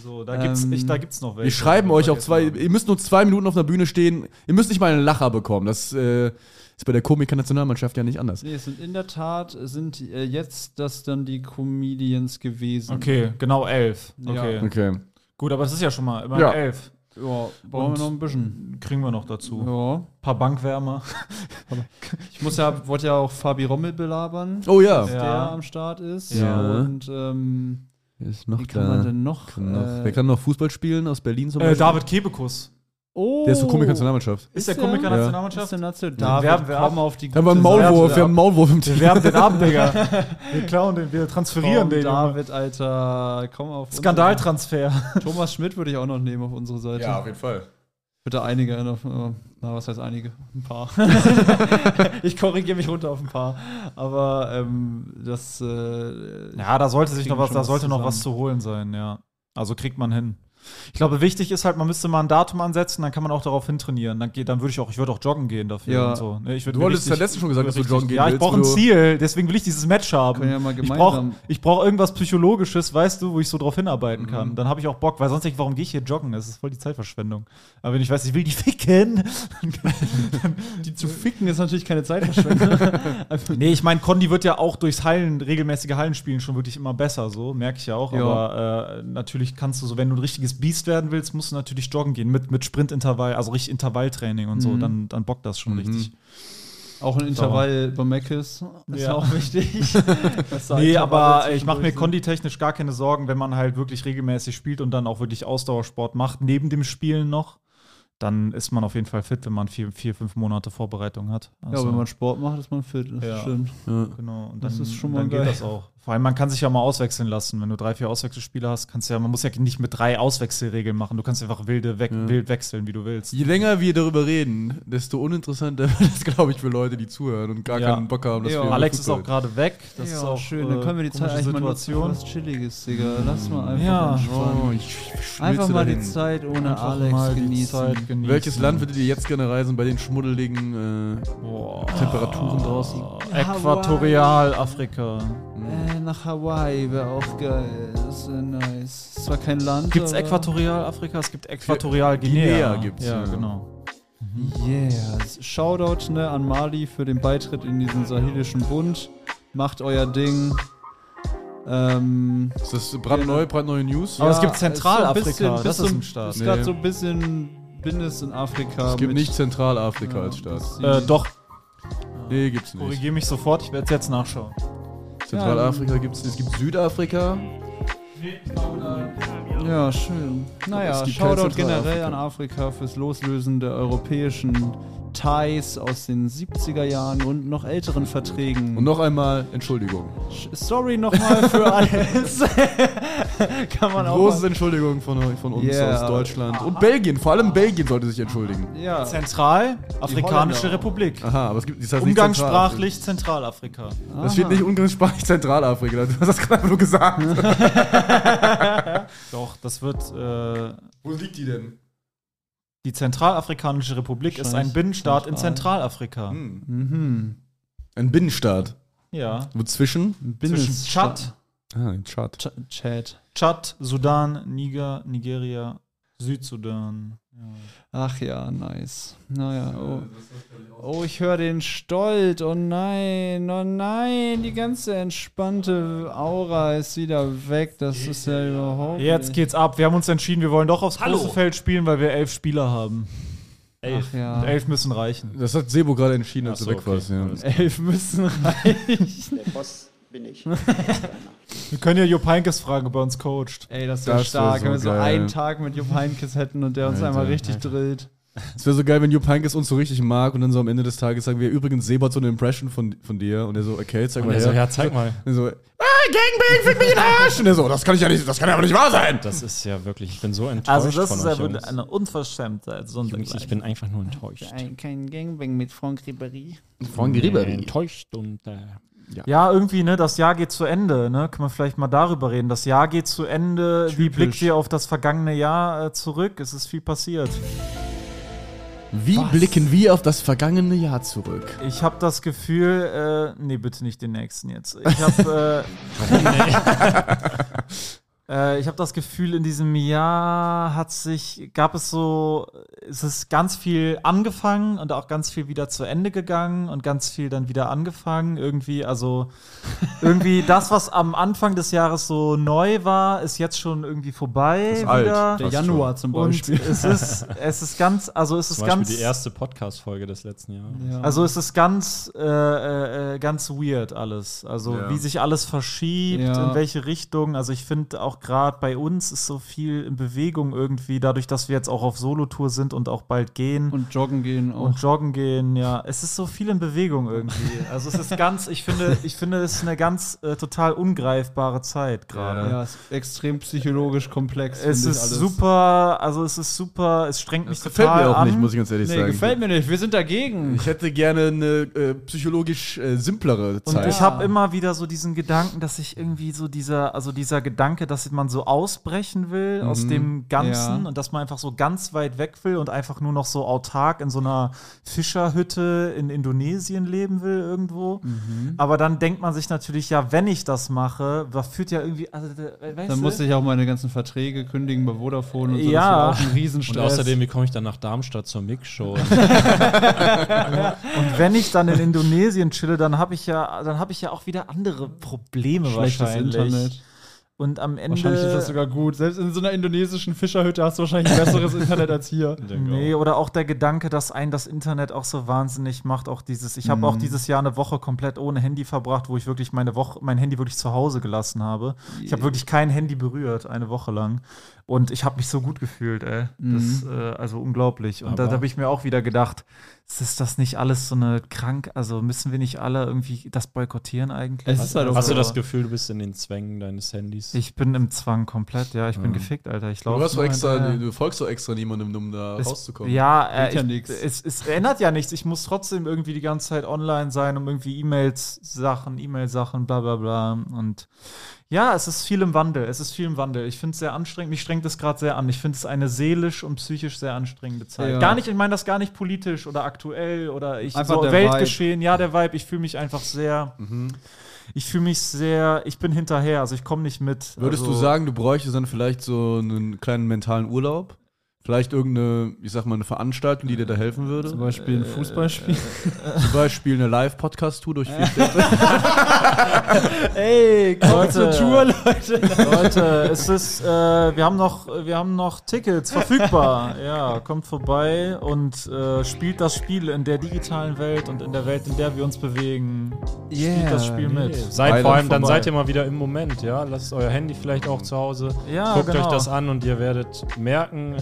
Speaker 5: So, da gibt's,
Speaker 2: Ähm,
Speaker 5: ich, da gibt's noch welche.
Speaker 4: Wir schreiben euch auch zwei,
Speaker 5: Vergessen
Speaker 4: ihr müsst nur zwei Minuten auf einer Bühne stehen, ihr müsst nicht mal einen Lacher bekommen. Das äh, ist bei der Komiker-Nationalmannschaft ja nicht anders.
Speaker 2: Nee, es sind in der Tat sind äh, jetzt das dann die Comedians gewesen.
Speaker 5: haben. Okay, genau elf.
Speaker 2: Ja.
Speaker 5: Okay.
Speaker 4: Okay.
Speaker 5: Gut, aber das ist ja schon mal immer
Speaker 4: Ja.
Speaker 5: elf.
Speaker 2: Ja, brauchen wir noch ein bisschen.
Speaker 5: Kriegen wir noch dazu.
Speaker 2: Ja.
Speaker 5: paar Bankwärmer.
Speaker 2: Ich muss ja, wollte ja auch Fabi Rommel belabern,
Speaker 4: Oh ja.
Speaker 5: Ja.
Speaker 2: der am Start ist.
Speaker 4: Ja.
Speaker 2: Und ähm,
Speaker 4: Wer Ist noch
Speaker 2: wie kann man
Speaker 4: da.
Speaker 2: denn noch?
Speaker 4: Kann noch-
Speaker 2: äh,
Speaker 4: Wer kann noch Fußball spielen aus Berlin zum
Speaker 5: Äh,
Speaker 4: Beispiel?
Speaker 5: David Kebekus.
Speaker 2: oh,
Speaker 4: Der ist zur Komiker-Nationalmannschaft.
Speaker 5: Ist,
Speaker 2: Ist
Speaker 5: der
Speaker 2: er?
Speaker 5: Komiker
Speaker 4: Ja.
Speaker 2: Ist
Speaker 5: Nationalmannschaft?
Speaker 2: der National
Speaker 5: Ja.
Speaker 2: David,
Speaker 5: Werben wir ab.
Speaker 2: komm auf die
Speaker 4: Da haben wir einen
Speaker 2: gute Seite
Speaker 4: Maulwurf, wir haben einen
Speaker 2: ab.
Speaker 4: Maulwurf im Team.
Speaker 5: Wir haben den Abend, Digga. Wir klauen den, wir transferieren
Speaker 2: Komm,
Speaker 5: den. Junge.
Speaker 2: David, Alter, komm auf unsere-
Speaker 5: Skandaltransfer.
Speaker 2: Thomas Schmidt würde ich auch noch nehmen auf unsere Seite.
Speaker 4: jeden Fall.
Speaker 2: Bitte einige. Auf, äh, na, was heißt einige? Ein paar. ich korrigiere mich runter auf ein paar. Aber ähm, das. Äh,
Speaker 5: Ja, da sollte sich
Speaker 2: Kriegen
Speaker 5: noch was,
Speaker 2: schon
Speaker 5: da
Speaker 2: was
Speaker 5: sollte noch was zu
Speaker 2: zusammen.
Speaker 5: holen sein, ja. Also kriegt man hin. Ich glaube, wichtig ist halt, man müsste mal ein Datum ansetzen, dann kann man auch darauf hintrainieren. Dann, geht- dann würde ich auch, ich würde auch joggen gehen dafür
Speaker 2: Ja.
Speaker 5: und so. Ne, Ich
Speaker 4: Du wolltest ja letztens schon gesagt, dass du joggen gehen
Speaker 5: Ja, ich
Speaker 4: willst,
Speaker 5: brauche
Speaker 4: wo
Speaker 5: ein
Speaker 4: du-
Speaker 5: Ziel, deswegen will ich dieses Match haben.
Speaker 2: Können ja mal
Speaker 5: ich brauche
Speaker 2: gemeinsam-
Speaker 5: ich brauch irgendwas Psychologisches, weißt du, wo ich so drauf hinarbeiten
Speaker 2: Mhm.
Speaker 5: kann. Dann habe ich auch Bock, weil sonst denke ich, warum gehe ich hier joggen? Das ist voll die Zeitverschwendung. Aber wenn ich weiß, ich will die ficken,
Speaker 2: die zu ficken ist natürlich keine Zeitverschwendung.
Speaker 5: Nee, ich meine, Condi wird ja auch durchs Hallen, regelmäßige Hallenspielen schon wirklich immer besser, so, merke ich ja auch.
Speaker 2: Ja.
Speaker 5: Aber äh, natürlich kannst du so, wenn du ein richtiges Biest werden willst, musst du natürlich joggen gehen mit, mit Sprintintervall, also richtig Intervalltraining und so,
Speaker 2: Mhm.
Speaker 5: dann, dann bockt das schon richtig.
Speaker 2: auch ein Intervall bei Meckes ist
Speaker 5: Ja.
Speaker 2: auch wichtig. Dass da
Speaker 5: Nee,
Speaker 2: Intervalle
Speaker 5: aber äh, ich mache mir
Speaker 2: zwischendurch sind.
Speaker 5: konditechnisch gar keine Sorgen, wenn man halt wirklich regelmäßig spielt und dann auch wirklich Ausdauersport macht, neben dem Spielen noch. Dann ist man auf jeden Fall fit, wenn man vier, vier fünf Monate Vorbereitung hat.
Speaker 2: Ja,
Speaker 5: Also-
Speaker 2: wenn man Sport macht, ist man fit. Das
Speaker 5: Ja.
Speaker 2: stimmt.
Speaker 5: Genau, und dann,
Speaker 2: Das ist schon mal
Speaker 5: dann geht
Speaker 2: geil.
Speaker 5: das auch. Vor allem, man kann sich ja mal auswechseln lassen. Wenn du drei, vier Auswechselspieler hast, kannst du ja, man muss ja nicht mit drei Auswechselregeln machen. Du kannst einfach wilde we wild wechseln, wie du willst.
Speaker 4: Je länger wir darüber reden, desto uninteressanter wird das, glaube ich, für Leute, die zuhören und gar
Speaker 5: Ja.
Speaker 4: keinen Bock haben. Dass
Speaker 2: Ja.
Speaker 4: wir über
Speaker 5: Alex ist
Speaker 4: Fußball
Speaker 5: auch gerade weg. Das ist auch äh,
Speaker 2: schön. Dann können wir die Zeit
Speaker 5: komische
Speaker 2: eigentlich mal
Speaker 5: Situation.
Speaker 2: nutzen für was Chilliges, Digga. Lass mal einfach
Speaker 5: Ja.
Speaker 2: entspannen.
Speaker 4: reden. Oh, ich
Speaker 2: Einfach
Speaker 4: schmilze
Speaker 2: mal die
Speaker 4: dahin.
Speaker 2: Zeit ohne
Speaker 5: Einfach
Speaker 2: Alex
Speaker 5: mal die
Speaker 2: genießen.
Speaker 5: Zeit genießen.
Speaker 4: Welches Land würdet ihr jetzt gerne reisen bei den schmuddeligen äh,
Speaker 5: Boah.
Speaker 4: Temperaturen draußen?
Speaker 5: Äquatorialafrika.
Speaker 2: Äh, Ey, nach Hawaii wäre auch geil. Das wäre nice. Ist zwar kein Land.
Speaker 5: Gibt's
Speaker 2: aber-
Speaker 5: Äquatorialafrika, es gibt Äquatorialguinea.
Speaker 1: Guinea gibt's,
Speaker 5: Ja,
Speaker 1: ja.
Speaker 5: genau.
Speaker 2: Yeah. Shoutout ne, an Mali für den Beitritt in diesen sahilischen Bund. Macht euer Ding. Ähm,
Speaker 1: Ist das brandneu, brandneue News?
Speaker 5: Aber es gibt
Speaker 2: ist
Speaker 5: Zentralafrika,
Speaker 2: bisschen-
Speaker 5: das
Speaker 2: bisschen-
Speaker 5: ist ein Staat.
Speaker 2: Ist gerade
Speaker 1: Nee.
Speaker 2: so ein bisschen Bindes in Afrika.
Speaker 1: Es gibt
Speaker 2: mit-
Speaker 1: nicht Zentralafrika
Speaker 2: Ja,
Speaker 1: als Staat.
Speaker 2: das-
Speaker 5: Äh, doch,
Speaker 1: Nee, gibt's nicht.
Speaker 5: korrigiere mich sofort, ich werde es jetzt nachschauen.
Speaker 1: Zentralafrika gibt's nicht. Es gibt Südafrika.
Speaker 2: Ja, schön. Naja,
Speaker 1: Es gibt kein
Speaker 2: Shoutout generell
Speaker 1: Zentralafrika.
Speaker 2: an Afrika fürs Loslösen der europäischen Ties aus den 70er Jahren und noch älteren Verträgen.
Speaker 1: Und noch einmal Entschuldigung.
Speaker 2: Sch- Sorry nochmal für alles. Kann man auch.
Speaker 1: Großes
Speaker 2: mal-
Speaker 1: Entschuldigung von, euch- von uns
Speaker 2: Yeah.
Speaker 1: aus Deutschland. Und Belgien, vor allem Belgien sollte sich entschuldigen.
Speaker 2: Ja.
Speaker 5: Zentralafrikanische
Speaker 2: Holländer.
Speaker 5: Republik.
Speaker 1: Aha, aber es gibt das heißt nicht
Speaker 5: Umgangssprachlich Zentralafrika.
Speaker 1: Zentralafrika. Das steht nicht umgangssprachlich Zentralafrika. Du hast das gerade nur gesagt.
Speaker 5: Doch, das wird. Äh,
Speaker 1: Wo liegt die denn?
Speaker 5: die Zentralafrikanische Republik ist ein
Speaker 2: Wahrscheinlich
Speaker 5: Binnenstaat in
Speaker 2: zentral.
Speaker 5: Zentralafrika.
Speaker 2: Mhm.
Speaker 1: Hm. Ein Binnenstaat.
Speaker 5: Ja.
Speaker 1: Wo zwischen?
Speaker 5: Zwischen
Speaker 2: Bindes-
Speaker 5: Tschad,
Speaker 1: Ah, ein Chart.
Speaker 2: Ch- Chad.
Speaker 5: Tschad, Sudan, Niger, Nigeria, Südsudan.
Speaker 2: Ach ja, nice. Naja, oh. Oh, ich höre den Stolt. Oh nein, oh nein. Die ganze entspannte Aura ist wieder weg. Das ist ja überhaupt.
Speaker 5: Jetzt
Speaker 2: nicht.
Speaker 5: geht's ab. Wir haben uns entschieden, wir wollen doch aufs
Speaker 3: Hallo.
Speaker 5: große Feld spielen, weil wir elf Spieler haben.
Speaker 2: Ach ja.
Speaker 5: Und elf müssen reichen.
Speaker 1: Das hat Sebo gerade entschieden, als
Speaker 3: Ach
Speaker 1: du
Speaker 3: so,
Speaker 1: weg warst.
Speaker 3: okay.
Speaker 1: Ja.
Speaker 3: Alles
Speaker 2: Elf müssen reich.
Speaker 6: Der Boss bin ich. Keiner.
Speaker 5: Wir können ja Jupp Heynckes fragen, ob er uns coacht.
Speaker 2: Ey, das wäre
Speaker 1: Das wär
Speaker 2: stark,
Speaker 1: so
Speaker 2: wenn wir so
Speaker 1: geil.
Speaker 2: einen Tag mit Jupp Heynckes hätten und der uns
Speaker 1: Alter,
Speaker 2: einmal richtig drillt.
Speaker 1: Es wäre so geil, wenn Jupp Heynckes uns so richtig mag und dann so am Ende des Tages sagen wir, übrigens, Sebo hat so eine Impression von, von dir. Und er so, okay, zeig mal her.
Speaker 3: Also, zeig mal.
Speaker 1: Und so, ah, Gangbang, fick mich in den Arsch! Und er so, das kann ich ja nicht, das kann ja aber nicht wahr sein!
Speaker 3: Das ist ja wirklich, ich bin so enttäuscht.
Speaker 5: Also, das
Speaker 3: von
Speaker 5: ist
Speaker 3: euch,
Speaker 5: ja wirklich
Speaker 3: Jungs.
Speaker 5: eine Unverschämtheit.
Speaker 3: Jungs, ich bin einfach nur enttäuscht.
Speaker 2: Kein Gangbang mit Franck Ribéry.
Speaker 1: Von
Speaker 3: Enttäuscht und äh,
Speaker 5: Ja, irgendwie, ne, das Jahr geht zu Ende, ne? Können wir vielleicht mal darüber reden. Das Jahr geht zu Ende. Wie blickt ihr auf das vergangene Jahr äh, zurück? Es ist viel passiert.
Speaker 1: Wie blicken wir auf das vergangene Jahr zurück?
Speaker 5: Ich habe das Gefühl, äh, nee, bitte nicht den nächsten jetzt. Ich habe äh, äh, ich hab das Gefühl, in diesem Jahr hat sich, gab es so, es ist ganz viel angefangen und auch ganz viel wieder zu Ende gegangen und ganz viel dann wieder angefangen. Irgendwie, also irgendwie das, was am Anfang des Jahres so neu war, ist jetzt schon irgendwie vorbei.
Speaker 1: Ist alt.
Speaker 5: wieder.
Speaker 2: Der
Speaker 1: Fast
Speaker 2: Januar zum
Speaker 5: Und
Speaker 2: Beispiel.
Speaker 5: es ist, es ist ganz, also es ist
Speaker 3: zum
Speaker 5: ganz.
Speaker 3: Beispiel die erste Podcast-Folge des letzten Jahres.
Speaker 2: Ja.
Speaker 5: Also es ist ganz, äh, äh, äh, ganz weird alles. Also
Speaker 1: Ja.
Speaker 5: wie sich alles verschiebt,
Speaker 2: Ja.
Speaker 5: in welche Richtung. Also ich finde auch gerade bei uns ist so viel in Bewegung irgendwie, dadurch, dass wir jetzt auch auf Solotour sind und auch bald gehen und,
Speaker 2: und joggen gehen auch.
Speaker 5: joggen gehen. Ja, es ist so viel in Bewegung irgendwie. Also es ist ganz, ich finde, ich finde es ist eine ganz äh, total ungreifbare Zeit gerade.
Speaker 2: ja, ist extrem psychologisch komplex.
Speaker 5: Es
Speaker 2: finde ich
Speaker 5: ist
Speaker 2: alles.
Speaker 5: super, also es ist super, es strengt mich
Speaker 1: Das
Speaker 5: total
Speaker 1: gefällt mir auch
Speaker 5: an.
Speaker 1: nicht, muss ich ganz ehrlich
Speaker 2: Nee,
Speaker 1: sagen.
Speaker 2: gefällt mir nicht. Wir sind dagegen.
Speaker 1: Ich hätte gerne eine äh, psychologisch äh, simplere
Speaker 5: Und
Speaker 1: Zeit.
Speaker 5: ich habe immer wieder so diesen Gedanken, dass ich irgendwie so dieser, also dieser Gedanke, dass man so ausbrechen will aus dem Ganzen
Speaker 2: Mhm. Ja.
Speaker 5: und dass man einfach so ganz weit weg will und einfach nur noch so autark in so einer Fischerhütte in Indonesien leben will irgendwo.
Speaker 2: Mhm.
Speaker 5: Aber dann denkt man sich natürlich, ja, wenn ich das mache, das führt ja irgendwie, also, we- weißt
Speaker 2: Dann
Speaker 5: du?
Speaker 2: muss ich auch meine ganzen Verträge kündigen bei Vodafone und so.
Speaker 5: Ja.
Speaker 2: Das wird auch ein
Speaker 3: Und
Speaker 2: Riesenstress.
Speaker 3: außerdem, wie komme ich dann nach Darmstadt zur Mix-Show?
Speaker 5: und wenn ich dann in Indonesien chille, dann habe ich ja, dann habe ich ja auch wieder andere Probleme
Speaker 2: schlechtes
Speaker 5: wahrscheinlich.
Speaker 2: Internet.
Speaker 5: Und am Ende
Speaker 2: Wahrscheinlich ist das sogar gut. Selbst in so einer indonesischen Fischerhütte hast du wahrscheinlich besseres Internet als hier.
Speaker 5: Nee, oder auch der Gedanke, dass ein das Internet auch so wahnsinnig macht, auch dieses, ich habe auch
Speaker 2: Mhm.
Speaker 5: dieses Jahr eine Woche komplett ohne Handy verbracht, wo ich wirklich meine Woche, mein Handy wirklich zu Hause gelassen habe. Ich habe wirklich kein Handy berührt, eine Woche lang. Und ich habe mich so gut gefühlt, ey. Das,
Speaker 2: Mhm.
Speaker 5: äh, also unglaublich. Und da, da
Speaker 3: Aber-
Speaker 5: habe ich mir auch wieder gedacht, ist das nicht alles so eine krank, also müssen wir nicht alle irgendwie das boykottieren eigentlich? Also
Speaker 2: Es ist halt auch
Speaker 3: Hast
Speaker 2: so.
Speaker 3: du das Gefühl, du bist in den Zwängen deines Handys?
Speaker 5: ich bin im Zwang komplett, ja, ich bin gefickt, Alter. Ich laufe
Speaker 1: du, hast doch
Speaker 5: nur
Speaker 1: extra,
Speaker 5: hinterher.
Speaker 1: du folgst doch extra niemandem, um da
Speaker 5: Es-
Speaker 1: rauszukommen.
Speaker 5: Ja, äh,
Speaker 2: Bringt ja
Speaker 5: ich,
Speaker 2: nix.
Speaker 5: es, es ändert ja nichts. Ich muss trotzdem irgendwie die ganze Zeit online sein, um irgendwie E-Mails, Sachen, E-Mail-Sachen, bla bla bla. Und ja, es ist viel im Wandel. Es ist viel im Wandel. Ich finde es sehr anstrengend. Mich strengt es gerade sehr an. Ich finde es eine seelisch und psychisch sehr anstrengende Zeit.
Speaker 2: Ja.
Speaker 5: Gar nicht, ich meine das gar nicht politisch oder aktuell oder ich
Speaker 2: Einfach
Speaker 5: so
Speaker 2: der Mhm.
Speaker 5: Weltgeschehen. Ja, der Vibe. Ich fühle mich einfach sehr. ich fühle mich sehr, ich bin hinterher, also ich komme nicht mit.
Speaker 4: Würdest
Speaker 5: also,
Speaker 4: du sagen, du bräuchtest dann vielleicht so einen kleinen mentalen Urlaub? Vielleicht irgendeine, ich sag mal, eine Veranstaltung, die dir da helfen würde?
Speaker 2: Zum Beispiel ein Fußballspiel.
Speaker 4: Zum Beispiel eine Live-Podcast-Tour durch vier Städte.
Speaker 2: Ey, kommt
Speaker 5: Leute.
Speaker 2: zur Tour, Leute.
Speaker 5: Leute, es ist, äh, wir haben noch, wir haben noch Tickets verfügbar. Ja, kommt vorbei und äh, spielt das Spiel in der digitalen Welt und in der Welt, in der wir uns bewegen.
Speaker 2: Yeah.
Speaker 5: Spielt das Spiel mit.
Speaker 3: Seid
Speaker 4: Island
Speaker 3: vor allem, dann
Speaker 4: vorbei.
Speaker 3: seid ihr mal wieder im Moment, ja. Lasst euer Handy vielleicht auch zu Hause.
Speaker 5: Ja,
Speaker 3: Guckt
Speaker 5: genau.
Speaker 3: euch das an und ihr werdet merken,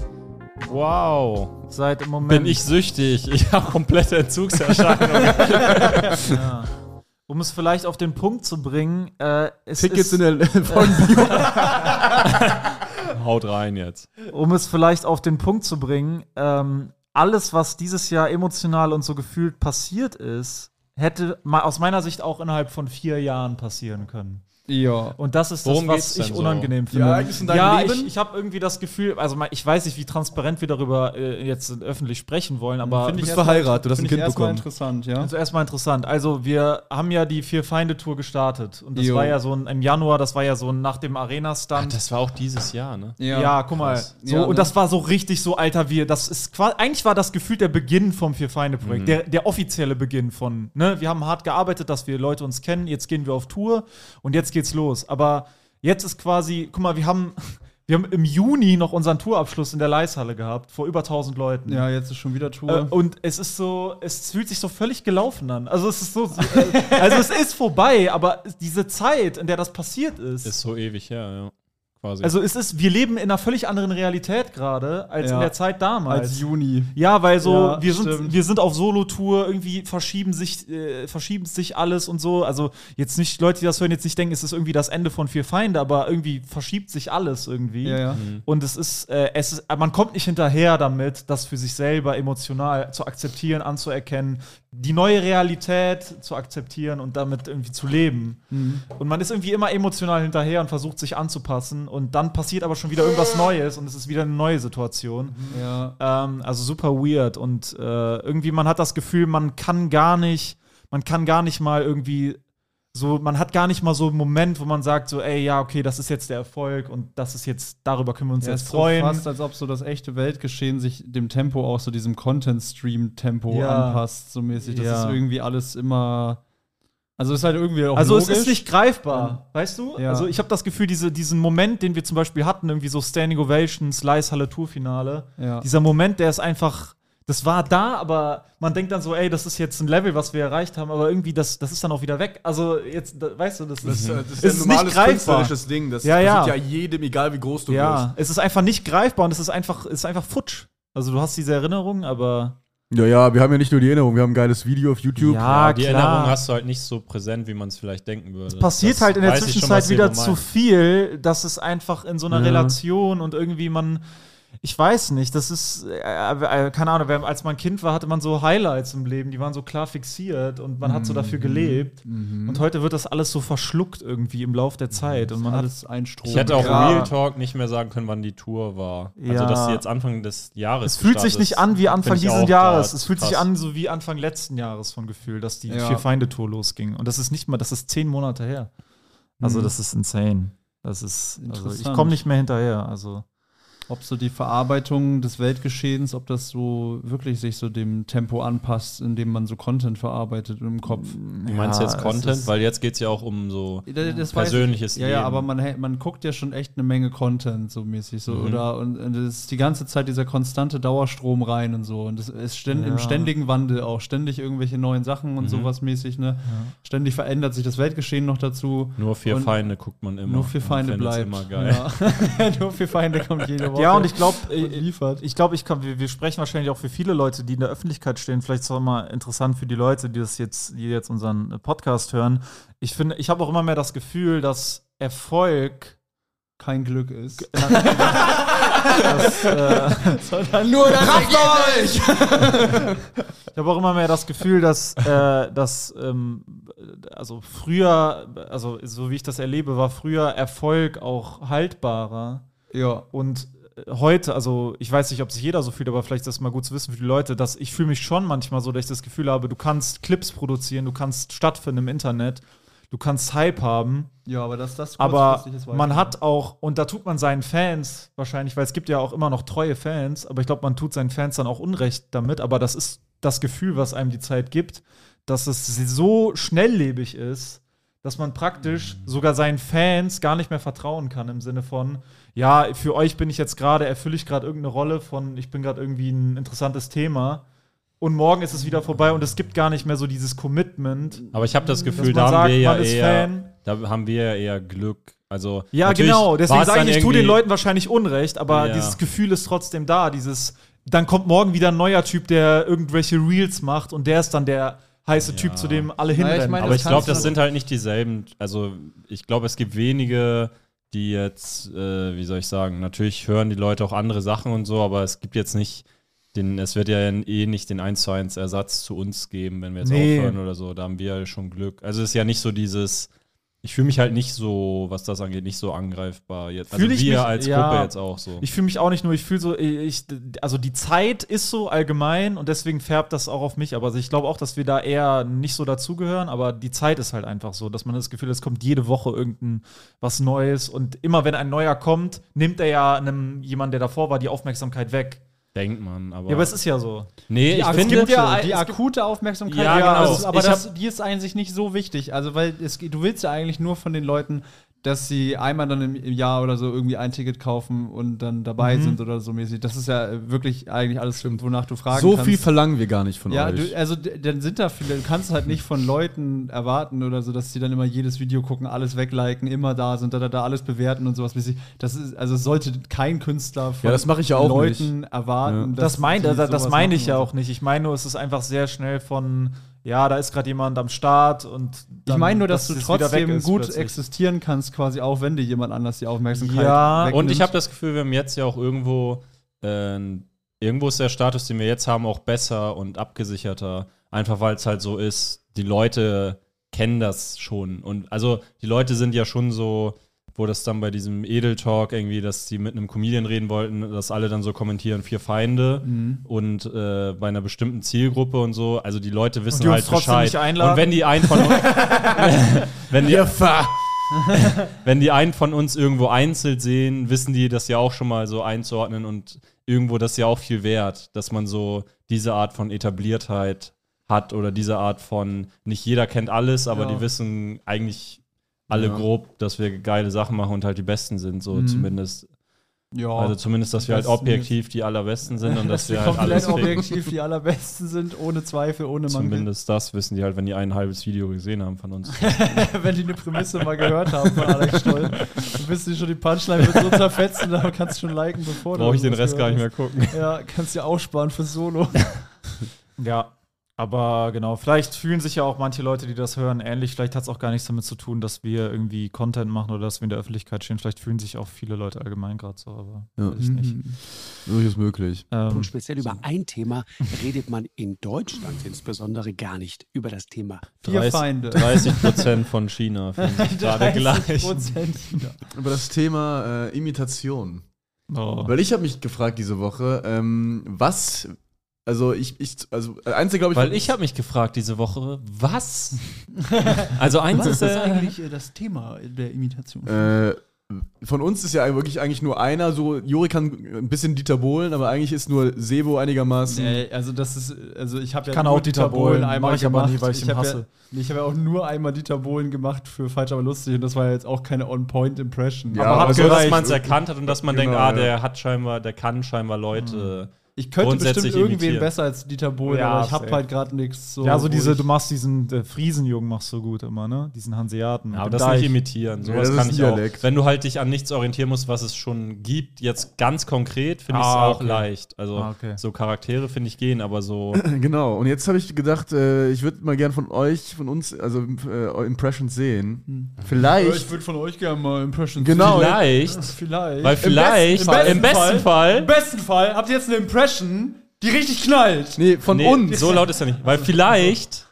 Speaker 3: wow,
Speaker 5: Seit im Moment.
Speaker 3: bin ich süchtig. Ich habe komplette Entzugserscheinungen.
Speaker 5: Um es vielleicht auf den Punkt zu bringen, äh, es
Speaker 4: Tickets
Speaker 5: ist,
Speaker 4: in der von
Speaker 3: Haut rein jetzt.
Speaker 5: um es vielleicht auf den Punkt zu bringen, ähm, alles, was dieses Jahr emotional und so gefühlt passiert ist, hätte ma- aus meiner Sicht auch innerhalb von vier Jahren passieren können.
Speaker 2: Ja.
Speaker 5: Und das ist
Speaker 3: Worum
Speaker 5: das,
Speaker 3: geht's
Speaker 5: was ich
Speaker 3: denn so?
Speaker 5: unangenehm finde.
Speaker 4: Ja, eigentlich in deinem
Speaker 5: ja,
Speaker 4: Leben?
Speaker 5: ich, ich habe irgendwie das Gefühl, also mal- ich weiß nicht, wie transparent wir darüber äh, jetzt öffentlich sprechen wollen, aber
Speaker 4: Du
Speaker 2: Finde ich
Speaker 4: bist
Speaker 2: erstmal-
Speaker 4: verheiratet, du hast ein
Speaker 2: Finde ich
Speaker 4: Kind
Speaker 2: erstmal
Speaker 4: bekommen.
Speaker 2: interessant, ja.
Speaker 5: Also erstmal interessant. Also wir haben ja die Vier Feinde Tour gestartet und das
Speaker 2: Jo.
Speaker 5: war ja so ein, im Januar, das war ja so ein nach dem Arena Stunt.
Speaker 3: Das war auch dieses Jahr, ne?
Speaker 5: ja, guck mal.
Speaker 3: krass.
Speaker 5: So,
Speaker 2: Ja, ne?
Speaker 5: und das war so richtig so alter wir. Das ist qua- eigentlich war das Gefühl der Beginn vom Vier Feinde Projekt, der, der offizielle Beginn von. Ne, wir haben hart gearbeitet, dass wir Leute uns kennen. Jetzt gehen wir auf Tour und jetzt geht's los. Aber jetzt ist quasi, guck mal, wir haben wir haben im Juni noch unseren Tourabschluss in der Leishalle gehabt vor über 1000 Leuten.
Speaker 2: Ja, jetzt ist schon wieder
Speaker 5: Äh,
Speaker 2: Tour.
Speaker 5: und es ist so, es fühlt sich so völlig gelaufen an. Also es ist so, äh, also es ist vorbei, aber diese Zeit, in der das passiert ist,
Speaker 3: Ist so ewig her, ja. Quasi.
Speaker 5: also es ist, wir leben in einer völlig anderen Realität gerade als
Speaker 2: Ja.
Speaker 5: in der Zeit damals.
Speaker 2: als Juni.
Speaker 5: ja, weil so,
Speaker 2: Ja,
Speaker 5: wir, sind,
Speaker 2: stimmt.
Speaker 5: wir sind auf Solo-Tour, irgendwie verschieben sich, äh, verschieben sich alles und so. Also jetzt nicht, Leute, die das hören, jetzt nicht denken, es ist irgendwie das Ende von Vier Feinde, aber irgendwie verschiebt sich alles irgendwie.
Speaker 2: Ja, ja.
Speaker 5: Und es ist, äh, es ist, man kommt nicht hinterher damit, das für sich selber emotional zu akzeptieren, anzuerkennen, die neue Realität zu akzeptieren und damit irgendwie zu leben. Und man ist irgendwie immer emotional hinterher und versucht sich anzupassen und dann passiert aber schon wieder irgendwas Neues und es ist wieder eine neue Situation.
Speaker 2: ja.
Speaker 5: Ähm, also super weird und äh, irgendwie man hat das Gefühl, man kann gar nicht, man kann gar nicht mal irgendwie so, man hat gar nicht mal so einen Moment, wo man sagt so, ey, ja, okay, das ist jetzt der Erfolg und das ist jetzt, darüber können wir uns
Speaker 2: Ja,
Speaker 5: jetzt
Speaker 2: ist so
Speaker 5: freuen.
Speaker 2: fast, als ob so das echte Weltgeschehen sich dem Tempo auch so diesem Content-Stream-Tempo
Speaker 5: Ja.
Speaker 2: anpasst, so mäßig. Das
Speaker 5: Ja.
Speaker 2: ist irgendwie alles immer. Also ist halt irgendwie auch
Speaker 5: also
Speaker 2: logisch.
Speaker 5: es ist nicht greifbar, weißt du?
Speaker 2: Ja.
Speaker 5: Also ich habe das Gefühl, diese, diesen Moment, den wir zum Beispiel hatten, irgendwie so Standing Ovations, Leishalle Tourfinale,
Speaker 2: Ja.
Speaker 5: dieser Moment, der ist einfach, das war da, aber man denkt dann so, ey, das ist jetzt ein Level, was wir erreicht haben, aber irgendwie, das, das ist dann auch wieder weg. Also jetzt, da, weißt du, das, ist,
Speaker 2: Mhm.
Speaker 5: es
Speaker 4: ja
Speaker 5: ist nicht greifbar.
Speaker 4: Ding. Das
Speaker 5: Ja, ja.
Speaker 4: passiert jedem, egal wie groß du
Speaker 5: Ja, es ist einfach nicht greifbar und es ist einfach, es ist einfach futsch. Also du hast diese Erinnerung, aber
Speaker 4: bist. Ja, ja, wir haben ja nicht nur die Erinnerung, wir haben ein geiles Video auf YouTube.
Speaker 5: ja,
Speaker 3: die Erinnerung hast du halt nicht so präsent, wie man es vielleicht denken würde.
Speaker 5: Es passiert
Speaker 3: Das
Speaker 5: halt in der
Speaker 3: weiß ich schon,
Speaker 5: Zwischenzeit
Speaker 3: was
Speaker 5: wieder
Speaker 3: Sebo
Speaker 5: zu
Speaker 3: meint.
Speaker 5: viel, dass es einfach in so einer
Speaker 4: Ja.
Speaker 5: Relation und irgendwie man, ich weiß nicht, das ist, äh, äh, keine Ahnung, wenn- als man Kind war, hatte man so Highlights im Leben, die waren so klar fixiert und man hat so dafür gelebt. Und heute wird das alles so verschluckt irgendwie im Lauf der Zeit und man hat
Speaker 2: alles ein Strom.
Speaker 3: Ich hätte auch
Speaker 5: Ja.
Speaker 3: Real Talk nicht mehr sagen können, wann die Tour war. Also,
Speaker 5: Ja.
Speaker 3: dass sie jetzt Anfang des Jahres.
Speaker 5: es fühlt sich
Speaker 3: gestartet
Speaker 5: nicht
Speaker 3: ist,
Speaker 5: an wie
Speaker 3: find
Speaker 5: Anfang
Speaker 3: ich
Speaker 5: dieses
Speaker 3: auch
Speaker 5: Jahres.
Speaker 3: grad
Speaker 5: Es fühlt sich
Speaker 3: krass.
Speaker 5: an so wie Anfang letzten Jahres vom Gefühl, dass die
Speaker 2: Ja.
Speaker 5: Vier Feinde Tour losging. Und das ist nicht mal, das ist zehn Monate her. Also das ist insane. Das ist, also ich
Speaker 2: Mhm. Interessant.
Speaker 5: komme nicht mehr hinterher. Also
Speaker 2: Ob so die Verarbeitung des Weltgeschehens, ob das so wirklich sich so dem Tempo anpasst, indem man so Content verarbeitet im Kopf.
Speaker 3: Du meinst
Speaker 5: Ja,
Speaker 3: jetzt
Speaker 5: es
Speaker 3: Content?
Speaker 5: ist-
Speaker 3: Weil jetzt geht es ja auch um so.
Speaker 2: Das, das weiß
Speaker 3: Persönliches
Speaker 2: ich. Ja, ja,
Speaker 3: Leben.
Speaker 2: aber man, hä- man guckt ja schon echt eine Menge Content so mäßig so
Speaker 3: Mhm.
Speaker 2: oder und und es ist die ganze Zeit dieser konstante Dauerstrom rein und so und es ist ständ,
Speaker 5: Ja.
Speaker 2: im ständigen Wandel auch ständig irgendwelche neuen Sachen und
Speaker 3: Mhm.
Speaker 2: sowas mäßig ne. Ständig verändert sich das Weltgeschehen noch dazu.
Speaker 3: Nur vier
Speaker 2: Und
Speaker 3: Feinde guckt man immer.
Speaker 2: Nur für Feinde
Speaker 3: Und findet es
Speaker 2: bleibt.
Speaker 3: Immer geil.
Speaker 2: Ja. nur für Feinde kommt jede Woche.
Speaker 5: Ja, und ich glaube,
Speaker 2: liefert.
Speaker 5: ich glaube, ich kann, wir, wir sprechen wahrscheinlich auch für viele Leute, die in der Öffentlichkeit stehen. Vielleicht ist es auch mal interessant für die Leute, die das jetzt, die jetzt unseren äh, Podcast hören. Ich finde, ich habe auch immer mehr das Gefühl, dass Erfolg
Speaker 2: kein Glück ist.
Speaker 5: dass, äh,
Speaker 2: Nur
Speaker 5: Ich habe auch immer mehr das Gefühl, dass, äh, dass ähm, also früher, also so wie ich das erlebe, war früher Erfolg auch haltbarer.
Speaker 2: Ja.
Speaker 5: Und äh, heute, also ich weiß nicht, ob sich jeder so fühlt, aber vielleicht ist das mal gut zu wissen für die Leute, dass ich fühle mich schon manchmal so, dass ich das Gefühl habe, du kannst Clips produzieren, du kannst stattfinden im Internet. du kannst Hype haben,
Speaker 2: Ja, aber dass das
Speaker 5: aber
Speaker 2: kurzfristig ist, weiß
Speaker 5: man
Speaker 2: ich
Speaker 5: hat auch, und da tut man seinen Fans wahrscheinlich, weil es gibt ja auch immer noch treue Fans, aber ich glaube, man tut seinen Fans dann auch Unrecht damit, aber das ist das Gefühl, was einem die Zeit gibt, dass es so schnelllebig ist, dass man praktisch sogar seinen Fans gar nicht mehr vertrauen kann im Sinne von, ja, für euch bin ich jetzt gerade, erfülle ich gerade irgendeine Rolle von, ich bin gerade irgendwie ein interessantes Thema. Und morgen ist es wieder vorbei und es gibt gar nicht mehr so dieses Commitment.
Speaker 3: Aber ich habe das Gefühl,
Speaker 5: man
Speaker 3: da haben
Speaker 5: sagt,
Speaker 3: wir ja
Speaker 5: man ist
Speaker 3: eher,
Speaker 5: Fan.
Speaker 3: da haben wir ja eher Glück. Also
Speaker 5: Ja,
Speaker 3: natürlich
Speaker 5: genau.
Speaker 3: war
Speaker 5: Deswegen
Speaker 3: es
Speaker 5: sage
Speaker 3: dann
Speaker 5: ich, ich tue den
Speaker 3: irgendwie-
Speaker 5: Leuten wahrscheinlich Unrecht, aber
Speaker 3: Ja.
Speaker 5: dieses Gefühl ist trotzdem da. Dieses, dann kommt morgen wieder ein neuer Typ, der irgendwelche Reels macht und der ist dann der heiße Typ, zu dem
Speaker 1: Naja,
Speaker 5: alle
Speaker 1: ich
Speaker 5: hinrennen.
Speaker 1: meine,
Speaker 3: Aber
Speaker 1: das
Speaker 3: ich glaube,
Speaker 1: kannst du-
Speaker 3: das sind halt nicht dieselben. Also ich glaube, es gibt wenige, die jetzt, äh, wie soll ich sagen, natürlich hören die Leute auch andere Sachen und so, aber es gibt jetzt nicht den, es wird ja eh nicht den 1 zu 1 Ersatz zu uns geben, wenn wir jetzt
Speaker 5: Nee.
Speaker 3: aufhören oder so. Da haben wir ja schon Glück. Also es ist ja nicht so dieses, ich fühle mich halt nicht so, was das angeht, nicht so angreifbar jetzt. Also
Speaker 5: Fühl ich
Speaker 3: wir
Speaker 5: mich-
Speaker 3: als
Speaker 5: ja.
Speaker 3: Gruppe jetzt auch so.
Speaker 5: Ich fühle mich auch nicht nur, ich fühle so, ich, also die Zeit ist so allgemein und deswegen färbt das auch auf mich. Aber ich glaube auch, dass wir da eher nicht so dazugehören, aber die Zeit ist halt einfach so, dass man das Gefühl hat, es kommt jede Woche irgendein was Neues und immer wenn ein neuer kommt, nimmt er ja einem jemanden, der davor war, die Aufmerksamkeit weg.
Speaker 3: Denkt man, aber.
Speaker 5: Ja, aber es ist ja so.
Speaker 3: nee, ich
Speaker 2: Ja, es
Speaker 3: finde.
Speaker 2: gibt ja,
Speaker 5: es
Speaker 2: die
Speaker 5: gibt-
Speaker 2: akute Aufmerksamkeit,
Speaker 3: Ja, genau.
Speaker 2: das ist, aber
Speaker 3: Ich
Speaker 2: das, die ist eigentlich nicht so wichtig. Also, weil es, geht- du willst ja eigentlich nur von den Leuten, dass sie einmal dann im, im Jahr oder so irgendwie ein Ticket kaufen und dann dabei sind oder so mäßig. Das ist ja äh, wirklich eigentlich alles, wonach du fragen
Speaker 1: So
Speaker 2: kannst.
Speaker 1: viel verlangen wir gar nicht von
Speaker 2: ja,
Speaker 1: euch.
Speaker 2: du, also d- dann sind da viele, du kannst halt nicht von Leuten erwarten oder so, dass sie dann immer jedes Video gucken, alles wegliken, immer da sind, da, da, da, alles bewerten und sowas mäßig. Das ist, also es sollte kein Künstler von
Speaker 1: Ja, das mache ich ja auch
Speaker 2: Leuten erwarten. dass
Speaker 5: Das, meint,
Speaker 2: sie
Speaker 5: das, das
Speaker 2: sowas
Speaker 5: meine
Speaker 2: machen
Speaker 5: ich ja
Speaker 2: und so.
Speaker 5: auch nicht. Ich meine nur, es ist einfach sehr schnell von, ja, da ist gerade jemand am Start und.
Speaker 2: Ich
Speaker 5: dann,
Speaker 2: meine nur, dass, du
Speaker 5: es wieder weg
Speaker 2: trotzdem
Speaker 5: ist
Speaker 2: gut
Speaker 5: plötzlich.
Speaker 2: existieren kannst, quasi auch wenn dir jemand anders die Aufmerksamkeit
Speaker 5: Ja,
Speaker 2: wegnimmt.
Speaker 3: Und ich habe das Gefühl, wir haben jetzt ja auch irgendwo, äh, irgendwo ist der Status, den wir jetzt haben, auch besser und abgesicherter. Einfach weil es halt so ist, die Leute kennen das schon. Und also die Leute sind ja schon so, wo das dann bei diesem Edel-Talk irgendwie, dass die mit einem Comedian reden wollten, dass alle dann so kommentieren, vier Feinde
Speaker 5: Mhm.
Speaker 3: und äh, bei einer bestimmten Zielgruppe und so. Also die Leute wissen
Speaker 5: Und die uns
Speaker 3: halt
Speaker 5: trotzdem
Speaker 3: Bescheid.
Speaker 5: nicht einladen?
Speaker 3: Und wenn die einen von uns, wenn die, wenn die einen von uns irgendwo einzeln sehen, wissen die das ja auch schon mal so einzuordnen und irgendwo das ist ja auch viel wert, dass man so diese Art von Etabliertheit hat oder diese Art von nicht jeder kennt alles, aber
Speaker 5: Ja.
Speaker 3: die wissen eigentlich alle grob, dass wir geile Sachen machen und halt die Besten sind, so
Speaker 2: Mhm.
Speaker 3: zumindest.
Speaker 2: ja,
Speaker 3: Also zumindest, dass wir halt
Speaker 2: Besten
Speaker 3: objektiv die allerbesten sind und dass,
Speaker 2: dass wir
Speaker 3: wir halt alles
Speaker 2: komplett
Speaker 3: kriegen.
Speaker 2: objektiv die allerbesten sind, ohne Zweifel, ohne Mangel.
Speaker 3: Zumindest das wissen die halt, wenn die ein halbes Video gesehen haben von uns.
Speaker 2: wenn die eine Prämisse mal gehört haben von Alex Stoll, dann wissen die schon, die Punchline wird so zerfetzen, da kannst du schon liken, bevor
Speaker 3: Brauche ich den
Speaker 2: irgendwas
Speaker 3: Rest gar nicht mehr
Speaker 2: gehört
Speaker 3: gucken.
Speaker 2: hast. Ja, kannst du ja aussparen fürs Solo.
Speaker 5: Ja. Aber genau, vielleicht fühlen sich ja auch manche Leute, die das hören, ähnlich. Vielleicht hat es auch gar nichts damit zu tun, dass wir irgendwie Content machen oder dass wir in der Öffentlichkeit stehen. Vielleicht fühlen sich auch viele Leute allgemein gerade so, aber
Speaker 1: Ja.
Speaker 5: weiß ich
Speaker 2: Mhm.
Speaker 5: nicht.
Speaker 1: Durchaus möglich.
Speaker 5: Ähm,
Speaker 7: Und speziell über ein Thema redet man in Deutschland insbesondere gar nicht über das Thema.
Speaker 2: Vier Feinde.
Speaker 3: 30 Prozent von China finden sich gerade gleich.
Speaker 2: 30% wieder.
Speaker 1: Über das Thema äh, Imitation.
Speaker 5: oh.
Speaker 1: Weil ich habe mich gefragt diese Woche, ähm, was, also ich, ich also äh, einzige glaube ich,
Speaker 3: Weil ich habe mich gefragt diese Woche, was? also eins
Speaker 2: Was
Speaker 3: ist
Speaker 2: ist das
Speaker 3: äh,
Speaker 2: eigentlich äh, das Thema der Imitation?
Speaker 1: äh, von uns ist ja wirklich eigentlich nur einer, so Juri kann ein bisschen Dieter Bohlen, aber eigentlich ist nur Sebo einigermaßen.
Speaker 2: Nee, also das ist, also ich habe ja
Speaker 5: Hm. Kann auch
Speaker 2: nur
Speaker 5: Dieter Bohlen,
Speaker 2: einmal
Speaker 5: mach ich aber
Speaker 2: gemacht.
Speaker 5: nie, weil ich ihn
Speaker 2: hab
Speaker 5: hasse.
Speaker 2: Ja, nee, ich habe ja auch nur einmal Dieter Bohlen gemacht für Falsch aber lustig und das war ja jetzt auch keine On-Point-Impression.
Speaker 1: Ja,
Speaker 3: aber
Speaker 1: aber
Speaker 3: so, dass
Speaker 1: gereicht.
Speaker 3: man es erkannt hat und dass man
Speaker 1: Genau,
Speaker 3: denkt, ah,
Speaker 1: ja. Hm.
Speaker 3: der hat scheinbar, der kann scheinbar Leute.
Speaker 2: ich könnte bestimmt
Speaker 3: grundsätzlich
Speaker 2: irgendwen
Speaker 3: imitieren.
Speaker 2: besser als Dieter Bohlen,
Speaker 5: Ja,
Speaker 2: aber ich habe
Speaker 5: safe.
Speaker 2: halt gerade nichts so.
Speaker 5: Ja, so
Speaker 2: wo
Speaker 5: diese,
Speaker 2: ich-
Speaker 5: du machst diesen äh, Friesenjungen machst du gut immer, ne? Diesen Hanseaten.
Speaker 3: Ja,
Speaker 5: mit
Speaker 3: aber
Speaker 5: dem
Speaker 3: das
Speaker 5: Deich.
Speaker 3: nicht imitieren.
Speaker 1: Ja,
Speaker 3: Sowas
Speaker 1: das ist
Speaker 3: kann
Speaker 1: ein
Speaker 3: ich auch.
Speaker 1: Dialekt.
Speaker 3: Wenn du halt dich an nichts orientieren musst, was es schon gibt, jetzt ganz konkret, finde ich es
Speaker 5: Ah,
Speaker 3: auch
Speaker 5: okay.
Speaker 3: leicht. Also
Speaker 5: Ah, okay.
Speaker 3: so Charaktere finde ich gehen, aber so.
Speaker 1: Genau, und jetzt habe ich gedacht, äh, ich würde mal gern von euch, von uns, also äh, Impressions sehen.
Speaker 5: Hm.
Speaker 2: Ja,
Speaker 1: Vielleicht.
Speaker 2: ich würde von euch gerne mal Impression
Speaker 1: Genau.
Speaker 3: Vielleicht.
Speaker 2: Vielleicht.
Speaker 3: Weil vielleicht,
Speaker 2: Im besten,
Speaker 3: im besten Fall,
Speaker 2: Im besten Fall habt ihr jetzt eine Impression, die richtig knallt.
Speaker 1: Nee, von
Speaker 3: Nee,
Speaker 1: uns.
Speaker 3: So laut ist er nicht. Weil vielleicht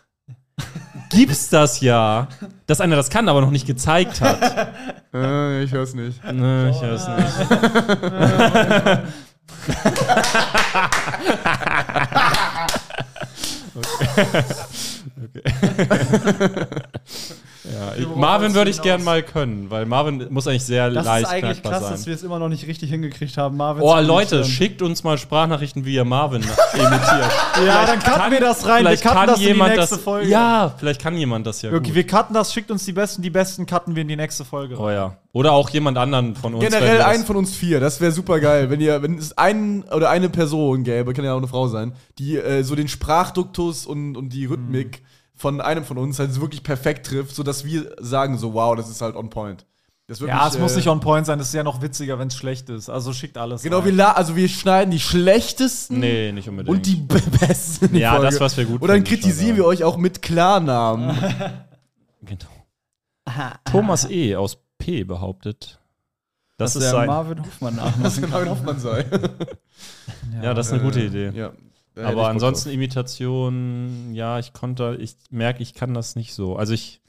Speaker 3: gibt's das ja, dass einer das kann, aber noch nicht gezeigt hat.
Speaker 1: Äh, ich höre es nicht.
Speaker 3: Nö, ich weiß nicht. okay. okay. ja, ich, Marvin würde ich gern mal können, weil Marvin muss eigentlich sehr
Speaker 5: Das
Speaker 3: leicht
Speaker 5: ist eigentlich
Speaker 3: knackbar
Speaker 5: krass,
Speaker 3: sein.
Speaker 5: dass wir es immer noch nicht richtig hingekriegt haben, Marvin.
Speaker 3: Oh, Leute, schickt uns mal Sprachnachrichten, wie ihr Marvin imitiert.
Speaker 5: ähm, Ja, dann cutten wir das rein. Wir
Speaker 3: vielleicht
Speaker 5: cutten
Speaker 3: kann
Speaker 5: das in die
Speaker 3: jemand
Speaker 5: nächste
Speaker 3: das.
Speaker 5: Folge.
Speaker 3: Ja, vielleicht kann jemand das ja.
Speaker 5: Okay,
Speaker 3: Gut.
Speaker 5: wir cutten das, schickt uns die Besten, die Besten cutten wir in die nächste Folge.
Speaker 3: Oh ja. Oder auch jemand anderen von uns. wenn
Speaker 4: Generell
Speaker 3: wir
Speaker 4: einen
Speaker 3: das-
Speaker 4: von uns vier, das wäre super geil. Wenn ihr, wenn es einen oder eine Person gäbe, kann ja auch eine Frau sein, die äh, so den Sprachduktus und, und die
Speaker 5: Hm.
Speaker 4: Rhythmik von einem von uns halt wirklich perfekt trifft, sodass wir sagen so, wow, das ist halt on point. Das wird
Speaker 5: Ja,
Speaker 4: mich,
Speaker 5: es muss
Speaker 4: äh,
Speaker 5: nicht on point sein, das ist ja noch witziger, wenn es schlecht ist. Also schickt alles.
Speaker 4: Genau,
Speaker 5: rein.
Speaker 4: wir, la- also wir schneiden die schlechtesten
Speaker 3: Nee, nicht unbedingt.
Speaker 4: und die b- besten. in die
Speaker 3: Ja,
Speaker 4: Folge.
Speaker 3: das, was wir gut
Speaker 4: Und dann
Speaker 3: finden, schon,
Speaker 4: kritisieren
Speaker 3: ja.
Speaker 4: wir euch auch mit Klarnamen.
Speaker 3: Genau. Thomas E. aus P. behauptet, das,
Speaker 5: Das
Speaker 3: ist sein.
Speaker 5: Marvin Hoffmann
Speaker 4: Was
Speaker 5: nachmachen.
Speaker 4: genau Hoffmann sei.
Speaker 3: ja, das ist eine gute Idee.
Speaker 4: ja. Da hätte ich Bock
Speaker 3: Aber
Speaker 4: drauf.
Speaker 3: ansonsten Imitation, ja, ich konnte, ich merke, ich kann das nicht so. Also ich,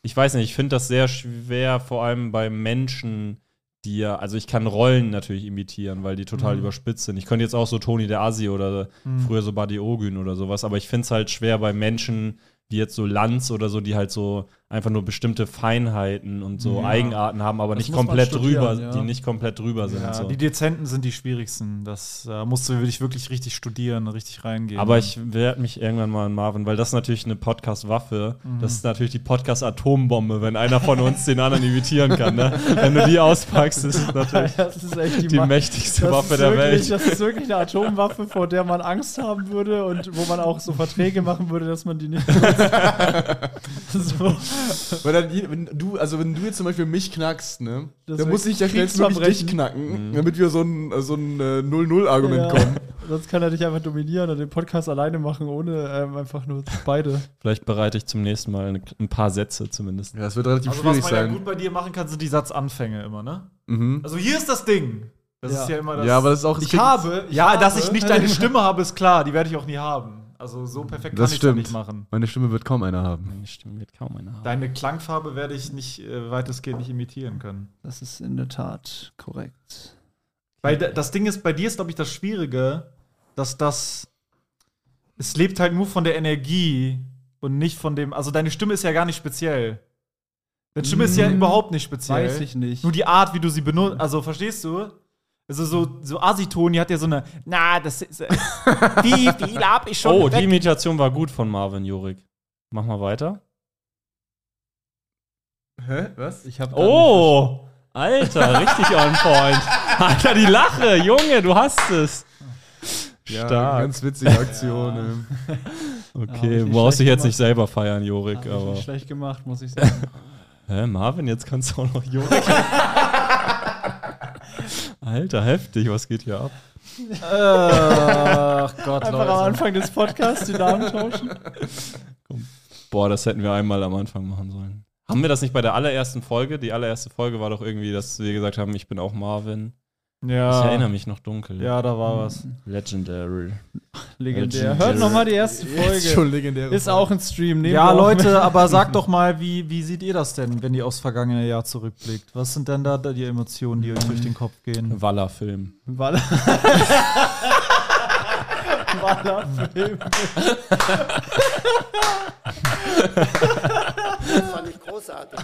Speaker 3: ich weiß nicht, ich finde das sehr schwer, vor allem bei Menschen, die ja, also ich kann Rollen natürlich imitieren, weil die total
Speaker 5: Mhm.
Speaker 3: überspitzt sind. Ich könnte jetzt auch so Toni der Asi oder früher so Badi Ogün oder sowas, aber ich finde es halt schwer bei Menschen, wie jetzt so Lanz oder so, die halt so einfach nur bestimmte Feinheiten und so Eigenarten haben, aber nicht
Speaker 5: muss man
Speaker 3: komplett
Speaker 5: studieren,
Speaker 3: drüber,
Speaker 5: ja.
Speaker 3: die nicht komplett drüber sind.
Speaker 5: Ja,
Speaker 4: Also
Speaker 3: und so.
Speaker 5: Äh, die Dezenten sind die schwierigsten. Das äh, musst du wirklich, wirklich richtig studieren, richtig reingehen.
Speaker 3: Aber ich werde mich irgendwann mal an Marvin, weil das ist natürlich eine Podcast-Waffe.
Speaker 5: Mhm.
Speaker 3: Das ist natürlich die Podcast-Atombombe, wenn einer von uns den anderen imitieren kann. Ne? Wenn du die auspackst, ist es natürlich
Speaker 5: das ist echt
Speaker 3: die
Speaker 5: Ma-
Speaker 3: mächtigste
Speaker 5: das
Speaker 3: Waffe
Speaker 5: ist
Speaker 3: der
Speaker 5: wirklich,
Speaker 3: Welt.
Speaker 5: Das ist wirklich eine Atomwaffe, vor der man Angst haben würde und wo man auch so Verträge machen würde, dass man die nicht benutzt. so.
Speaker 4: Weil dann, je- wenn du, also wenn du jetzt zum Beispiel mich knackst, ne,
Speaker 5: Das
Speaker 4: dann
Speaker 5: wird
Speaker 4: muss ich ja schnellstmöglich dich
Speaker 5: Kriegsverbrechen.
Speaker 3: Mhm.
Speaker 4: knacken, damit wir so ein so ein, äh, 0-0-Argument
Speaker 5: Ja.
Speaker 4: kommen.
Speaker 5: Sonst kann er dich einfach dominieren und den Podcast alleine machen, ohne ähm, einfach nur beide.
Speaker 3: Vielleicht bereite ich zum nächsten Mal eine- ein paar Sätze zumindest.
Speaker 4: Ja, das wird relativ
Speaker 5: Also
Speaker 4: schwierig sein.
Speaker 5: bei dir machen kann, sind die Satzanfänge immer, ne?
Speaker 4: Ja, mhm.
Speaker 5: Also hier ist das Ding. Das
Speaker 4: Ja.
Speaker 5: ist ja immer das.
Speaker 4: ja, aber das ist auch. das
Speaker 5: ich
Speaker 4: klingt-
Speaker 5: habe. ja, dass
Speaker 4: habe.
Speaker 5: ich nicht deine Stimme habe, ist klar. Die werde ich auch nie haben. Also so perfekt
Speaker 4: Das
Speaker 5: kann ich
Speaker 4: stimmt.
Speaker 5: nicht machen.
Speaker 4: Meine Stimme wird kaum einer haben.
Speaker 3: Stimmt, wird kaum einer haben.
Speaker 5: Deine Klangfarbe werde ich nicht äh, weitestgehend nicht imitieren können.
Speaker 2: Das ist in der Tat korrekt.
Speaker 5: Weil da- das Ding ist, bei dir ist, glaube ich, das Schwierige, dass das. Es lebt halt nur von der Energie und nicht von dem. Also deine Stimme ist ja gar nicht speziell. Deine Stimme ist ja
Speaker 3: Mhm.
Speaker 5: überhaupt nicht speziell.
Speaker 2: Weiß ich nicht.
Speaker 5: Nur die Art, wie du sie benutzt. Also verstehst du? Also so, so Asitoni hat ja so eine. Na, das ist. Äh, wie viel hab ich schon?
Speaker 3: Oh, die
Speaker 5: weg?
Speaker 3: Imitation war gut von Marvin Jurik. Mach mal weiter.
Speaker 4: Hä? Was?
Speaker 5: Ich hab
Speaker 3: Oh, Alter, richtig on point. Alter, die Lache, Junge, du hast es.
Speaker 4: Ja,
Speaker 3: Stark.
Speaker 4: Ganz witzige Aktion. ne.
Speaker 3: Okay,
Speaker 5: ich nicht
Speaker 3: brauchst dich
Speaker 5: schlecht
Speaker 3: jetzt nicht selber feiern, Jurik,
Speaker 5: Hab ich
Speaker 3: aber.
Speaker 5: nicht schlecht gemacht, muss ich sagen.
Speaker 3: Hä, Marvin, jetzt kannst du auch noch Jurik. Alter, heftig, was geht hier ab?
Speaker 5: Ach Gott,
Speaker 2: Einfach am Anfang des Podcasts die Namen tauschen.
Speaker 3: Boah, das hätten wir einmal am Anfang machen sollen. Haben wir das nicht bei der allerersten Folge? Die allererste Folge war doch irgendwie, dass wir gesagt haben, ich bin auch Marvin. Ich
Speaker 5: Ja.
Speaker 3: erinnere mich noch dunkel.
Speaker 5: ja, da war was.
Speaker 3: Legendary.
Speaker 2: Legendär.
Speaker 3: Legendär.
Speaker 2: Hört nochmal die erste
Speaker 4: Ist
Speaker 2: Folge.
Speaker 4: schon legendär.
Speaker 2: Ist auch ein Stream. nehmen
Speaker 5: Ja,
Speaker 2: wir auf.
Speaker 5: Leute, aber sagt doch mal, wie, wie seht ihr das denn, wenn ihr aufs vergangene Jahr zurückblickt? Was sind denn da da die Emotionen, die euch durch den Kopf gehen?
Speaker 3: Walla-Film.
Speaker 2: Waller. Wallerfilm.
Speaker 8: Das fand ich großartig.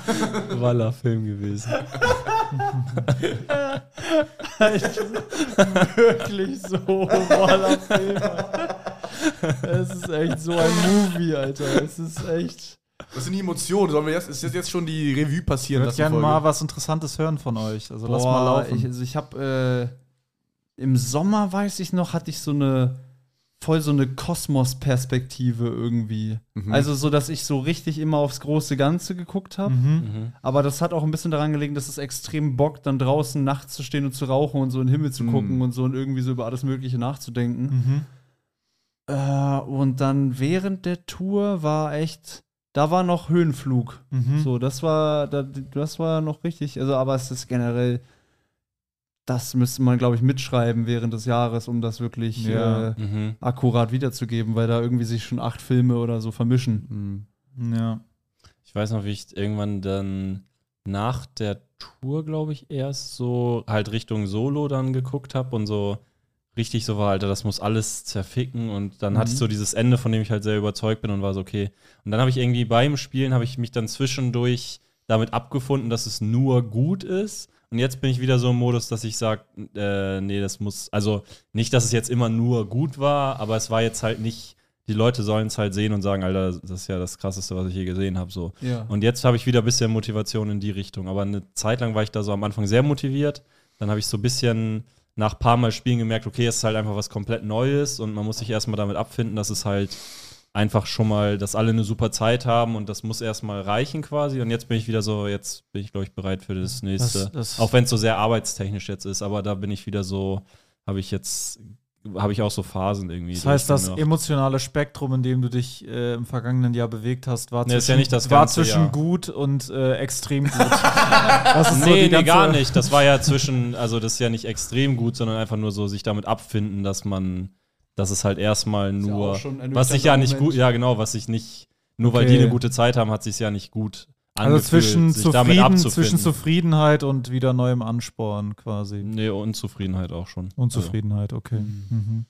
Speaker 3: Walla-Film gewesen.
Speaker 2: Wirklich so. Wallerfilm. Es ist echt so ein Movie, Alter. Es ist echt.
Speaker 4: Was sind die Emotionen? Sollen wir jetzt, ist das jetzt schon die Revue
Speaker 5: Ich
Speaker 4: passieren
Speaker 5: würde gerne mal was Interessantes hören von euch. Also lass mal
Speaker 2: Boah,
Speaker 5: laufen.
Speaker 2: Ich, also ich habe äh, im Sommer, weiß ich noch, hatte ich so eine voll so eine Kosmos-Perspektive irgendwie.
Speaker 5: Mhm.
Speaker 2: Also so, dass ich so richtig immer aufs große Ganze geguckt
Speaker 5: Mhm.
Speaker 2: habe. Aber das hat auch ein bisschen daran gelegen, dass es extrem bockt, dann draußen nachts zu stehen und zu rauchen und so in den Himmel zu
Speaker 5: Mhm.
Speaker 2: gucken und so und irgendwie so über alles Mögliche nachzudenken. Äh, und dann während der Tour war echt, da war noch Höhenflug.
Speaker 5: mhm.
Speaker 2: So, das war, da- das war noch richtig. Also, aber es ist generell, das müsste man, glaube ich, mitschreiben während des Jahres, um das wirklich
Speaker 5: Ja.
Speaker 2: äh,
Speaker 3: Mhm.
Speaker 2: akkurat wiederzugeben, weil da irgendwie sich schon acht Filme oder so vermischen.
Speaker 5: ja.
Speaker 3: Ich weiß noch, wie ich irgendwann dann nach der Tour, glaube ich, erst so halt Richtung Solo dann geguckt habe und so richtig so war, Alter, das muss alles zerficken und dann hatte ich so dieses Ende, von dem ich halt sehr überzeugt bin und war so, okay. Und dann habe ich irgendwie beim Spielen, habe ich mich dann zwischendurch damit abgefunden, dass es nur gut ist. Und jetzt bin ich wieder so im Modus, dass ich sage, äh, nee, das muss, also nicht, dass es jetzt immer nur gut war, aber es war jetzt halt nicht, die Leute sollen es halt sehen und sagen, Alter, das ist ja das Krasseste, was ich je gesehen habe. So.
Speaker 2: Ja.
Speaker 3: Und jetzt habe ich wieder ein bisschen Motivation in die Richtung. Aber eine Zeit lang war ich da so am Anfang sehr motiviert. Dann habe ich so ein bisschen nach ein paar Mal Spielen gemerkt, okay, es ist halt einfach was komplett Neues und man muss sich erstmal damit abfinden, dass es halt einfach schon mal, dass alle eine super Zeit haben und das muss erstmal reichen quasi. Und jetzt bin ich wieder so, jetzt bin ich, glaube ich, bereit für das nächste.
Speaker 5: das-
Speaker 3: auch wenn es so sehr arbeitstechnisch jetzt ist, aber da bin ich wieder so, habe ich jetzt, habe ich auch so Phasen irgendwie.
Speaker 5: Das heißt, das
Speaker 3: durchgemacht.
Speaker 5: emotionale Spektrum, in dem du dich äh, im vergangenen Jahr bewegt hast, war
Speaker 3: Nee, ist
Speaker 5: zwischen,
Speaker 3: ja nicht das
Speaker 5: war
Speaker 3: ganze
Speaker 5: zwischen
Speaker 3: Jahr.
Speaker 5: gut und äh, extrem gut. das ist so
Speaker 3: Nee,
Speaker 5: die
Speaker 3: nee,
Speaker 5: ganze-
Speaker 3: gar nicht. Das war ja zwischen, also das ist ja nicht extrem gut, sondern einfach nur so sich damit abfinden, dass man, dass es halt erstmal nur,
Speaker 2: auch schon ein
Speaker 3: was sich ja
Speaker 2: ernüchternder
Speaker 3: nicht gut,
Speaker 2: Moment.
Speaker 3: ja genau, was sich nicht, nur weil die
Speaker 5: Okay.
Speaker 3: eine gute Zeit haben, hat sich ja nicht gut
Speaker 5: Also
Speaker 3: angefühlt,
Speaker 5: zwischen,
Speaker 3: sich damit
Speaker 5: zufrieden,
Speaker 3: abzufinden.
Speaker 5: zwischen Zufriedenheit und wieder neuem Ansporn
Speaker 2: Mhm.
Speaker 5: quasi.
Speaker 3: Nee, Unzufriedenheit auch schon.
Speaker 5: Unzufriedenheit, okay. Mhm.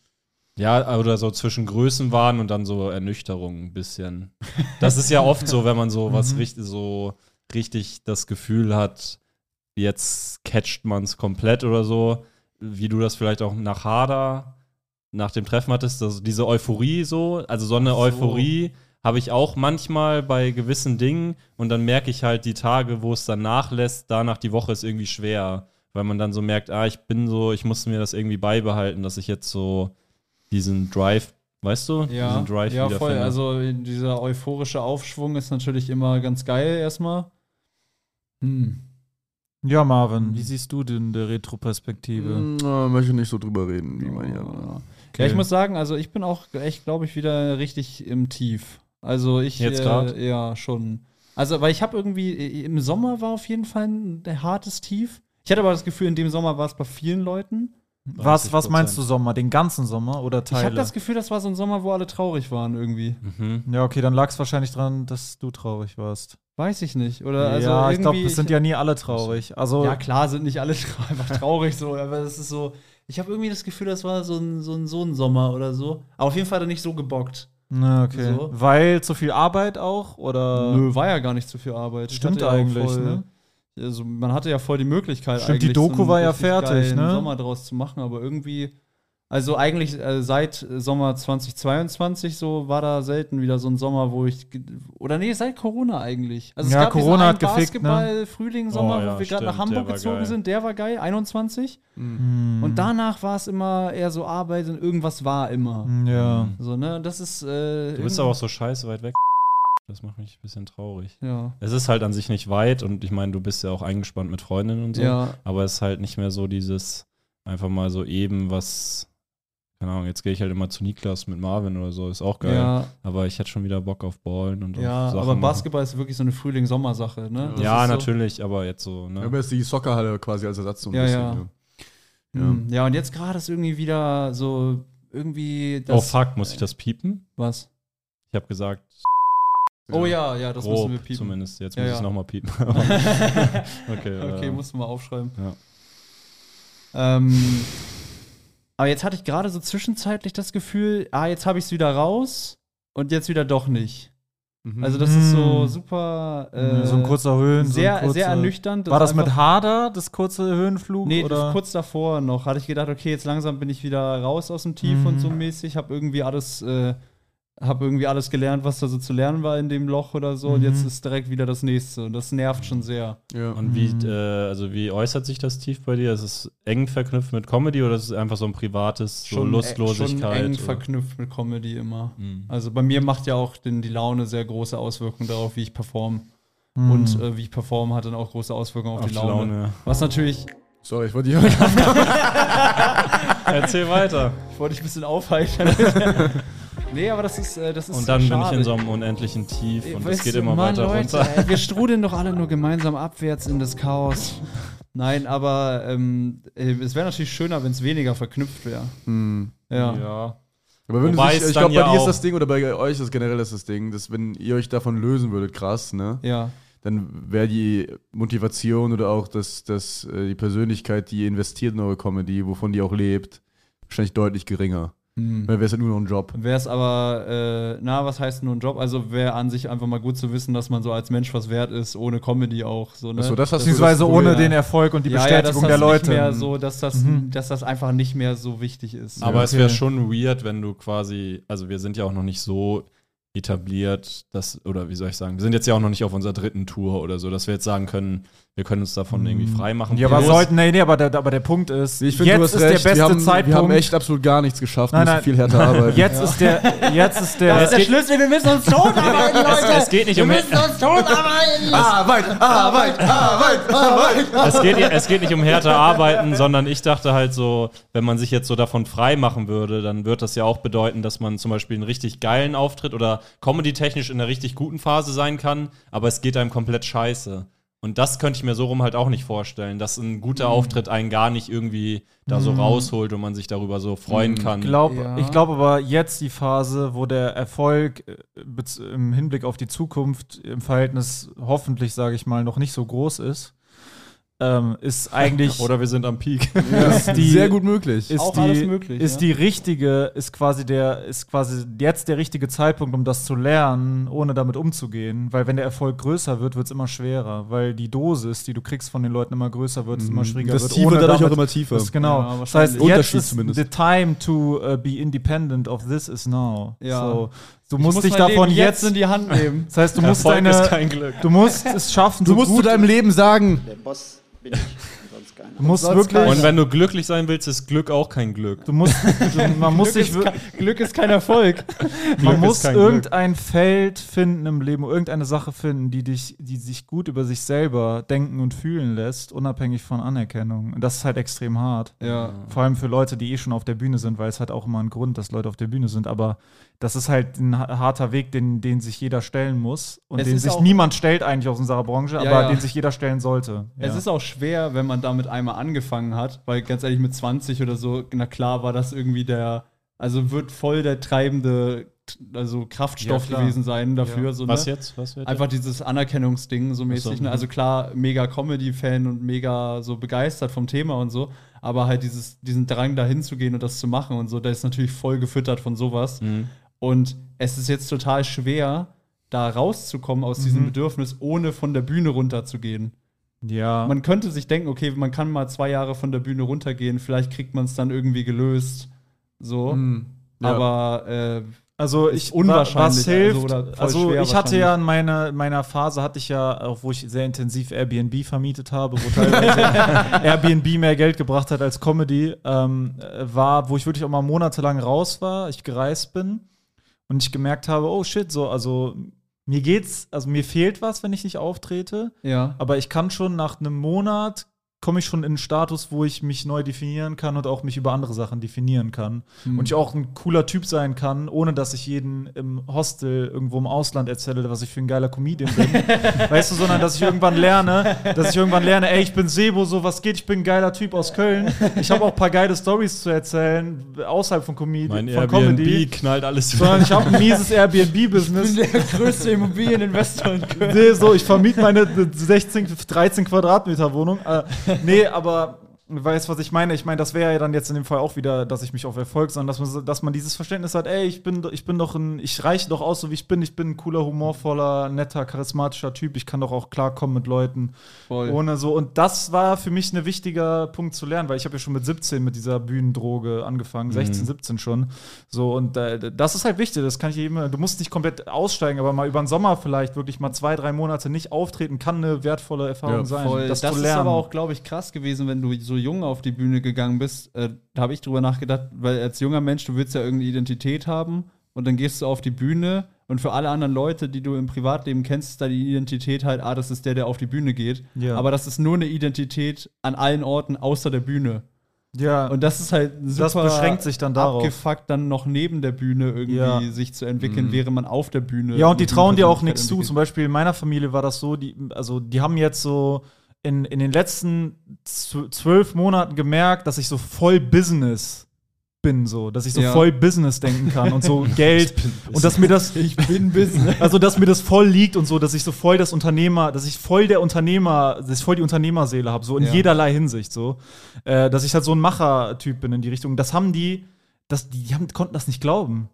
Speaker 3: Also, ja, oder so zwischen Größenwahn und dann so Ernüchterung ein bisschen. Das ist ja oft so, wenn man so
Speaker 2: Mhm.
Speaker 3: was richtig, so richtig das Gefühl hat, jetzt catcht man es komplett oder so, wie du das vielleicht auch nach Hader, nach dem Treffen hattest, also diese Euphorie so, also so eine Euphorie habe ich auch manchmal bei gewissen Dingen und dann merke ich halt die Tage, wo es dann nachlässt, danach die Woche ist irgendwie schwer, weil man dann so merkt, ah, ich bin so, ich muss mir das irgendwie beibehalten, dass ich jetzt so diesen Drive, weißt du,
Speaker 2: Ja,
Speaker 3: diesen Drive
Speaker 2: ja voll.
Speaker 3: wiederfinde.
Speaker 2: Also dieser euphorische Aufschwung ist natürlich immer ganz geil erstmal. Hm.
Speaker 5: Ja,
Speaker 2: Mhm.
Speaker 5: Marvin, wie siehst du denn die Retroperspektive?
Speaker 4: Na, Mm, äh, möchte nicht so drüber reden, wie man ja.
Speaker 2: Ja, ich muss sagen, also ich bin auch echt, glaube ich, wieder richtig im Tief. Also ich
Speaker 3: Jetzt grad?
Speaker 2: äh, ja schon. Also, weil ich habe irgendwie äh, im Sommer war auf jeden Fall ein hartes Tief. Ich hatte aber das Gefühl, in dem Sommer war es bei vielen Leuten.
Speaker 5: Was, was meinst du Sommer? Den ganzen Sommer oder
Speaker 2: Ich habe
Speaker 5: Teile? Hm.
Speaker 2: das Gefühl, das war so ein Sommer, wo alle traurig waren irgendwie.
Speaker 3: Mhm.
Speaker 5: ja, okay, dann lag es wahrscheinlich dran, dass du traurig warst.
Speaker 2: Weiß ich nicht. Oder also
Speaker 5: ja, ich glaube,
Speaker 2: irgendwie-
Speaker 5: es sind ja nie alle traurig. Also,
Speaker 2: Ja, klar sind nicht alle tra- einfach traurig so, aber es ist so. Ich habe irgendwie das Gefühl, das war so ein, so, ein, so ein Sommer oder so. Aber auf jeden Fall hat er nicht so gebockt.
Speaker 5: na, ne, okay.
Speaker 2: So.
Speaker 5: Weil zu viel Arbeit auch? Oder?
Speaker 2: Also. Nö, war ja gar nicht so viel Arbeit. Ich
Speaker 5: Äh, Stimmt
Speaker 2: hatte ja auch
Speaker 5: eigentlich,
Speaker 2: voll,
Speaker 5: ne?
Speaker 2: Also man hatte ja voll die Möglichkeit,
Speaker 5: Stimmt, die
Speaker 2: eigentlich so
Speaker 5: Doku
Speaker 2: einen
Speaker 5: war ja
Speaker 2: richtig
Speaker 5: fertig,
Speaker 2: geilen
Speaker 5: ne?
Speaker 2: Sommer draus zu machen, aber irgendwie. Also eigentlich äh, seit äh, Sommer 2022 so war da selten wieder so ein Sommer, wo ich ge- oder nee seit Corona eigentlich. Also
Speaker 5: Ja,
Speaker 2: diesen
Speaker 5: Corona
Speaker 2: einen
Speaker 5: hat gefickt, ne?
Speaker 2: Basketball Frühling Sommer,
Speaker 3: Oh, ja,
Speaker 2: wo wir gerade nach
Speaker 3: stimmt, der
Speaker 2: Hamburg
Speaker 3: war
Speaker 2: gezogen
Speaker 3: geil.
Speaker 2: sind, der war geil 21
Speaker 5: Hm.
Speaker 2: und danach war es immer eher so Arbeit und irgendwas war immer.
Speaker 5: Mhm. Hm, Ja.
Speaker 2: So ne, das ist äh,
Speaker 3: Du bist
Speaker 2: irgend-
Speaker 3: aber auch so scheiße weit weg. Das macht mich ein bisschen traurig.
Speaker 2: ja.
Speaker 3: Es ist halt an sich nicht weit und ich meine, du bist ja auch eingespannt mit Freundinnen und so.
Speaker 2: ja,
Speaker 3: Aber es ist halt nicht mehr so dieses einfach mal so eben was. Keine Ahnung, jetzt gehe ich halt immer zu Niklas mit Marvin oder so, ist auch geil.
Speaker 2: ja,
Speaker 3: Aber ich hätte schon wieder Bock auf Ballen und
Speaker 2: ja,
Speaker 3: auf Sachen.
Speaker 2: aber
Speaker 3: machen.
Speaker 2: Basketball ist wirklich so eine Frühling-Sommersache, ne? Das
Speaker 3: Ja,
Speaker 2: ist so,
Speaker 3: natürlich, aber jetzt so. Ne?
Speaker 4: Aber ist die Soccerhalle quasi als Ersatz so ein
Speaker 2: Ja,
Speaker 4: bisschen.
Speaker 2: ja.
Speaker 4: ne?
Speaker 2: Hm, Ja, und jetzt gerade ist irgendwie wieder so irgendwie
Speaker 3: oh
Speaker 2: das
Speaker 3: fuck, muss ich das piepen?
Speaker 2: was.
Speaker 3: Ich habe gesagt,
Speaker 2: Oh ja, ja, das
Speaker 3: grob
Speaker 2: müssen wir piepen.
Speaker 3: zumindest. Jetzt
Speaker 2: Ja,
Speaker 3: muss
Speaker 2: ja.
Speaker 3: ich nochmal piepen. okay,
Speaker 2: okay,
Speaker 3: äh,
Speaker 2: musst du mal aufschreiben.
Speaker 3: ja.
Speaker 2: Ähm, aber jetzt hatte ich gerade so zwischenzeitlich das Gefühl, ah, jetzt habe ich es wieder raus und jetzt wieder doch nicht.
Speaker 4: Mhm.
Speaker 2: Also das ist so
Speaker 5: Hm.
Speaker 2: super äh,
Speaker 5: so ein kurzer Höhen.
Speaker 2: sehr
Speaker 5: so ein kurzer,
Speaker 2: sehr ernüchternd.
Speaker 5: War das mit
Speaker 2: einfach-
Speaker 5: Hader, das kurze Höhenflug?
Speaker 2: Nee,
Speaker 5: oder?
Speaker 2: das kurz davor noch hatte ich gedacht, okay, jetzt langsam bin ich wieder raus aus dem Tief
Speaker 5: Mhm.
Speaker 2: und so mäßig, habe irgendwie alles äh, habe irgendwie alles gelernt, was da so zu lernen war in dem Loch oder so und jetzt
Speaker 3: Mhm.
Speaker 2: ist direkt wieder das nächste und das nervt schon sehr.
Speaker 3: Und wie, äh, also wie äußert sich das tief bei dir? Ist es eng verknüpft mit Comedy oder ist es einfach so ein privates, so
Speaker 2: schon äh,
Speaker 3: Lustlosigkeit?
Speaker 2: Schon eng
Speaker 3: oder?
Speaker 2: verknüpft mit Comedy immer.
Speaker 3: Mhm.
Speaker 2: Also bei mir macht ja auch den, die Laune sehr große Auswirkungen darauf, wie ich performe. Und äh, wie ich performe, hat dann auch große Auswirkungen auf,
Speaker 3: Mhm. Auf
Speaker 2: die Laune.
Speaker 3: Laune.
Speaker 2: Was natürlich,
Speaker 4: Sorry, ich wollte dich
Speaker 3: Erzähl weiter.
Speaker 2: ich wollte dich ein bisschen aufheitern. nee, aber das ist, äh, das ist
Speaker 3: Und dann bin ich
Speaker 2: schade.
Speaker 3: in so einem unendlichen Tief und es
Speaker 2: Weißt
Speaker 3: geht
Speaker 2: du,
Speaker 3: immer
Speaker 2: Mann,
Speaker 3: weiter
Speaker 2: Leute,
Speaker 3: runter.
Speaker 2: Ey, wir strudeln doch alle nur gemeinsam abwärts in das Chaos. Nein, aber ähm, äh, es wäre natürlich schöner, wenn es weniger verknüpft wäre.
Speaker 5: Hm.
Speaker 2: Ja.
Speaker 4: Aber wenn
Speaker 3: Wobei
Speaker 4: du
Speaker 3: es
Speaker 4: dich, ich
Speaker 3: dann
Speaker 4: glaube, bei
Speaker 3: ja
Speaker 4: dir ist
Speaker 3: auch-
Speaker 4: das Ding oder bei euch ist generell ist das Ding, dass wenn ihr euch davon lösen würdet, krass, ne?
Speaker 2: ja.
Speaker 4: Dann wäre die Motivation oder auch das, das, äh, die Persönlichkeit, die ihr investiert in eure Comedy, wovon die auch lebt, wahrscheinlich deutlich geringer. Hm. Weil wäre es ja nur noch ein Job.
Speaker 2: Wäre es aber, äh, na, was heißt nur ein Job? Also wäre an sich einfach mal gut zu wissen, dass man so als Mensch was wert ist, ohne Comedy auch. So, ne?
Speaker 4: Ach so, das hast du-
Speaker 5: Beziehungsweise
Speaker 2: das-
Speaker 5: ohne
Speaker 2: ja.
Speaker 5: den Erfolg und die
Speaker 2: ja, ja, dass
Speaker 5: Bestätigung
Speaker 2: das
Speaker 5: der Leute. Mhm.
Speaker 2: Nicht mehr so, dass, das, dass das einfach nicht mehr so wichtig ist.
Speaker 3: Aber es wäre
Speaker 5: okay.
Speaker 3: schon weird, wenn du quasi, also wir sind ja auch noch nicht so etabliert, dass, oder wie soll ich sagen, wir sind jetzt ja auch noch nicht auf unserer dritten Tour oder so, dass wir jetzt sagen können, wir können uns davon irgendwie frei machen.
Speaker 5: ja, aber
Speaker 3: Plus-
Speaker 5: sollten, nee, nee, aber der, aber der Punkt ist,
Speaker 4: Ich finde, du hast
Speaker 5: ist
Speaker 4: recht.
Speaker 5: der beste
Speaker 4: wir, haben,
Speaker 5: Zeitpunkt.
Speaker 4: wir haben echt absolut gar nichts geschafft.
Speaker 5: Nein,
Speaker 4: müssen
Speaker 5: nein.
Speaker 4: viel härter arbeiten.
Speaker 5: jetzt ist der, jetzt ist der,
Speaker 2: der Schlüssel, wir müssen uns tot arbeiten,
Speaker 3: es, es geht nicht um
Speaker 2: uns tot arbeiten!
Speaker 4: Arbeit, Arbeit, Arbeit, Arbeit.
Speaker 3: es, geht, es geht nicht um härter arbeiten, sondern ich dachte halt so, wenn man sich jetzt so davon frei machen würde, dann wird das ja auch bedeuten, dass man zum Beispiel einen richtig geilen Auftritt oder comedy-technisch in einer richtig guten Phase sein kann, aber es geht einem komplett scheiße. Und das könnte ich mir so rum halt auch nicht vorstellen, dass ein guter
Speaker 5: Mhm.
Speaker 3: Auftritt einen gar nicht irgendwie da so rausholt und man sich darüber so freuen kann.
Speaker 5: Mhm. glaub,
Speaker 2: Ja.
Speaker 5: ich glaube aber jetzt die Phase, wo der Erfolg äh, bez- im Hinblick auf die Zukunft äh, im Verhältnis hoffentlich, sage ich mal, noch nicht so groß ist, ähm, ist eigentlich
Speaker 3: Oder wir sind am Peak.
Speaker 5: ist die,
Speaker 4: Sehr gut möglich.
Speaker 5: ist
Speaker 2: Auch
Speaker 5: die,
Speaker 2: alles möglich,
Speaker 5: Ist
Speaker 2: ja.
Speaker 5: die richtige, ist quasi der, ist quasi jetzt der richtige Zeitpunkt, um das zu lernen, ohne damit umzugehen. Weil wenn der Erfolg größer wird, wird es immer schwerer, weil die Dosis, die du kriegst von den Leuten, immer größer wird, es immer schwieriger
Speaker 4: Das
Speaker 5: wird.
Speaker 4: Tiefe
Speaker 5: ohne
Speaker 4: dadurch
Speaker 5: damit-
Speaker 4: auch immer tiefer.
Speaker 5: Das, genau.
Speaker 2: Ja,
Speaker 5: das heißt,
Speaker 2: wahrscheinlich.
Speaker 5: jetzt
Speaker 4: Unterschied
Speaker 5: ist
Speaker 4: zumindest.
Speaker 5: the time to uh, be independent of this is now.
Speaker 2: Ja.
Speaker 5: So, du
Speaker 2: Ich
Speaker 5: musst
Speaker 2: muss
Speaker 5: dich
Speaker 2: mein
Speaker 5: davon
Speaker 2: Leben
Speaker 5: jetzt,
Speaker 2: in die Hand nehmen.
Speaker 5: das heißt, du musst
Speaker 3: Erfolg ist
Speaker 5: deine,
Speaker 3: kein Glück.
Speaker 5: du musst es schaffen,
Speaker 4: Du
Speaker 5: so
Speaker 4: musst zu
Speaker 5: gut,
Speaker 4: deinem Leben sagen,
Speaker 9: Der Boss bin ich und sonst keiner.
Speaker 5: du musst
Speaker 4: sonst
Speaker 5: wirklich,
Speaker 3: Und wenn du glücklich sein willst, ist Glück auch kein Glück.
Speaker 5: du musst, du, man muss sich, wir-
Speaker 2: Glück ist kein Erfolg.
Speaker 5: man
Speaker 3: ist
Speaker 5: muss
Speaker 3: kein Glück.
Speaker 5: irgendein Feld finden im Leben, irgendeine Sache finden, die dich, die sich gut über sich selber denken und fühlen lässt, unabhängig von Anerkennung. Und das ist halt extrem hart.
Speaker 2: Ja.
Speaker 5: Vor allem für Leute, die eh schon auf der Bühne sind, weil es hat auch immer einen Grund, dass Leute auf der Bühne sind. Aber das ist halt ein ha- harter Weg, den, den sich jeder stellen muss und
Speaker 2: Es
Speaker 5: den
Speaker 2: ist
Speaker 5: sich
Speaker 2: auch-
Speaker 5: niemand stellt eigentlich aus unserer Branche,
Speaker 2: Ja,
Speaker 5: aber
Speaker 2: ja.
Speaker 5: den sich jeder stellen sollte.
Speaker 2: Es ist auch schwer, wenn man damit einmal angefangen hat, weil ganz ehrlich mit 20 oder so, na klar war das irgendwie der, also wird voll der treibende t- also Kraftstoff
Speaker 5: Ja, klar.
Speaker 2: gewesen sein dafür.
Speaker 5: Ja.
Speaker 2: So, ne?
Speaker 3: Was jetzt? Was wird
Speaker 2: Einfach dieses Anerkennungsding so mäßig.
Speaker 3: so.
Speaker 2: Ne? Also klar, mega Comedy-Fan und mega so begeistert vom Thema und so, aber halt dieses, diesen Drang dahin zu gehen und das zu machen und so, der ist natürlich voll gefüttert von sowas.
Speaker 3: Mhm.
Speaker 2: Und es ist jetzt total schwer, da rauszukommen aus diesem Bedürfnis, ohne von der Bühne runterzugehen.
Speaker 5: ja.
Speaker 2: Man könnte sich denken, okay, man kann mal zwei Jahre von der Bühne runtergehen, vielleicht kriegt man es dann irgendwie gelöst. So. Aber äh,
Speaker 5: Also
Speaker 2: Ist
Speaker 5: ich
Speaker 2: unwahrscheinlich,
Speaker 5: Was hilft?
Speaker 2: also, oder
Speaker 5: Also,
Speaker 2: voll schwer
Speaker 5: ich hatte
Speaker 2: wahrscheinlich.
Speaker 5: ja in meiner, meiner Phase hatte ich ja, auch wo ich sehr intensiv Airbnb vermietet habe, wo teilweise Airbnb mehr Geld gebracht hat als Comedy, ähm, äh, war, wo ich wirklich auch mal monatelang raus war, ich gereist bin und ich gemerkt habe, oh shit, so also mir geht's, also mir fehlt was, wenn ich nicht auftrete,
Speaker 2: äh, ja.
Speaker 5: aber ich kann schon nach einem Monat komme ich schon in einen Status, wo ich mich neu definieren kann und auch mich über andere Sachen definieren kann und ich auch ein cooler Typ sein kann, ohne dass ich jeden im Hostel irgendwo im Ausland erzähle, was ich für ein geiler Comedian bin. weißt du, sondern dass ich irgendwann lerne, dass ich irgendwann lerne, ey, ich bin Sebo, so was geht, ich bin ein geiler Typ aus Köln. Ich habe auch ein paar geile Stories zu erzählen außerhalb von, Comedi
Speaker 3: Mein
Speaker 5: von
Speaker 3: Airbnb
Speaker 5: Comedy.
Speaker 3: knallt alles
Speaker 5: Sondern ich habe ein mieses Airbnb-Business.
Speaker 2: Der größte Immobilieninvestor in Köln.
Speaker 5: Nee, so, ich vermiete meine 16, 13 Quadratmeter Wohnung. Äh, nee, aber weißt was ich meine? Ich meine, das wäre ja dann jetzt in dem Fall auch wieder, dass ich mich auf Erfolg, sondern dass man, so- dass man dieses Verständnis hat, ey, ich bin, do- ich bin doch ein, ich reiche doch aus, so wie ich bin. Ich bin ein cooler, humorvoller, netter, charismatischer Typ. Ich kann doch auch klarkommen mit Leuten.
Speaker 2: Voll.
Speaker 5: Ohne so. Und das war für mich ein wichtiger Punkt zu lernen, weil ich habe ja schon mit 17 mit dieser Bühnendroge
Speaker 2: Mhm.
Speaker 5: angefangen, 16, 17 schon. So, und äh, das ist halt wichtig, das kann ich jedem, du musst nicht komplett aussteigen, aber mal über den Sommer vielleicht wirklich mal zwei, drei Monate nicht auftreten, kann eine wertvolle Erfahrung
Speaker 4: Ja,
Speaker 5: sein.
Speaker 2: Voll. Das, ist aber auch, glaube ich, krass gewesen, wenn du so jung auf die Bühne gegangen bist. Äh, da habe ich drüber nachgedacht, weil als junger Mensch, du willst ja irgendeine Identität haben und dann gehst du auf die Bühne und für alle anderen Leute, die du im Privatleben kennst, ist da die Identität halt, ah, das ist der, der auf die Bühne geht.
Speaker 5: Ja.
Speaker 2: Aber das ist nur eine Identität an allen Orten außer der Bühne.
Speaker 5: ja,
Speaker 2: Und das ist halt super
Speaker 5: das beschränkt sich dann darauf.
Speaker 2: abgefuckt, dann noch neben der Bühne irgendwie
Speaker 5: Ja.
Speaker 2: sich zu entwickeln, während man auf der Bühne.
Speaker 5: Ja, und die
Speaker 2: eine
Speaker 5: trauen dir auch
Speaker 2: Persönlichkeit
Speaker 5: nichts zu.
Speaker 2: entwickelt.
Speaker 5: Zum Beispiel in meiner Familie war das so, die, also die haben jetzt so in, in den letzten zw- zwölf Monaten gemerkt, dass ich so voll Business bin, so, dass ich so
Speaker 2: Ja.
Speaker 5: voll Business denken kann und so Geld und dass mir das
Speaker 2: Ich bin Business.
Speaker 5: also dass mir das voll liegt und so, dass ich so voll das Unternehmer, dass ich voll der Unternehmer, dass ich voll die Unternehmerseele habe, so in
Speaker 2: Ja.
Speaker 5: jederlei Hinsicht so, äh, dass ich halt so ein Machertyp bin in die Richtung. Das haben die, das, die haben, konnten das nicht glauben.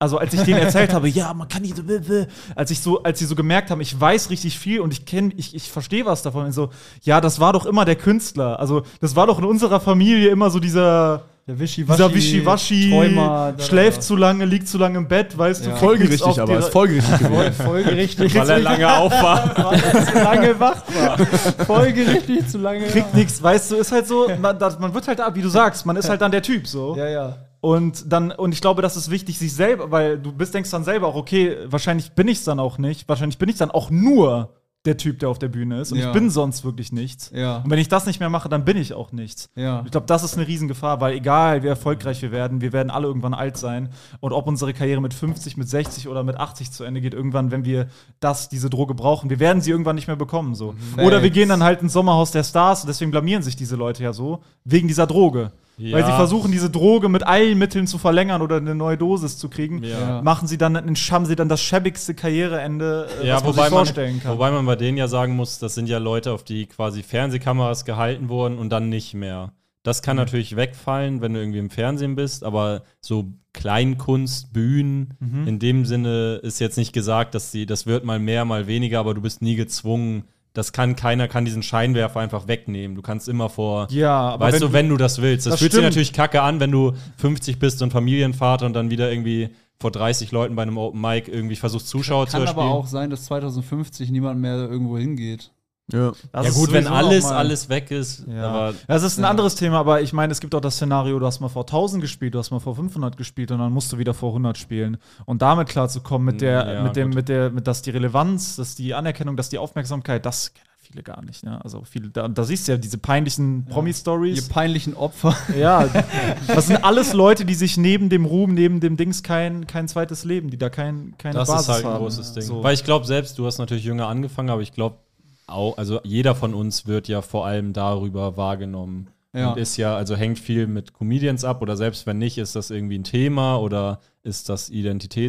Speaker 5: Also als ich denen erzählt habe, ja, man kann nicht, bläh, bläh, als ich so, als sie so gemerkt haben, ich weiß richtig viel und ich kenne, ich, ich verstehe was davon. Und so, ja, das war doch immer der Künstler. Also das war doch in unserer Familie immer so dieser,
Speaker 10: Der
Speaker 5: dieser Wischiwaschi,
Speaker 10: Träumer, da,
Speaker 5: schläft zu lange, liegt zu lange im Bett, weißt du.
Speaker 4: Folgerichtig aber, ist folgerichtig gewesen.
Speaker 10: folgerichtig
Speaker 3: Weil er lange auf war.
Speaker 10: zu lange wach war. Folgerichtig zu lange
Speaker 5: Kriegt nichts, weißt du, ist halt so, man, das, man wird halt da, wie du sagst, man ist halt dann der Typ so.
Speaker 10: Ja, ja.
Speaker 5: Und dann, und ich glaube, das ist wichtig, sich selber, weil du bist, denkst dann selber auch, okay, wahrscheinlich bin ich dann auch nicht, wahrscheinlich bin ich dann auch nur der Typ, der auf der Bühne ist und
Speaker 10: Ja.
Speaker 5: ich bin sonst wirklich nichts.
Speaker 10: Ja.
Speaker 5: Und wenn ich das nicht mehr mache, dann bin ich auch nichts.
Speaker 10: Ja.
Speaker 5: Ich glaube, das ist eine Riesengefahr, weil egal, wie erfolgreich wir werden, wir werden alle irgendwann alt sein. Und ob unsere Karriere mit 50, mit 60 oder mit 80 zu Ende geht, irgendwann, wenn wir das, diese Droge brauchen, wir werden sie irgendwann nicht mehr bekommen. So.
Speaker 10: Mhm.
Speaker 5: Oder wir gehen dann halt ins Sommerhaus der Stars und deswegen blamieren sich diese Leute ja so, wegen dieser Droge. Weil sie
Speaker 3: Ja.
Speaker 5: versuchen, diese Droge mit allen Mitteln zu verlängern oder eine neue Dosis zu kriegen,
Speaker 3: Ja.
Speaker 5: machen sie dann, haben sie dann das schäbigste Karriereende, äh,
Speaker 3: Ja,
Speaker 5: was man
Speaker 3: wobei
Speaker 5: sich
Speaker 3: man,
Speaker 5: vorstellen kann.
Speaker 3: wobei man bei denen ja sagen muss, das sind ja Leute, auf die quasi Fernsehkameras gehalten wurden und dann nicht mehr. Das kann natürlich wegfallen, wenn du irgendwie im Fernsehen bist, aber so Kleinkunst, Bühnen,
Speaker 5: Mhm.
Speaker 3: in dem Sinne ist jetzt nicht gesagt, dass sie, das wird mal mehr, mal weniger, aber du bist nie gezwungen. Das kann keiner, kann diesen Scheinwerfer einfach wegnehmen. Du kannst immer vor.
Speaker 5: Ja, aber
Speaker 3: weißt
Speaker 5: wenn
Speaker 3: du,
Speaker 5: du-
Speaker 3: wenn du das willst. Das,
Speaker 5: Das
Speaker 3: fühlt
Speaker 5: stimmt.
Speaker 3: sich natürlich kacke an, wenn du 50 bist und Familienvater und dann wieder irgendwie vor 30 Leuten bei einem Open Mic irgendwie versuchst, Zuschauer zu
Speaker 2: Kann
Speaker 3: erspielen.
Speaker 2: aber auch sein, dass 2050 niemand mehr irgendwo hingeht.
Speaker 4: Ja.
Speaker 5: Das
Speaker 3: ja
Speaker 5: Also ist
Speaker 3: gut, wenn
Speaker 5: sowieso noch
Speaker 3: alles,
Speaker 5: mal-
Speaker 3: alles weg ist, aber
Speaker 5: Das ist ein anderes Thema, aber ich meine, es gibt auch das Szenario, du hast mal vor 1000 gespielt, du hast mal vor 500 gespielt und dann musst du wieder vor 100 spielen. Und damit klarzukommen, mit der,
Speaker 3: Ja,
Speaker 5: mit dem,
Speaker 3: gut.
Speaker 5: mit der, mit, dass die Relevanz, dass die Anerkennung, dass die Aufmerksamkeit, das kennen viele gar nicht. Ne? Also viele, da, da siehst du ja diese peinlichen
Speaker 2: Ihr
Speaker 5: Promi-Stories.
Speaker 2: peinlichen Opfer.
Speaker 5: Ja, das sind alles Leute, die sich neben dem Ruhm, neben dem Dings kein, kein zweites Leben, die da kein, keine
Speaker 3: das
Speaker 5: Basis
Speaker 3: ist halt ein
Speaker 5: haben.
Speaker 3: großes Ding.
Speaker 5: So.
Speaker 3: Weil ich glaube, selbst du hast natürlich jünger angefangen, aber ich glaube, also jeder von uns wird ja vor allem darüber wahrgenommen.
Speaker 2: Ja.
Speaker 3: Und ist ja, also hängt viel mit Comedians ab oder selbst wenn nicht, ist das irgendwie ein Thema oder ist das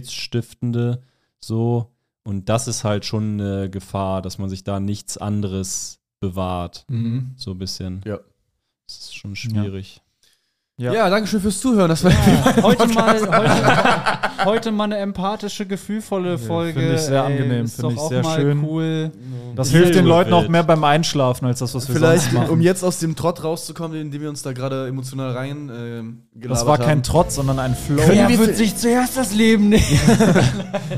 Speaker 3: Identitätsstiftende so. Und das ist halt schon eine Gefahr, dass man sich da nichts anderes bewahrt.
Speaker 2: Mhm.
Speaker 3: So ein bisschen.
Speaker 4: Ja.
Speaker 3: Das ist schon schwierig.
Speaker 5: Ja.
Speaker 4: ja, danke schön fürs Zuhören. Das war
Speaker 2: Heute mal, heute, heute mal eine empathische, gefühlvolle Folge.
Speaker 5: finde ich sehr
Speaker 2: Ey,
Speaker 5: angenehm,
Speaker 2: ist
Speaker 5: finde
Speaker 2: doch
Speaker 5: ich
Speaker 2: auch
Speaker 5: sehr
Speaker 2: mal
Speaker 5: schön.
Speaker 2: cool.
Speaker 5: Das hilft den
Speaker 3: Sehr
Speaker 5: Leuten
Speaker 3: wild.
Speaker 5: auch mehr beim Einschlafen, als das, was wir
Speaker 4: Vielleicht,
Speaker 5: sonst
Speaker 4: um
Speaker 5: machen.
Speaker 4: jetzt aus dem Trott rauszukommen, in dem wir uns da gerade emotional rein ähm,
Speaker 5: Das
Speaker 4: gelabert
Speaker 5: war kein
Speaker 4: haben,
Speaker 5: Trotz, sondern ein Flow.
Speaker 2: Wer wird sich zuerst das Leben nehmen?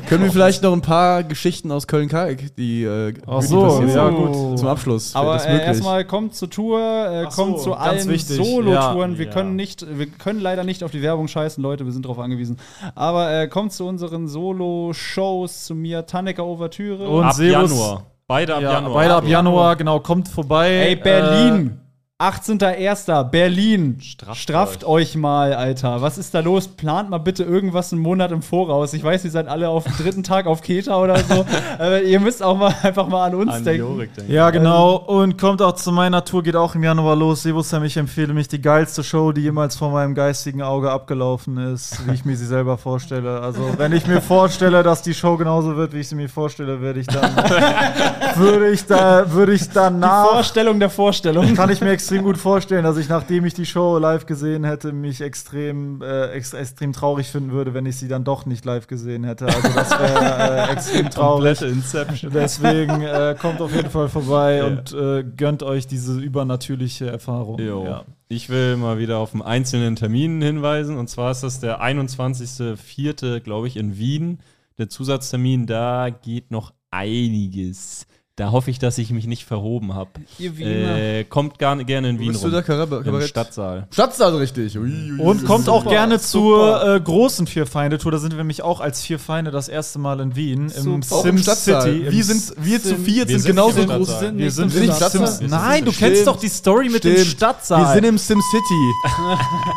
Speaker 4: Können wir vielleicht noch ein paar Geschichten aus Köln-Kalk, die äh,
Speaker 5: Ach
Speaker 4: die
Speaker 5: so,
Speaker 4: passiert
Speaker 5: ja
Speaker 4: sind,
Speaker 5: gut.
Speaker 4: zum Abschluss? wäre
Speaker 2: Aber
Speaker 4: das
Speaker 2: äh,
Speaker 4: möglich?
Speaker 2: erstmal kommt zur Tour, äh,
Speaker 5: Ach so,
Speaker 2: kommt zu
Speaker 5: ganz
Speaker 2: allen
Speaker 5: wichtig.
Speaker 2: Solo-Touren.
Speaker 5: Ja,
Speaker 2: wir
Speaker 5: ja.
Speaker 2: können nicht, wir können leider nicht auf die Werbung scheißen, Leute, wir sind darauf angewiesen. Aber äh, kommt zu unseren Solo-Shows zu mir, Tannecker Overtüre.
Speaker 5: Und
Speaker 3: ab
Speaker 5: Sebus-
Speaker 3: Januar. Beide ab
Speaker 5: Ja,
Speaker 3: Januar.
Speaker 5: Beide ab Januar, genau, kommt vorbei. Äh,
Speaker 2: Ey, Berlin! 18.01. Berlin! Strafft, euch. mal, Alter. Was ist da los? Plant mal bitte irgendwas einen Monat im Voraus. Ich weiß, ihr seid alle auf dem dritten Tag auf Keta oder so. Aber ihr müsst auch mal einfach mal an uns
Speaker 3: An
Speaker 2: denken.
Speaker 3: Jorik denken.
Speaker 5: Äh, ja, genau. Und kommt auch zu meiner Tour, geht auch im Januar los. Sebusheim, ich empfehle mich die geilste Show, die jemals vor meinem geistigen Auge abgelaufen ist, wie ich mir sie selber vorstelle. Also, wenn ich mir vorstelle, dass die Show genauso wird, wie ich sie mir vorstelle, werde ich dann, würde ich da, würde ich danach
Speaker 2: Vorstellung der Vorstellung.
Speaker 5: kann ich mir extrem gut vorstellen, dass ich, nachdem ich die Show live gesehen hätte, mich extrem, äh, ex extrem traurig finden würde, wenn ich sie dann doch nicht live gesehen hätte. Also das wäre äh, extrem traurig.
Speaker 3: Komplette Inception.
Speaker 5: Deswegen äh, kommt auf jeden Fall vorbei und äh, gönnt euch diese übernatürliche Erfahrung.
Speaker 3: Jo.
Speaker 5: Ja.
Speaker 3: Ich will mal wieder auf einen einzelnen Termin hinweisen. Und zwar ist das der 21.04., glaube ich, in Wien. Der Zusatztermin, da geht noch einiges. Da hoffe ich, dass ich mich nicht verhoben habe. Äh, kommt gar, gerne in Wien
Speaker 4: Bist du da
Speaker 3: rum.
Speaker 4: Karab
Speaker 3: Im
Speaker 4: Kabarett?
Speaker 3: Stadtsaal.
Speaker 4: Stadtsaal richtig. Ui, ui, ui.
Speaker 5: Und kommt auch gerne zur äh, großen Vier-Feinde-Tour. Da sind wir nämlich auch als Vier-Feinde das erste Mal in Wien im
Speaker 4: Auch
Speaker 5: Sim
Speaker 4: im Stadtsaal.
Speaker 5: City. Im
Speaker 4: Wir sind wir zu viert
Speaker 3: wir
Speaker 4: sind,
Speaker 3: sind
Speaker 4: genauso
Speaker 3: im
Speaker 4: groß.
Speaker 3: Stadtsaal.
Speaker 4: sind-
Speaker 5: wir sind
Speaker 4: sind
Speaker 5: im
Speaker 4: im Stadtsaal.
Speaker 5: Stadtsaal. Nein, du
Speaker 4: Stimmt.
Speaker 5: kennst doch die Story mit dem
Speaker 4: Stimmt.
Speaker 5: Stadtsaal.
Speaker 4: Wir sind im Sim City.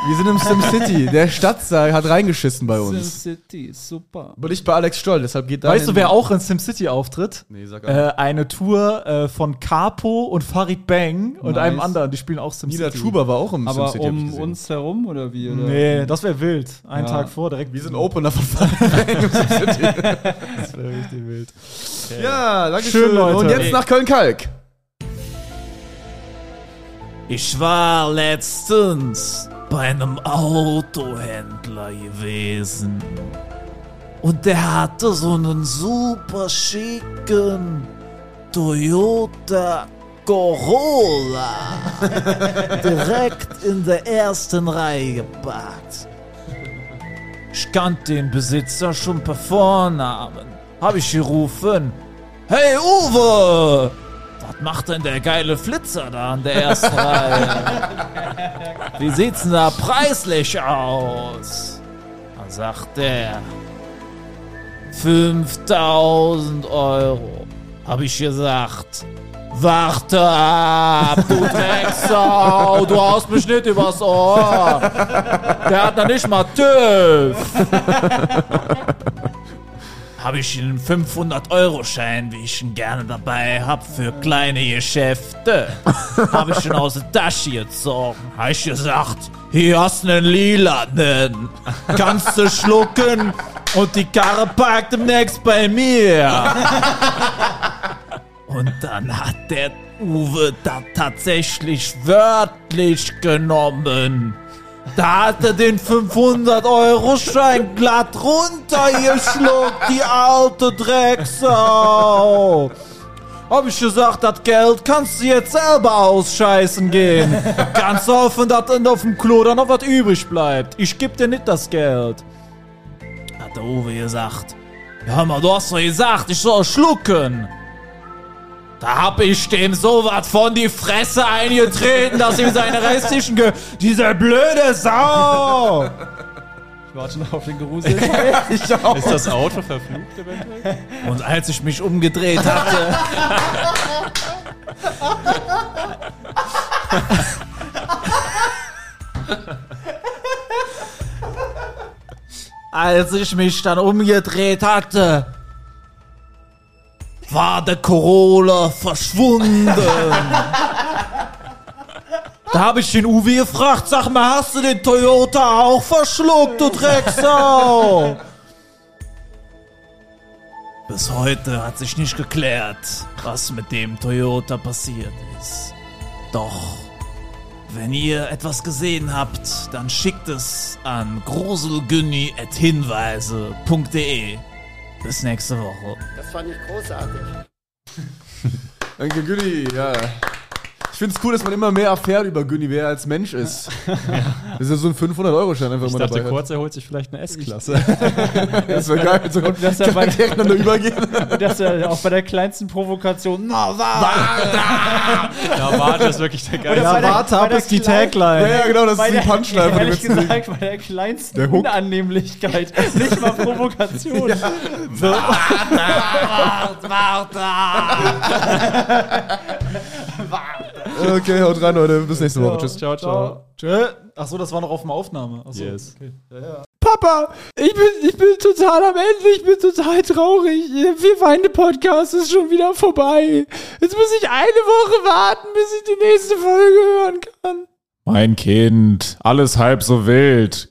Speaker 4: wir sind im Sim City. Der Stadtsaal hat reingeschissen bei uns.
Speaker 2: City, super.
Speaker 4: Aber nicht bei Alex Stoll, deshalb geht da.
Speaker 5: Weißt du, wer auch in SimCity auftritt?
Speaker 4: Nee, sag
Speaker 5: Äh, eine Tour äh, von Capo und Farid Bang und einem anderen. Die spielen auch
Speaker 4: Nina
Speaker 5: SimCity.
Speaker 4: Schuber war auch im Sim
Speaker 2: Aber
Speaker 4: City.
Speaker 2: um uns herum oder wie? Oder?
Speaker 5: Nee, das wäre wild. Einen Tag vor direkt.
Speaker 4: Wir sind Opener von Farid Bang im Sim City.
Speaker 5: Das wäre richtig wild.
Speaker 4: Ja, danke
Speaker 5: Schön,
Speaker 4: schön.
Speaker 5: Leute.
Speaker 4: Und jetzt nach Köln-Kalk.
Speaker 5: Ich war letztens bei einem Autohändler gewesen. Und der hatte so einen super schicken Toyota Corolla direkt in der ersten Reihe geparkt. Ich kannte den Besitzer schon per Vornamen. Hab ich gerufen. Hey Uwe! Was macht denn der geile Flitzer da an der ersten Reihe? Wie sieht's denn da preislich aus? Dann sagt er. 5000 Euro. Hab ich gesagt. Warte ab, du Drecksau, du haust mich nicht übers Ohr. Der hat noch nicht mal TÜV. Habe ich einen 500-Euro-Schein, wie ich ihn gerne dabei hab, für kleine Geschäfte. Habe ich ihn aus der Tasche gezogen. Habe ich gesagt, hier hast du einen Lilanen. Kannst du schlucken und die Karre parkt demnächst bei mir. Und dann hat der Uwe da tatsächlich wörtlich genommen. Da hat er den 500-Euro-Schein glatt runtergeschluckt, die alte Drecksau. Hab ich gesagt, das Geld kannst du jetzt selber ausscheißen gehen. Ganz hoffen, dass dann auf dem Klo dann noch was übrig bleibt. Ich geb dir nicht das Geld. Hat der Uwe gesagt. Ja, Hör mal, du hast doch gesagt, ich soll schlucken. Da hab ich dem so was von die Fresse eingetreten, dass ihm seine restlichen Ge Diese blöde Sau!
Speaker 2: Ich warte noch auf den Gerusel.
Speaker 3: Ist das Auto verflucht eventuell?
Speaker 5: Und als ich mich umgedreht hatte, als ich mich dann umgedreht hatte, war der Corolla verschwunden. Da habe ich den Uwe gefragt, sag mal, hast du den Toyota auch verschluckt, du Drecksau? Bis heute hat sich nicht geklärt, was mit dem Toyota passiert ist. Doch, wenn ihr etwas gesehen habt, dann schickt es an gruselgünni.hinweise.de. Bis nächste Woche.
Speaker 11: Das fand ich großartig.
Speaker 4: Danke, Günni. Ja. Ich finde es cool, dass man immer mehr erfährt über Günni, wer er als Mensch ist. Das ist ja so ein 500-Euro-Schein einfach
Speaker 3: Ich
Speaker 4: mal
Speaker 3: dachte
Speaker 4: dabei.
Speaker 3: kurz, er holt sich vielleicht eine S-Klasse.
Speaker 4: hat. das wäre geil. So,
Speaker 2: Und dass er
Speaker 4: kann man
Speaker 2: bei-
Speaker 4: direkt noch übergehen.
Speaker 2: Dass er auch bei der kleinsten Provokation. Na, war,
Speaker 3: Da war das wirklich der geilste.
Speaker 2: bei der-
Speaker 12: warte
Speaker 2: bei
Speaker 12: ab
Speaker 2: der
Speaker 12: ist die
Speaker 2: kleinen-
Speaker 4: Ja,
Speaker 12: Tagline.
Speaker 4: ja, genau, das ist die Punchline von dem
Speaker 2: Ehrlich
Speaker 4: letzten Ding.
Speaker 2: gesagt, bei der kleinsten
Speaker 4: Der Hook.
Speaker 2: Unannehmlichkeit. Nicht mal Provokation.
Speaker 4: Okay, haut rein, Leute. Bis nächste Woche. Tschüss.
Speaker 3: Ciao, ciao.
Speaker 12: Tschö. Ach so, das war noch auf dem Aufnahme. Ach so.
Speaker 3: Yes.
Speaker 2: Papa, ich bin, ich bin total am Ende, ich bin total traurig. Wir weine Podcast ist schon wieder vorbei. Jetzt muss ich eine Woche warten, bis ich die nächste Folge hören kann.
Speaker 5: Mein Kind, alles halb so wild.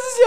Speaker 2: Das ist ja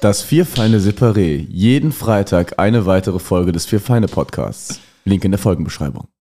Speaker 13: Das Vierfeine Separé. Jeden Freitag eine weitere Folge des Vierfeine Podcasts. Link in der Folgenbeschreibung.